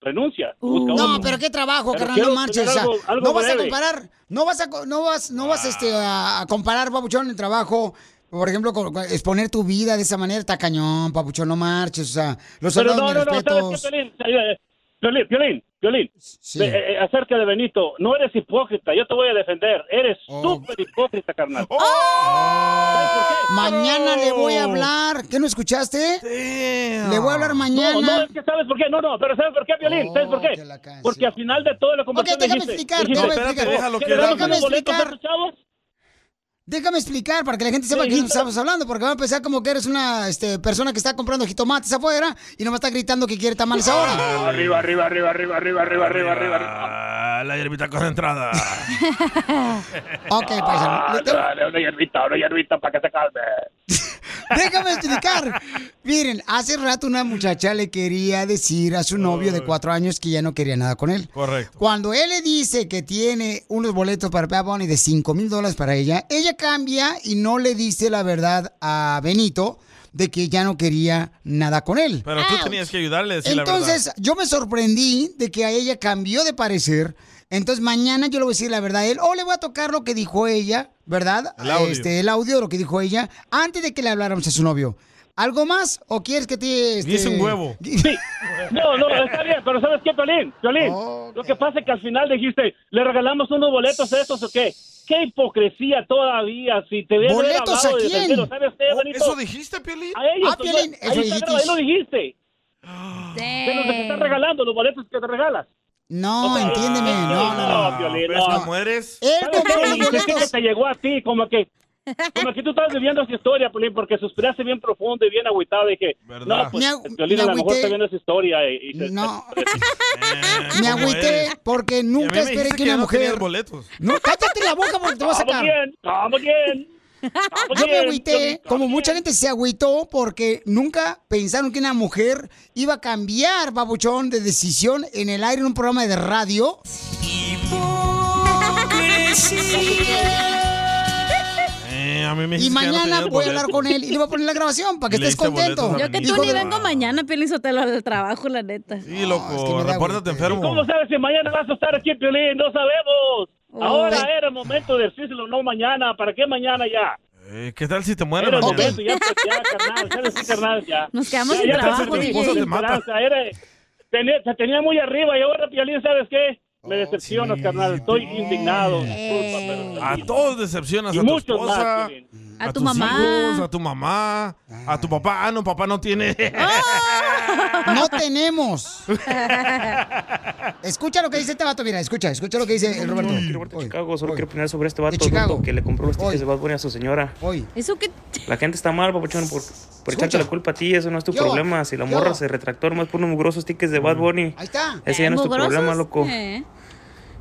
Speaker 13: renuncia. Busca
Speaker 2: No,
Speaker 13: otro.
Speaker 2: pero qué trabajo,
Speaker 13: Pero
Speaker 2: carnal,
Speaker 13: quiero
Speaker 2: no marches.
Speaker 13: tener
Speaker 2: o sea,
Speaker 13: algo- algo
Speaker 2: no vas a
Speaker 13: breve. Ah.
Speaker 2: comparar, no vas a, co- no vas, no vas este, a, a comparar, papuchón, el trabajo. Por ejemplo, con- con exponer tu vida de esa manera está cañón, papuchón, no marches. O sea, los
Speaker 13: Pero
Speaker 2: soldados
Speaker 13: no,
Speaker 2: mis
Speaker 13: no, no,
Speaker 2: respetos.
Speaker 13: ¿sabes qué, Piolín? Eh, Piolín, Piolín, Piolín. Eh, eh, acerca de Benito, no eres hipócrita, yo te voy a defender. Eres
Speaker 2: Oh.
Speaker 13: súper hipócrita, carnal.
Speaker 2: Mañana le voy a hablar. ¿Qué no escuchaste? Le voy a hablar
Speaker 13: No,
Speaker 2: mañana.
Speaker 13: no, es que sabes por qué, no, no, pero ¿sabes por qué, Piolín? ¿Sabes
Speaker 2: Oh,
Speaker 13: por qué? Porque al final de todo la conversación
Speaker 2: Ok, déjame
Speaker 13: dijiste-
Speaker 2: explicar,
Speaker 13: dijiste,
Speaker 2: déjame explicar.
Speaker 13: ¿que le damos
Speaker 2: Déjame
Speaker 13: unos boletos a
Speaker 2: explicar.
Speaker 13: estos chavos?
Speaker 2: Déjame explicar para que la gente sepa de
Speaker 13: Sí,
Speaker 2: qué
Speaker 13: díselo.
Speaker 2: estamos hablando, porque va a pensar como que eres una este, persona que está comprando jitomates afuera y no me está gritando que quiere tamales ahora.
Speaker 13: Arriba, arriba, arriba, arriba, arriba, arriba, arriba, arriba, arriba.
Speaker 3: Ah, la hierbita concentrada.
Speaker 2: ok, paisano.
Speaker 13: Ah, Dale, una hierbita, una hierbita para que se calme.
Speaker 2: Déjame explicar. Miren, hace rato una muchacha le quería decir a su novio de cuatro años que ya no quería nada con él.
Speaker 3: Correcto.
Speaker 2: Cuando él le dice que tiene unos boletos para Bad Bunny de 5 mil dólares para ella, ella cambia y no le dice la verdad a Benito de que ya no quería nada con él.
Speaker 3: Pero tú tenías que ayudarle a decir
Speaker 2: Entonces,
Speaker 3: la
Speaker 2: yo me sorprendí de que a ella cambió de parecer. Entonces, mañana yo le voy a decir la verdad a él o le voy a tocar lo que dijo ella, ¿verdad?
Speaker 3: El audio.
Speaker 2: Este, el audio de lo que dijo ella antes de que le habláramos a su novio. ¿Algo más o quieres que te... este-
Speaker 3: Dice un huevo.
Speaker 13: Sí. No, no, está bien, pero ¿sabes qué, Piolín? Piolín,
Speaker 2: Ah,
Speaker 13: lo que pasa es que al final dijiste, ¿le regalamos unos boletos a esos o qué? ¡Qué hipocresía todavía! Si te debes haber
Speaker 2: ¿Boletos a
Speaker 13: hablado de
Speaker 2: quién?
Speaker 13: tercero, ¿sabes qué,
Speaker 2: Oh,
Speaker 13: Benito?
Speaker 2: ¿eso
Speaker 3: dijiste, Piolín?
Speaker 13: A ellos,
Speaker 2: Ah, Piolín,
Speaker 13: ahí
Speaker 2: eso
Speaker 13: está
Speaker 2: dijiste.
Speaker 13: grabado, ahí lo dijiste. De los que te están regalando, los boletos que te regalas.
Speaker 2: No, entiéndeme, no, no, no.
Speaker 13: Piolín,
Speaker 3: ¿Ves
Speaker 13: no.
Speaker 3: cómo eres?
Speaker 2: Él compró los
Speaker 13: Yo sé que
Speaker 2: boletos.
Speaker 13: te llegó a ti, como que, como que tú estabas viviendo esa historia, Piolín, porque suspiraste bien profundo y bien agüitado. Y dije, no, pues,
Speaker 2: Me agü-
Speaker 13: Piolín a
Speaker 2: me
Speaker 13: lo mejor
Speaker 2: agüité.
Speaker 13: está viendo esa historia. Y, y-
Speaker 2: No.
Speaker 13: Ah,
Speaker 2: Me agüité porque nunca
Speaker 13: me
Speaker 2: esperé
Speaker 13: dijiste
Speaker 2: que
Speaker 13: que
Speaker 2: una
Speaker 13: no
Speaker 2: mujer...
Speaker 13: tenías boletos.
Speaker 2: No, cállate la boca porque te voy a
Speaker 13: Estamos
Speaker 2: sacar.
Speaker 13: bien, estamos bien.
Speaker 2: Yo Ah, me
Speaker 13: bien,
Speaker 2: agüité, como mucha gente se agüitó porque nunca pensaron que una mujer iba a cambiar, babuchón, de decisión en el aire en un programa de radio.
Speaker 3: Eh, a mí me
Speaker 2: Y
Speaker 3: dijiste que ya no
Speaker 2: mañana
Speaker 3: tenías
Speaker 2: voy a hablar
Speaker 3: boletos.
Speaker 2: con él y le voy a poner la grabación para que
Speaker 3: Y le
Speaker 2: estés
Speaker 3: diste boletos
Speaker 2: contento.
Speaker 3: a
Speaker 4: Yo que tú
Speaker 2: Hijo
Speaker 4: ni
Speaker 2: de-
Speaker 4: vengo mañana, Piolín Sotelo, al trabajo, la neta.
Speaker 3: Sí, loco, repórtate
Speaker 13: ¿Y
Speaker 3: enfermo.
Speaker 13: ¿Cómo sabes si mañana vas a estar aquí, Piolín? No sabemos. Ahora
Speaker 3: Oh.
Speaker 13: era el momento de decírselo, no mañana. ¿Para qué mañana ya?
Speaker 3: Eh, ¿Qué tal si te mueres
Speaker 13: Era el
Speaker 3: mañana?
Speaker 13: momento, ya, pues, ya, carnal, ya, sí, carnal, ya.
Speaker 4: Nos quedamos
Speaker 13: Ya,
Speaker 4: sin
Speaker 13: ya te
Speaker 4: trabajo,
Speaker 13: perdí
Speaker 4: DJ.
Speaker 13: la
Speaker 4: Te
Speaker 3: mata.
Speaker 13: esperanza, era- tenía- te tenía muy arriba y ahora, Piolín, ¿sabes qué? Me decepcionas, carnal. Estoy indignado. Disculpa, pero-
Speaker 3: A todos decepcionas,
Speaker 13: Y
Speaker 3: a tu
Speaker 13: muchos
Speaker 3: esposa,
Speaker 13: más, Piolín.
Speaker 3: a,
Speaker 13: A tu
Speaker 3: tus
Speaker 13: mamá.
Speaker 3: hijos, a tu mamá, a tu papá. Ah, no, papá no tiene.
Speaker 4: ¡Ah!
Speaker 2: No tenemos. Escucha lo que dice este vato, mira, escucha, escucha lo que dice el Roberto.
Speaker 11: Roberto de Chicago, solo quiero opinar sobre este vato
Speaker 2: Chicago.
Speaker 11: bruto que le compró los tickets de Bad Bunny a su señora.
Speaker 4: Eso que...
Speaker 11: La gente está mal, papuchón, por, por echarte la culpa a ti, eso no es tu
Speaker 4: Yo.
Speaker 11: problema. Si la
Speaker 4: Yo.
Speaker 11: morra se retractó más por unos mugrosos tickets de
Speaker 2: Mm.
Speaker 11: Bad Bunny,
Speaker 2: Ahí está.
Speaker 11: ese ya no es tu
Speaker 4: Mugrosos,
Speaker 11: problema, loco.
Speaker 4: eh.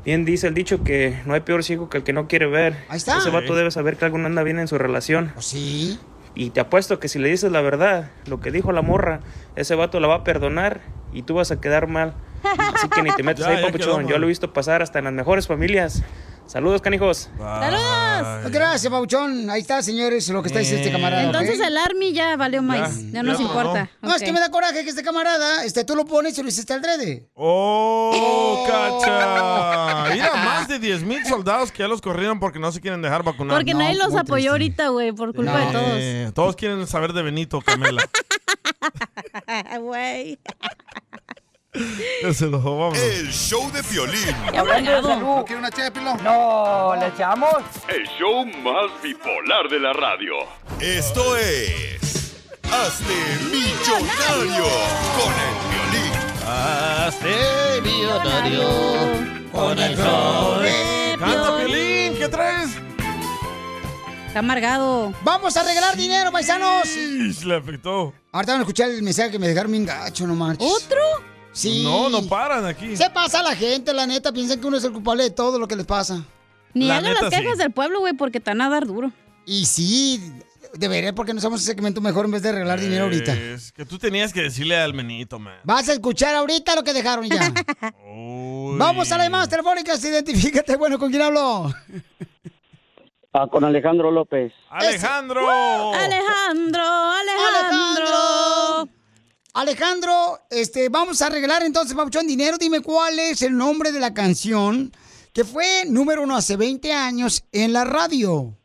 Speaker 11: Bien dice el dicho que no hay peor ciego que el que no quiere ver.
Speaker 2: Ahí está.
Speaker 11: Ese vato
Speaker 2: Sí.
Speaker 11: debe saber que algo no anda bien en su relación.
Speaker 2: Sí.
Speaker 11: Y te apuesto que si le dices la verdad, lo que dijo la morra, ese vato la va a perdonar y tú vas a quedar mal. Así que ni te metas
Speaker 3: Ya,
Speaker 11: ahí,
Speaker 3: ya quedó
Speaker 11: papuchón.
Speaker 3: mal.
Speaker 11: Yo lo he visto pasar hasta en las mejores familias. Saludos, canijos.
Speaker 2: Saludos. Gracias, Pauchón. Ahí está, señores, lo que está diciendo este camarada. ¿ok?
Speaker 4: Entonces el Army ya valió más. Ya, no nos
Speaker 2: Ya.
Speaker 4: importa.
Speaker 2: No, es que me da coraje que este camarada, este, tú lo pones y lo hiciste al drede.
Speaker 3: ¡Oh, cacha! Mira, más de 10 mil soldados que ya los corrieron porque no se quieren dejar vacunar.
Speaker 4: Porque nadie los apoyó ahorita, güey, por culpa de todos.
Speaker 3: Eh, todos quieren saber de Benito, Camela.
Speaker 4: Güey.
Speaker 3: Se lo vamos.
Speaker 24: El show de violín.
Speaker 14: Hablando de salud. ¿No quiere una ché, No, ¿le echamos?
Speaker 9: El show más bipolar de la radio.
Speaker 24: Esto es. Hazte millonario con el violín.
Speaker 1: Hazte millonario
Speaker 3: con el show de Canta, Piolín, ¿qué traes?
Speaker 4: Está amargado.
Speaker 2: Vamos a regalar dinero, paisanos.
Speaker 3: Ish, Le afectó.
Speaker 2: Ahorita van a escuchar el mensaje que me dejaron bien gacho, no marches.
Speaker 4: ¿Otro?
Speaker 2: Sí.
Speaker 3: No, no paran aquí.
Speaker 2: Se pasa la gente, la neta, piensan que uno es el culpable de todo lo que les pasa.
Speaker 4: Ni hagan las quejas del pueblo, güey, porque te van a dar duro.
Speaker 2: Y sí, debería porque nos hacemos un segmento mejor en vez de regalar dinero
Speaker 3: Eh.
Speaker 2: ahorita.
Speaker 3: Es que tú tenías que decirle al Benito, man.
Speaker 2: Vas a escuchar ahorita lo que dejaron ya. Vamos a las llamadas telefónicas, identifícate. Bueno, ¿con quién hablo?
Speaker 15: Ah, con Alejandro López.
Speaker 3: Alejandro.
Speaker 4: Alejandro, Alejandro.
Speaker 2: Alejandro, este, vamos a regalar entonces, Papuchón, dinero. Dime cuál es el nombre de la canción que fue número uno hace 20 años en la radio.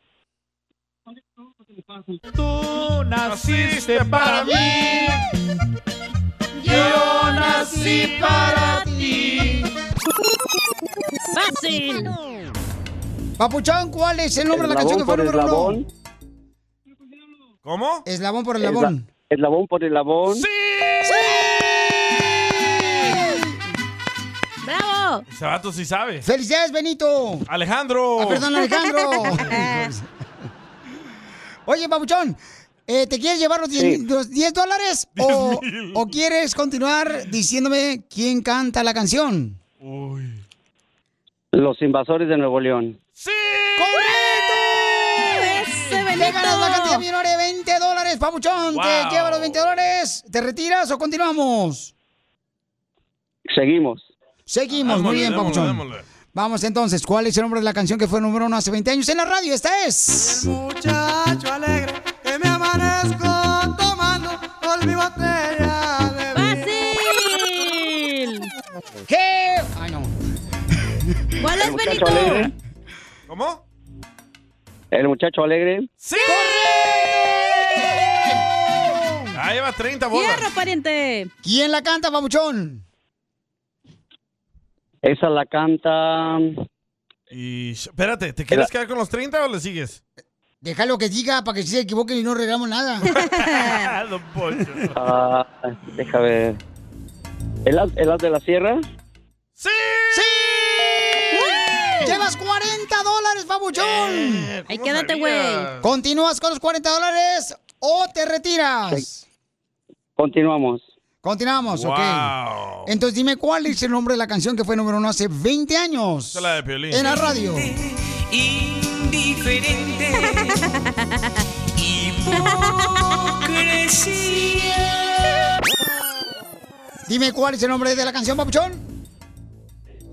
Speaker 1: Tú naciste para mí. Yo nací para ti.
Speaker 4: Fácil.
Speaker 2: Papuchón, ¿cuál es el nombre de la canción que fue número uno?
Speaker 3: ¿Cómo?
Speaker 2: Eslabón por eslabón.
Speaker 15: Eslabón por eslabón.
Speaker 4: ¡Bravo!
Speaker 3: Ese vato sí sabe.
Speaker 2: ¡Felicidades, Benito!
Speaker 3: Alejandro.
Speaker 2: Ah, perdón, Alejandro. Oye, Papuchón, eh, ¿te quieres llevar los 10
Speaker 15: Sí.
Speaker 2: los 10 dólares? O, o quieres continuar diciéndome quién canta la canción?
Speaker 15: Los invasores de Nuevo León.
Speaker 4: ¡Ese Benito!
Speaker 2: Te ganas la cantidad millonaria de 20 dólares, Papuchón.
Speaker 15: Wow.
Speaker 2: Te lleva los 20 dólares. ¿Te retiras o continuamos?
Speaker 15: Seguimos.
Speaker 2: Seguimos, muy bien,
Speaker 15: Démosle,
Speaker 2: Papuchón.
Speaker 15: démosle,
Speaker 2: Vamos entonces, ¿cuál es el nombre de la canción que fue número uno hace 20 años en la radio? Esta es.
Speaker 1: Muchacho alegre que me amanezco tomando por mi botella de
Speaker 4: ¡Fácil!
Speaker 2: ¿Qué? Ay, no.
Speaker 4: ¿Cuál es
Speaker 15: El muchacho
Speaker 4: Benito?
Speaker 15: alegre.
Speaker 3: ¿Cómo?
Speaker 15: El muchacho alegre.
Speaker 3: ¡Sí! Ahí va 30 bodas.
Speaker 4: ¡Fierro, pariente!
Speaker 2: ¿Quién la canta, babuchón?
Speaker 15: Esa la canta.
Speaker 3: Y espérate, ¿te quieres quedar con los 30 o le sigues?
Speaker 2: Déjalo que diga para que sí se equivoquen y no regalamos nada.
Speaker 3: Don Poncho.
Speaker 15: Ah, deja ver. ¿El, as- ¿El as de la sierra?
Speaker 2: ¡Llevas 40 dólares, babuchón!
Speaker 4: Ahí quédate, güey.
Speaker 2: ¿Continúas con los 40 dólares o te retiras?
Speaker 15: Continuamos.
Speaker 2: Continuamos,
Speaker 15: Wow.
Speaker 2: ok. Entonces dime cuál es el nombre de la canción que fue número uno hace 20 años.
Speaker 3: Es la de Piolín.
Speaker 2: En la radio.
Speaker 1: Indiferente. Hipocresía.
Speaker 2: Dime cuál es el nombre de la canción, papuchón.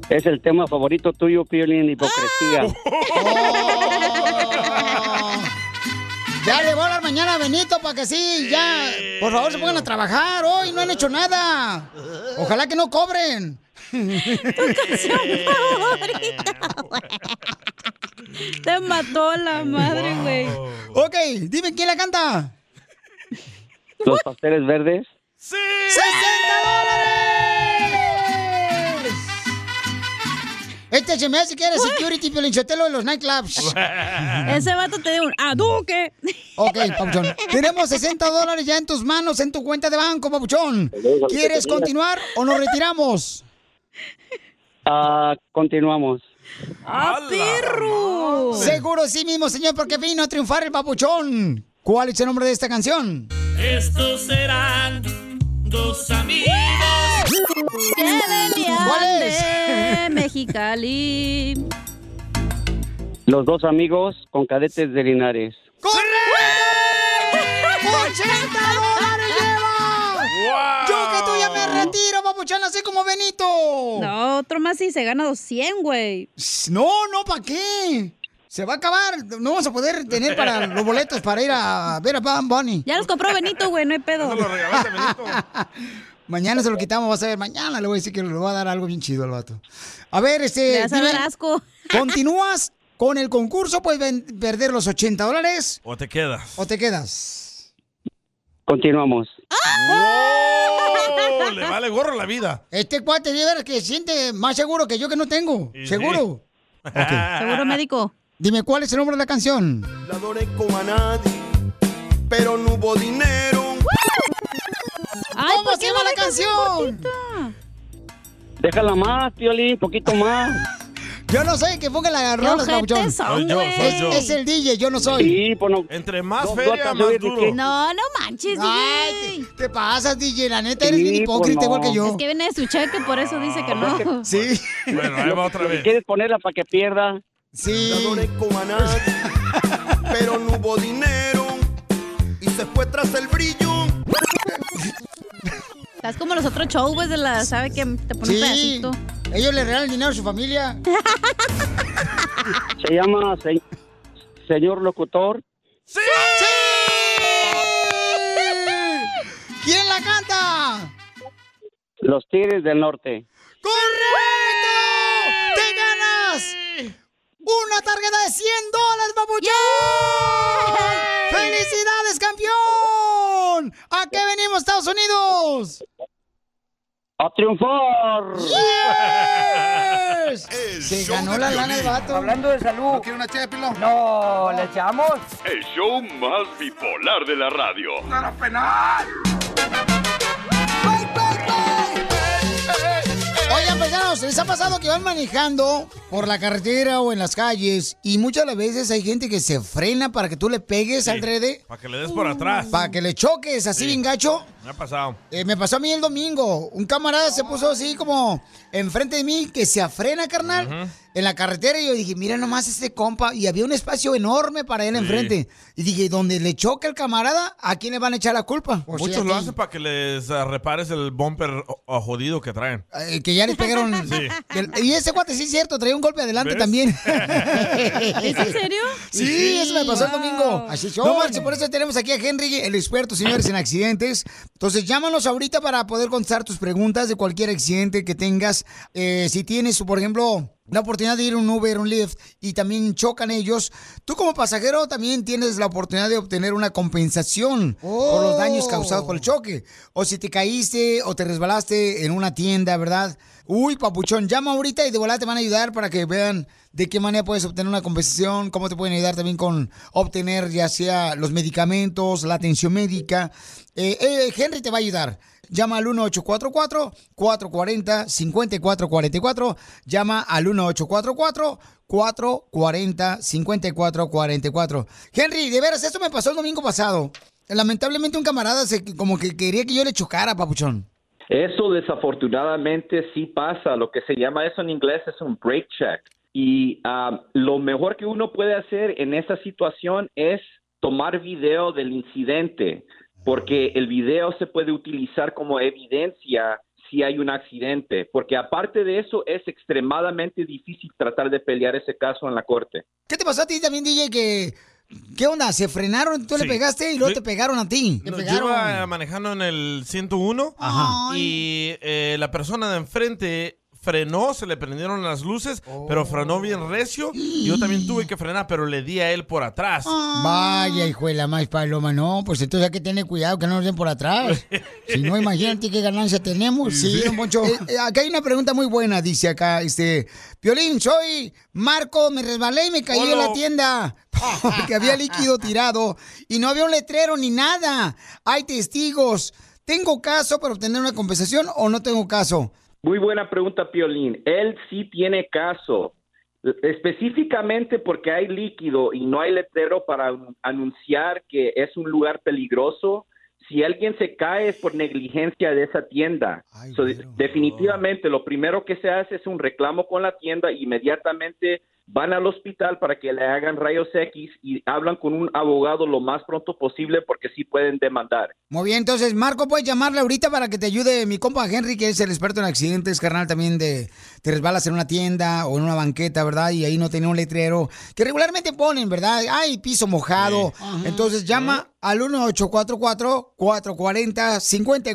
Speaker 15: Es el tema favorito tuyo, Piolín, hipocresía.
Speaker 2: Oh. Ya le voy a hablar mañana a Benito para que sí, ya. Por favor, se pongan a trabajar hoy, no han hecho nada. Ojalá que no cobren.
Speaker 1: Ah.
Speaker 4: Te mató la madre, güey.
Speaker 2: Ok, dime quién la canta.
Speaker 15: Los pasteles verdes.
Speaker 2: Este se me hace que era security pelinchotelo de los nightclubs.
Speaker 4: Ese vato te dio un aduque.
Speaker 2: Ok, papuchón. Tenemos 60 dólares ya en tus manos, en tu cuenta de banco, papuchón. ¿Quieres continuar o nos retiramos?
Speaker 15: Ah, continuamos.
Speaker 2: ¡Ah, perro! Seguro sí mismo, señor, porque vino a triunfar el papuchón. ¿Cuál es el nombre de esta canción?
Speaker 1: Estos serán dos amigos.
Speaker 4: Que venían
Speaker 1: ¿Cuál
Speaker 4: de Mexicali.
Speaker 15: Los dos amigos con cadetes de Linares.
Speaker 2: ¡80 dólares lleva! Yo que tú ya me retiro, papuchón, así como Benito.
Speaker 4: No, otro más y se gana 200, güey.
Speaker 2: No, no, ¿para qué? Se va a acabar. No vamos a poder tener para los boletos para ir a ver a Bad Bunny.
Speaker 4: Ya los compró Benito, güey, no hay pedo.
Speaker 2: Mañana se lo quitamos, vas a ver. Mañana le voy a decir que le va a dar algo bien chido al vato. A ver, este.
Speaker 4: Le vas a
Speaker 2: dime,
Speaker 4: dar asco.
Speaker 2: ¿Continúas con el concurso? Puedes ven- perder los 80 dólares
Speaker 3: ¿O te quedas?
Speaker 2: o te quedas.
Speaker 15: Continuamos.
Speaker 3: ¡Oh, le vale gorro la vida.
Speaker 2: Este cuate debe que siente más seguro que yo que no tengo.
Speaker 3: Y sí.
Speaker 2: Seguro.
Speaker 3: Seguro
Speaker 2: médico. Dime cuál es el nombre de la canción.
Speaker 16: La adoré como a nadie, pero no hubo dinero.
Speaker 2: ¿Cómo se llama la canción?
Speaker 15: Déjala más, Piolín, poquito más.
Speaker 2: Yo no sé que ponga la rola,
Speaker 15: ojetes
Speaker 2: Gauchón.
Speaker 15: son, Soy yo, güey. soy
Speaker 2: Es,
Speaker 15: yo.
Speaker 2: es el DJ, yo no soy.
Speaker 15: Sí, pues no.
Speaker 3: Entre más
Speaker 15: Dos feria, gotas, más oye, duro. ¿de qué?
Speaker 4: No, no manches,
Speaker 2: Ay, te, te pasas, DJ. La neta, eres
Speaker 15: Sí,
Speaker 2: bien hipócrita
Speaker 15: pues no.
Speaker 2: igual que yo.
Speaker 4: Es que viene de su cheque, por
Speaker 15: Ah,
Speaker 4: eso dice que no.
Speaker 2: Sí.
Speaker 3: Bueno, ahí va otra vez.
Speaker 15: ¿Quieres ponerla para que pierda?
Speaker 2: Sí.
Speaker 16: La adoré como a nadie, pero no hubo dinero. Y se fue tras el brillo.
Speaker 4: Estás como los otros shows, güey, de la, ¿sabe que Te pone
Speaker 2: Sí.
Speaker 4: un pedacito.
Speaker 2: Ellos le regalan dinero a su familia.
Speaker 15: Se llama se- Señor Locutor.
Speaker 2: ¿Quién la canta?
Speaker 15: Los Tigres del Norte.
Speaker 2: ¡Correcto! ¡Te ganas! ¡Una tarjeta de 100 dólares, papuchón! ¡Felicidades, campeón! ¿A qué venimos, Estados Unidos?
Speaker 15: ¡A triunfar!
Speaker 2: ¡Yes!
Speaker 3: Eh.
Speaker 16: Se
Speaker 2: ganó la lana el vato.
Speaker 14: Hablando de salud. ¿No quiere una ché de pilón? No, ¿le echamos?
Speaker 9: El show más bipolar de la radio.
Speaker 2: Oigan, paisanos, ¿les ha pasado que van manejando por la carretera o en las calles y muchas de las veces hay gente que se frena para que tú le pegues al drede?
Speaker 3: Para que le des por atrás.
Speaker 2: Para que le choques así bien gacho.
Speaker 3: Me ha pasado.
Speaker 2: Eh, me pasó a mí el domingo. Un camarada se puso así como enfrente de mí, que se afrena, carnal, en la carretera. Y yo dije, mira nomás este compa. Y había un espacio enorme para él enfrente. Y dije, donde le choca el camarada, ¿a quién le van a echar la culpa? Pues sí,
Speaker 3: Muchos
Speaker 2: a
Speaker 3: lo
Speaker 2: ti.
Speaker 3: hacen para que les ah, repares el bumper o- o jodido que traen.
Speaker 2: Eh, que ya les pegaron.
Speaker 3: Sí.
Speaker 2: que- Y ese cuate, sí es cierto, traía un golpe adelante también.
Speaker 3: ¿Es en serio?
Speaker 2: Sí,
Speaker 3: Sí.
Speaker 2: eso me pasó el domingo.
Speaker 3: Así son.
Speaker 2: no, marche, por eso tenemos aquí a Henry, el experto, señores, en accidentes. Entonces, llámanos ahorita para poder contestar tus preguntas de cualquier accidente que tengas. Eh, si tienes, por ejemplo, la oportunidad de ir a un Uber, un Lyft y también chocan ellos, tú como pasajero también tienes la oportunidad de obtener una compensación por los
Speaker 3: Oh.
Speaker 2: daños causados por el choque. O si te caíste o te resbalaste en una tienda, ¿verdad? Uy, papuchón, llama ahorita y de volada te van a ayudar para que vean de qué manera puedes obtener una compensación, cómo te pueden ayudar también con obtener ya sea los medicamentos, la atención médica. Eh, eh, Henry te va a ayudar. Llama al 1-844-440-5444. Llama al 1-844-440-5444. Henry, de veras, esto me pasó el domingo pasado. Lamentablemente un camarada se, como que quería que yo le chocara, papuchón.
Speaker 31: Eso desafortunadamente sí pasa. Lo que se llama eso en inglés es un break check. Y ah, lo mejor que uno puede hacer en esa situación es tomar video del incidente, porque el video se puede utilizar como evidencia si hay un accidente, porque aparte de eso es extremadamente difícil tratar de pelear ese caso en la corte.
Speaker 2: ¿Qué te pasó a ti también, DJ, que... ¿Qué onda? ¿Se frenaron? ¿Tú
Speaker 3: Sí.
Speaker 2: le pegaste y luego
Speaker 3: Yo-
Speaker 2: te pegaron a ti? Te
Speaker 3: No, yo
Speaker 2: pegaron.
Speaker 3: iba manejando en el 101 y eh, la persona de enfrente frenó, se le prendieron las luces, pero frenó bien recio. Y yo también tuve que frenar, pero le di a él por atrás.
Speaker 2: Vaya, hijuela, más paloma, no, pues entonces hay que tener cuidado que no nos den por atrás. Si no, imagínate qué ganancia tenemos. Sí, don Poncho. Eh, eh, acá hay una pregunta muy buena, dice acá, este, Piolín, soy Marco, me resbalé y me caí en la
Speaker 32: Hola.
Speaker 2: tienda porque había líquido tirado y no había un letrero ni nada. Hay testigos. ¿Tengo caso para obtener una compensación o no tengo caso?
Speaker 31: Muy buena pregunta, Piolín. Él sí tiene caso, específicamente porque hay líquido y no hay letrero para an- anunciar que es un lugar peligroso. Si alguien se cae es por negligencia de esa tienda. So, de- definitivamente, lo primero que se hace es un reclamo con la tienda. Inmediatamente van al hospital para que le hagan rayos X y hablan con un abogado lo más pronto posible porque sí pueden demandar.
Speaker 2: Muy bien, entonces, Marco, puedes llamarle ahorita para que te ayude mi compa Henry, que es el experto en accidentes, carnal, también de te resbalas en una tienda o en una banqueta, ¿verdad? Y ahí no tenía un letrero, que regularmente ponen, ¿verdad? Hay piso mojado. Entonces, llama al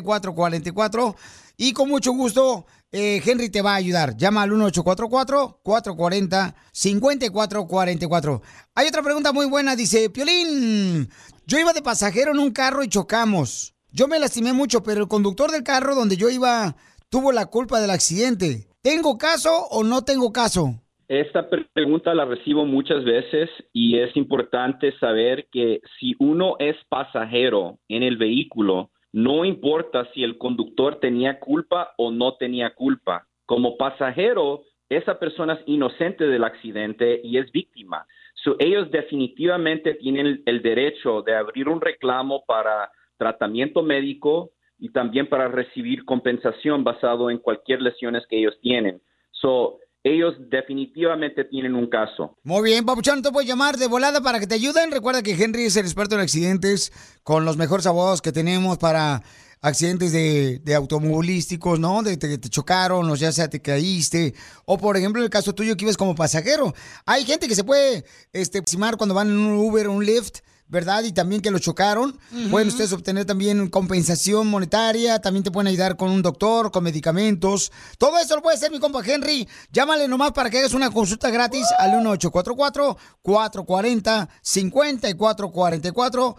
Speaker 2: 1844-440-5444 y con mucho gusto eh, Henry te va a ayudar. Llama al 1844-440-5444. Hay otra pregunta muy buena. Dice, Piolín, yo iba de pasajero en un carro y chocamos. Yo me lastimé mucho, pero el conductor del carro donde yo iba tuvo la culpa del accidente. ¿Tengo caso o no tengo caso?
Speaker 31: Esta pre- pregunta la recibo muchas veces y es importante saber que si uno es pasajero en el vehículo, no importa si el conductor tenía culpa o no tenía culpa. Como pasajero, esa persona es inocente del accidente y es víctima. So, ellos definitivamente tienen el- el derecho de abrir un reclamo para tratamiento médico y también para recibir compensación basado en cualquier lesiones que ellos tienen. So, ellos definitivamente tienen un caso.
Speaker 2: Muy bien, Papuchón, te puedes llamar de volada para que te ayuden. Recuerda que Henry es el experto en accidentes con los mejores abogados que tenemos para accidentes de, de automovilísticos, ¿no? De que te chocaron o ya sea te caíste. O por ejemplo, en el caso tuyo que ibas como pasajero. Hay gente que se puede este, encimar cuando van en un Uber o un Lyft. ¿Verdad? Y también que lo chocaron.
Speaker 20: Ujú.
Speaker 2: Pueden ustedes obtener también compensación monetaria. También te pueden ayudar con un doctor, con medicamentos. Todo eso lo puede hacer mi compa Henry. Llámale nomás para que hagas una consulta gratis al 1844-440-5444.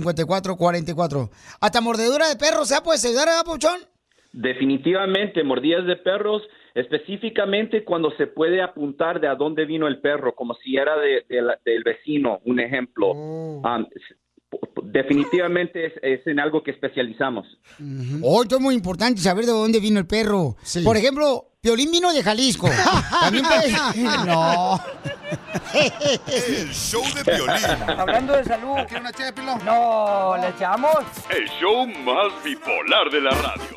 Speaker 2: 1844-440-5444. Hasta mordedura de perro, ¿se puede ayudar, ¿verdad, Papuchón?
Speaker 31: Definitivamente, mordidas de perros, específicamente cuando se puede apuntar de a dónde vino el perro, como si era de- de la- del vecino, un ejemplo. Um, s- p- p- definitivamente es, es en algo que especializamos.
Speaker 2: Hoy Oh, es muy importante saber de dónde vino el perro. Por ejemplo, Piolín vino de Jalisco. También puede- No.
Speaker 24: El show de violín.
Speaker 14: Hablando de salud. ¿Quiere una ché de pilón? No, ¿le echamos?
Speaker 9: El show más bipolar de la radio.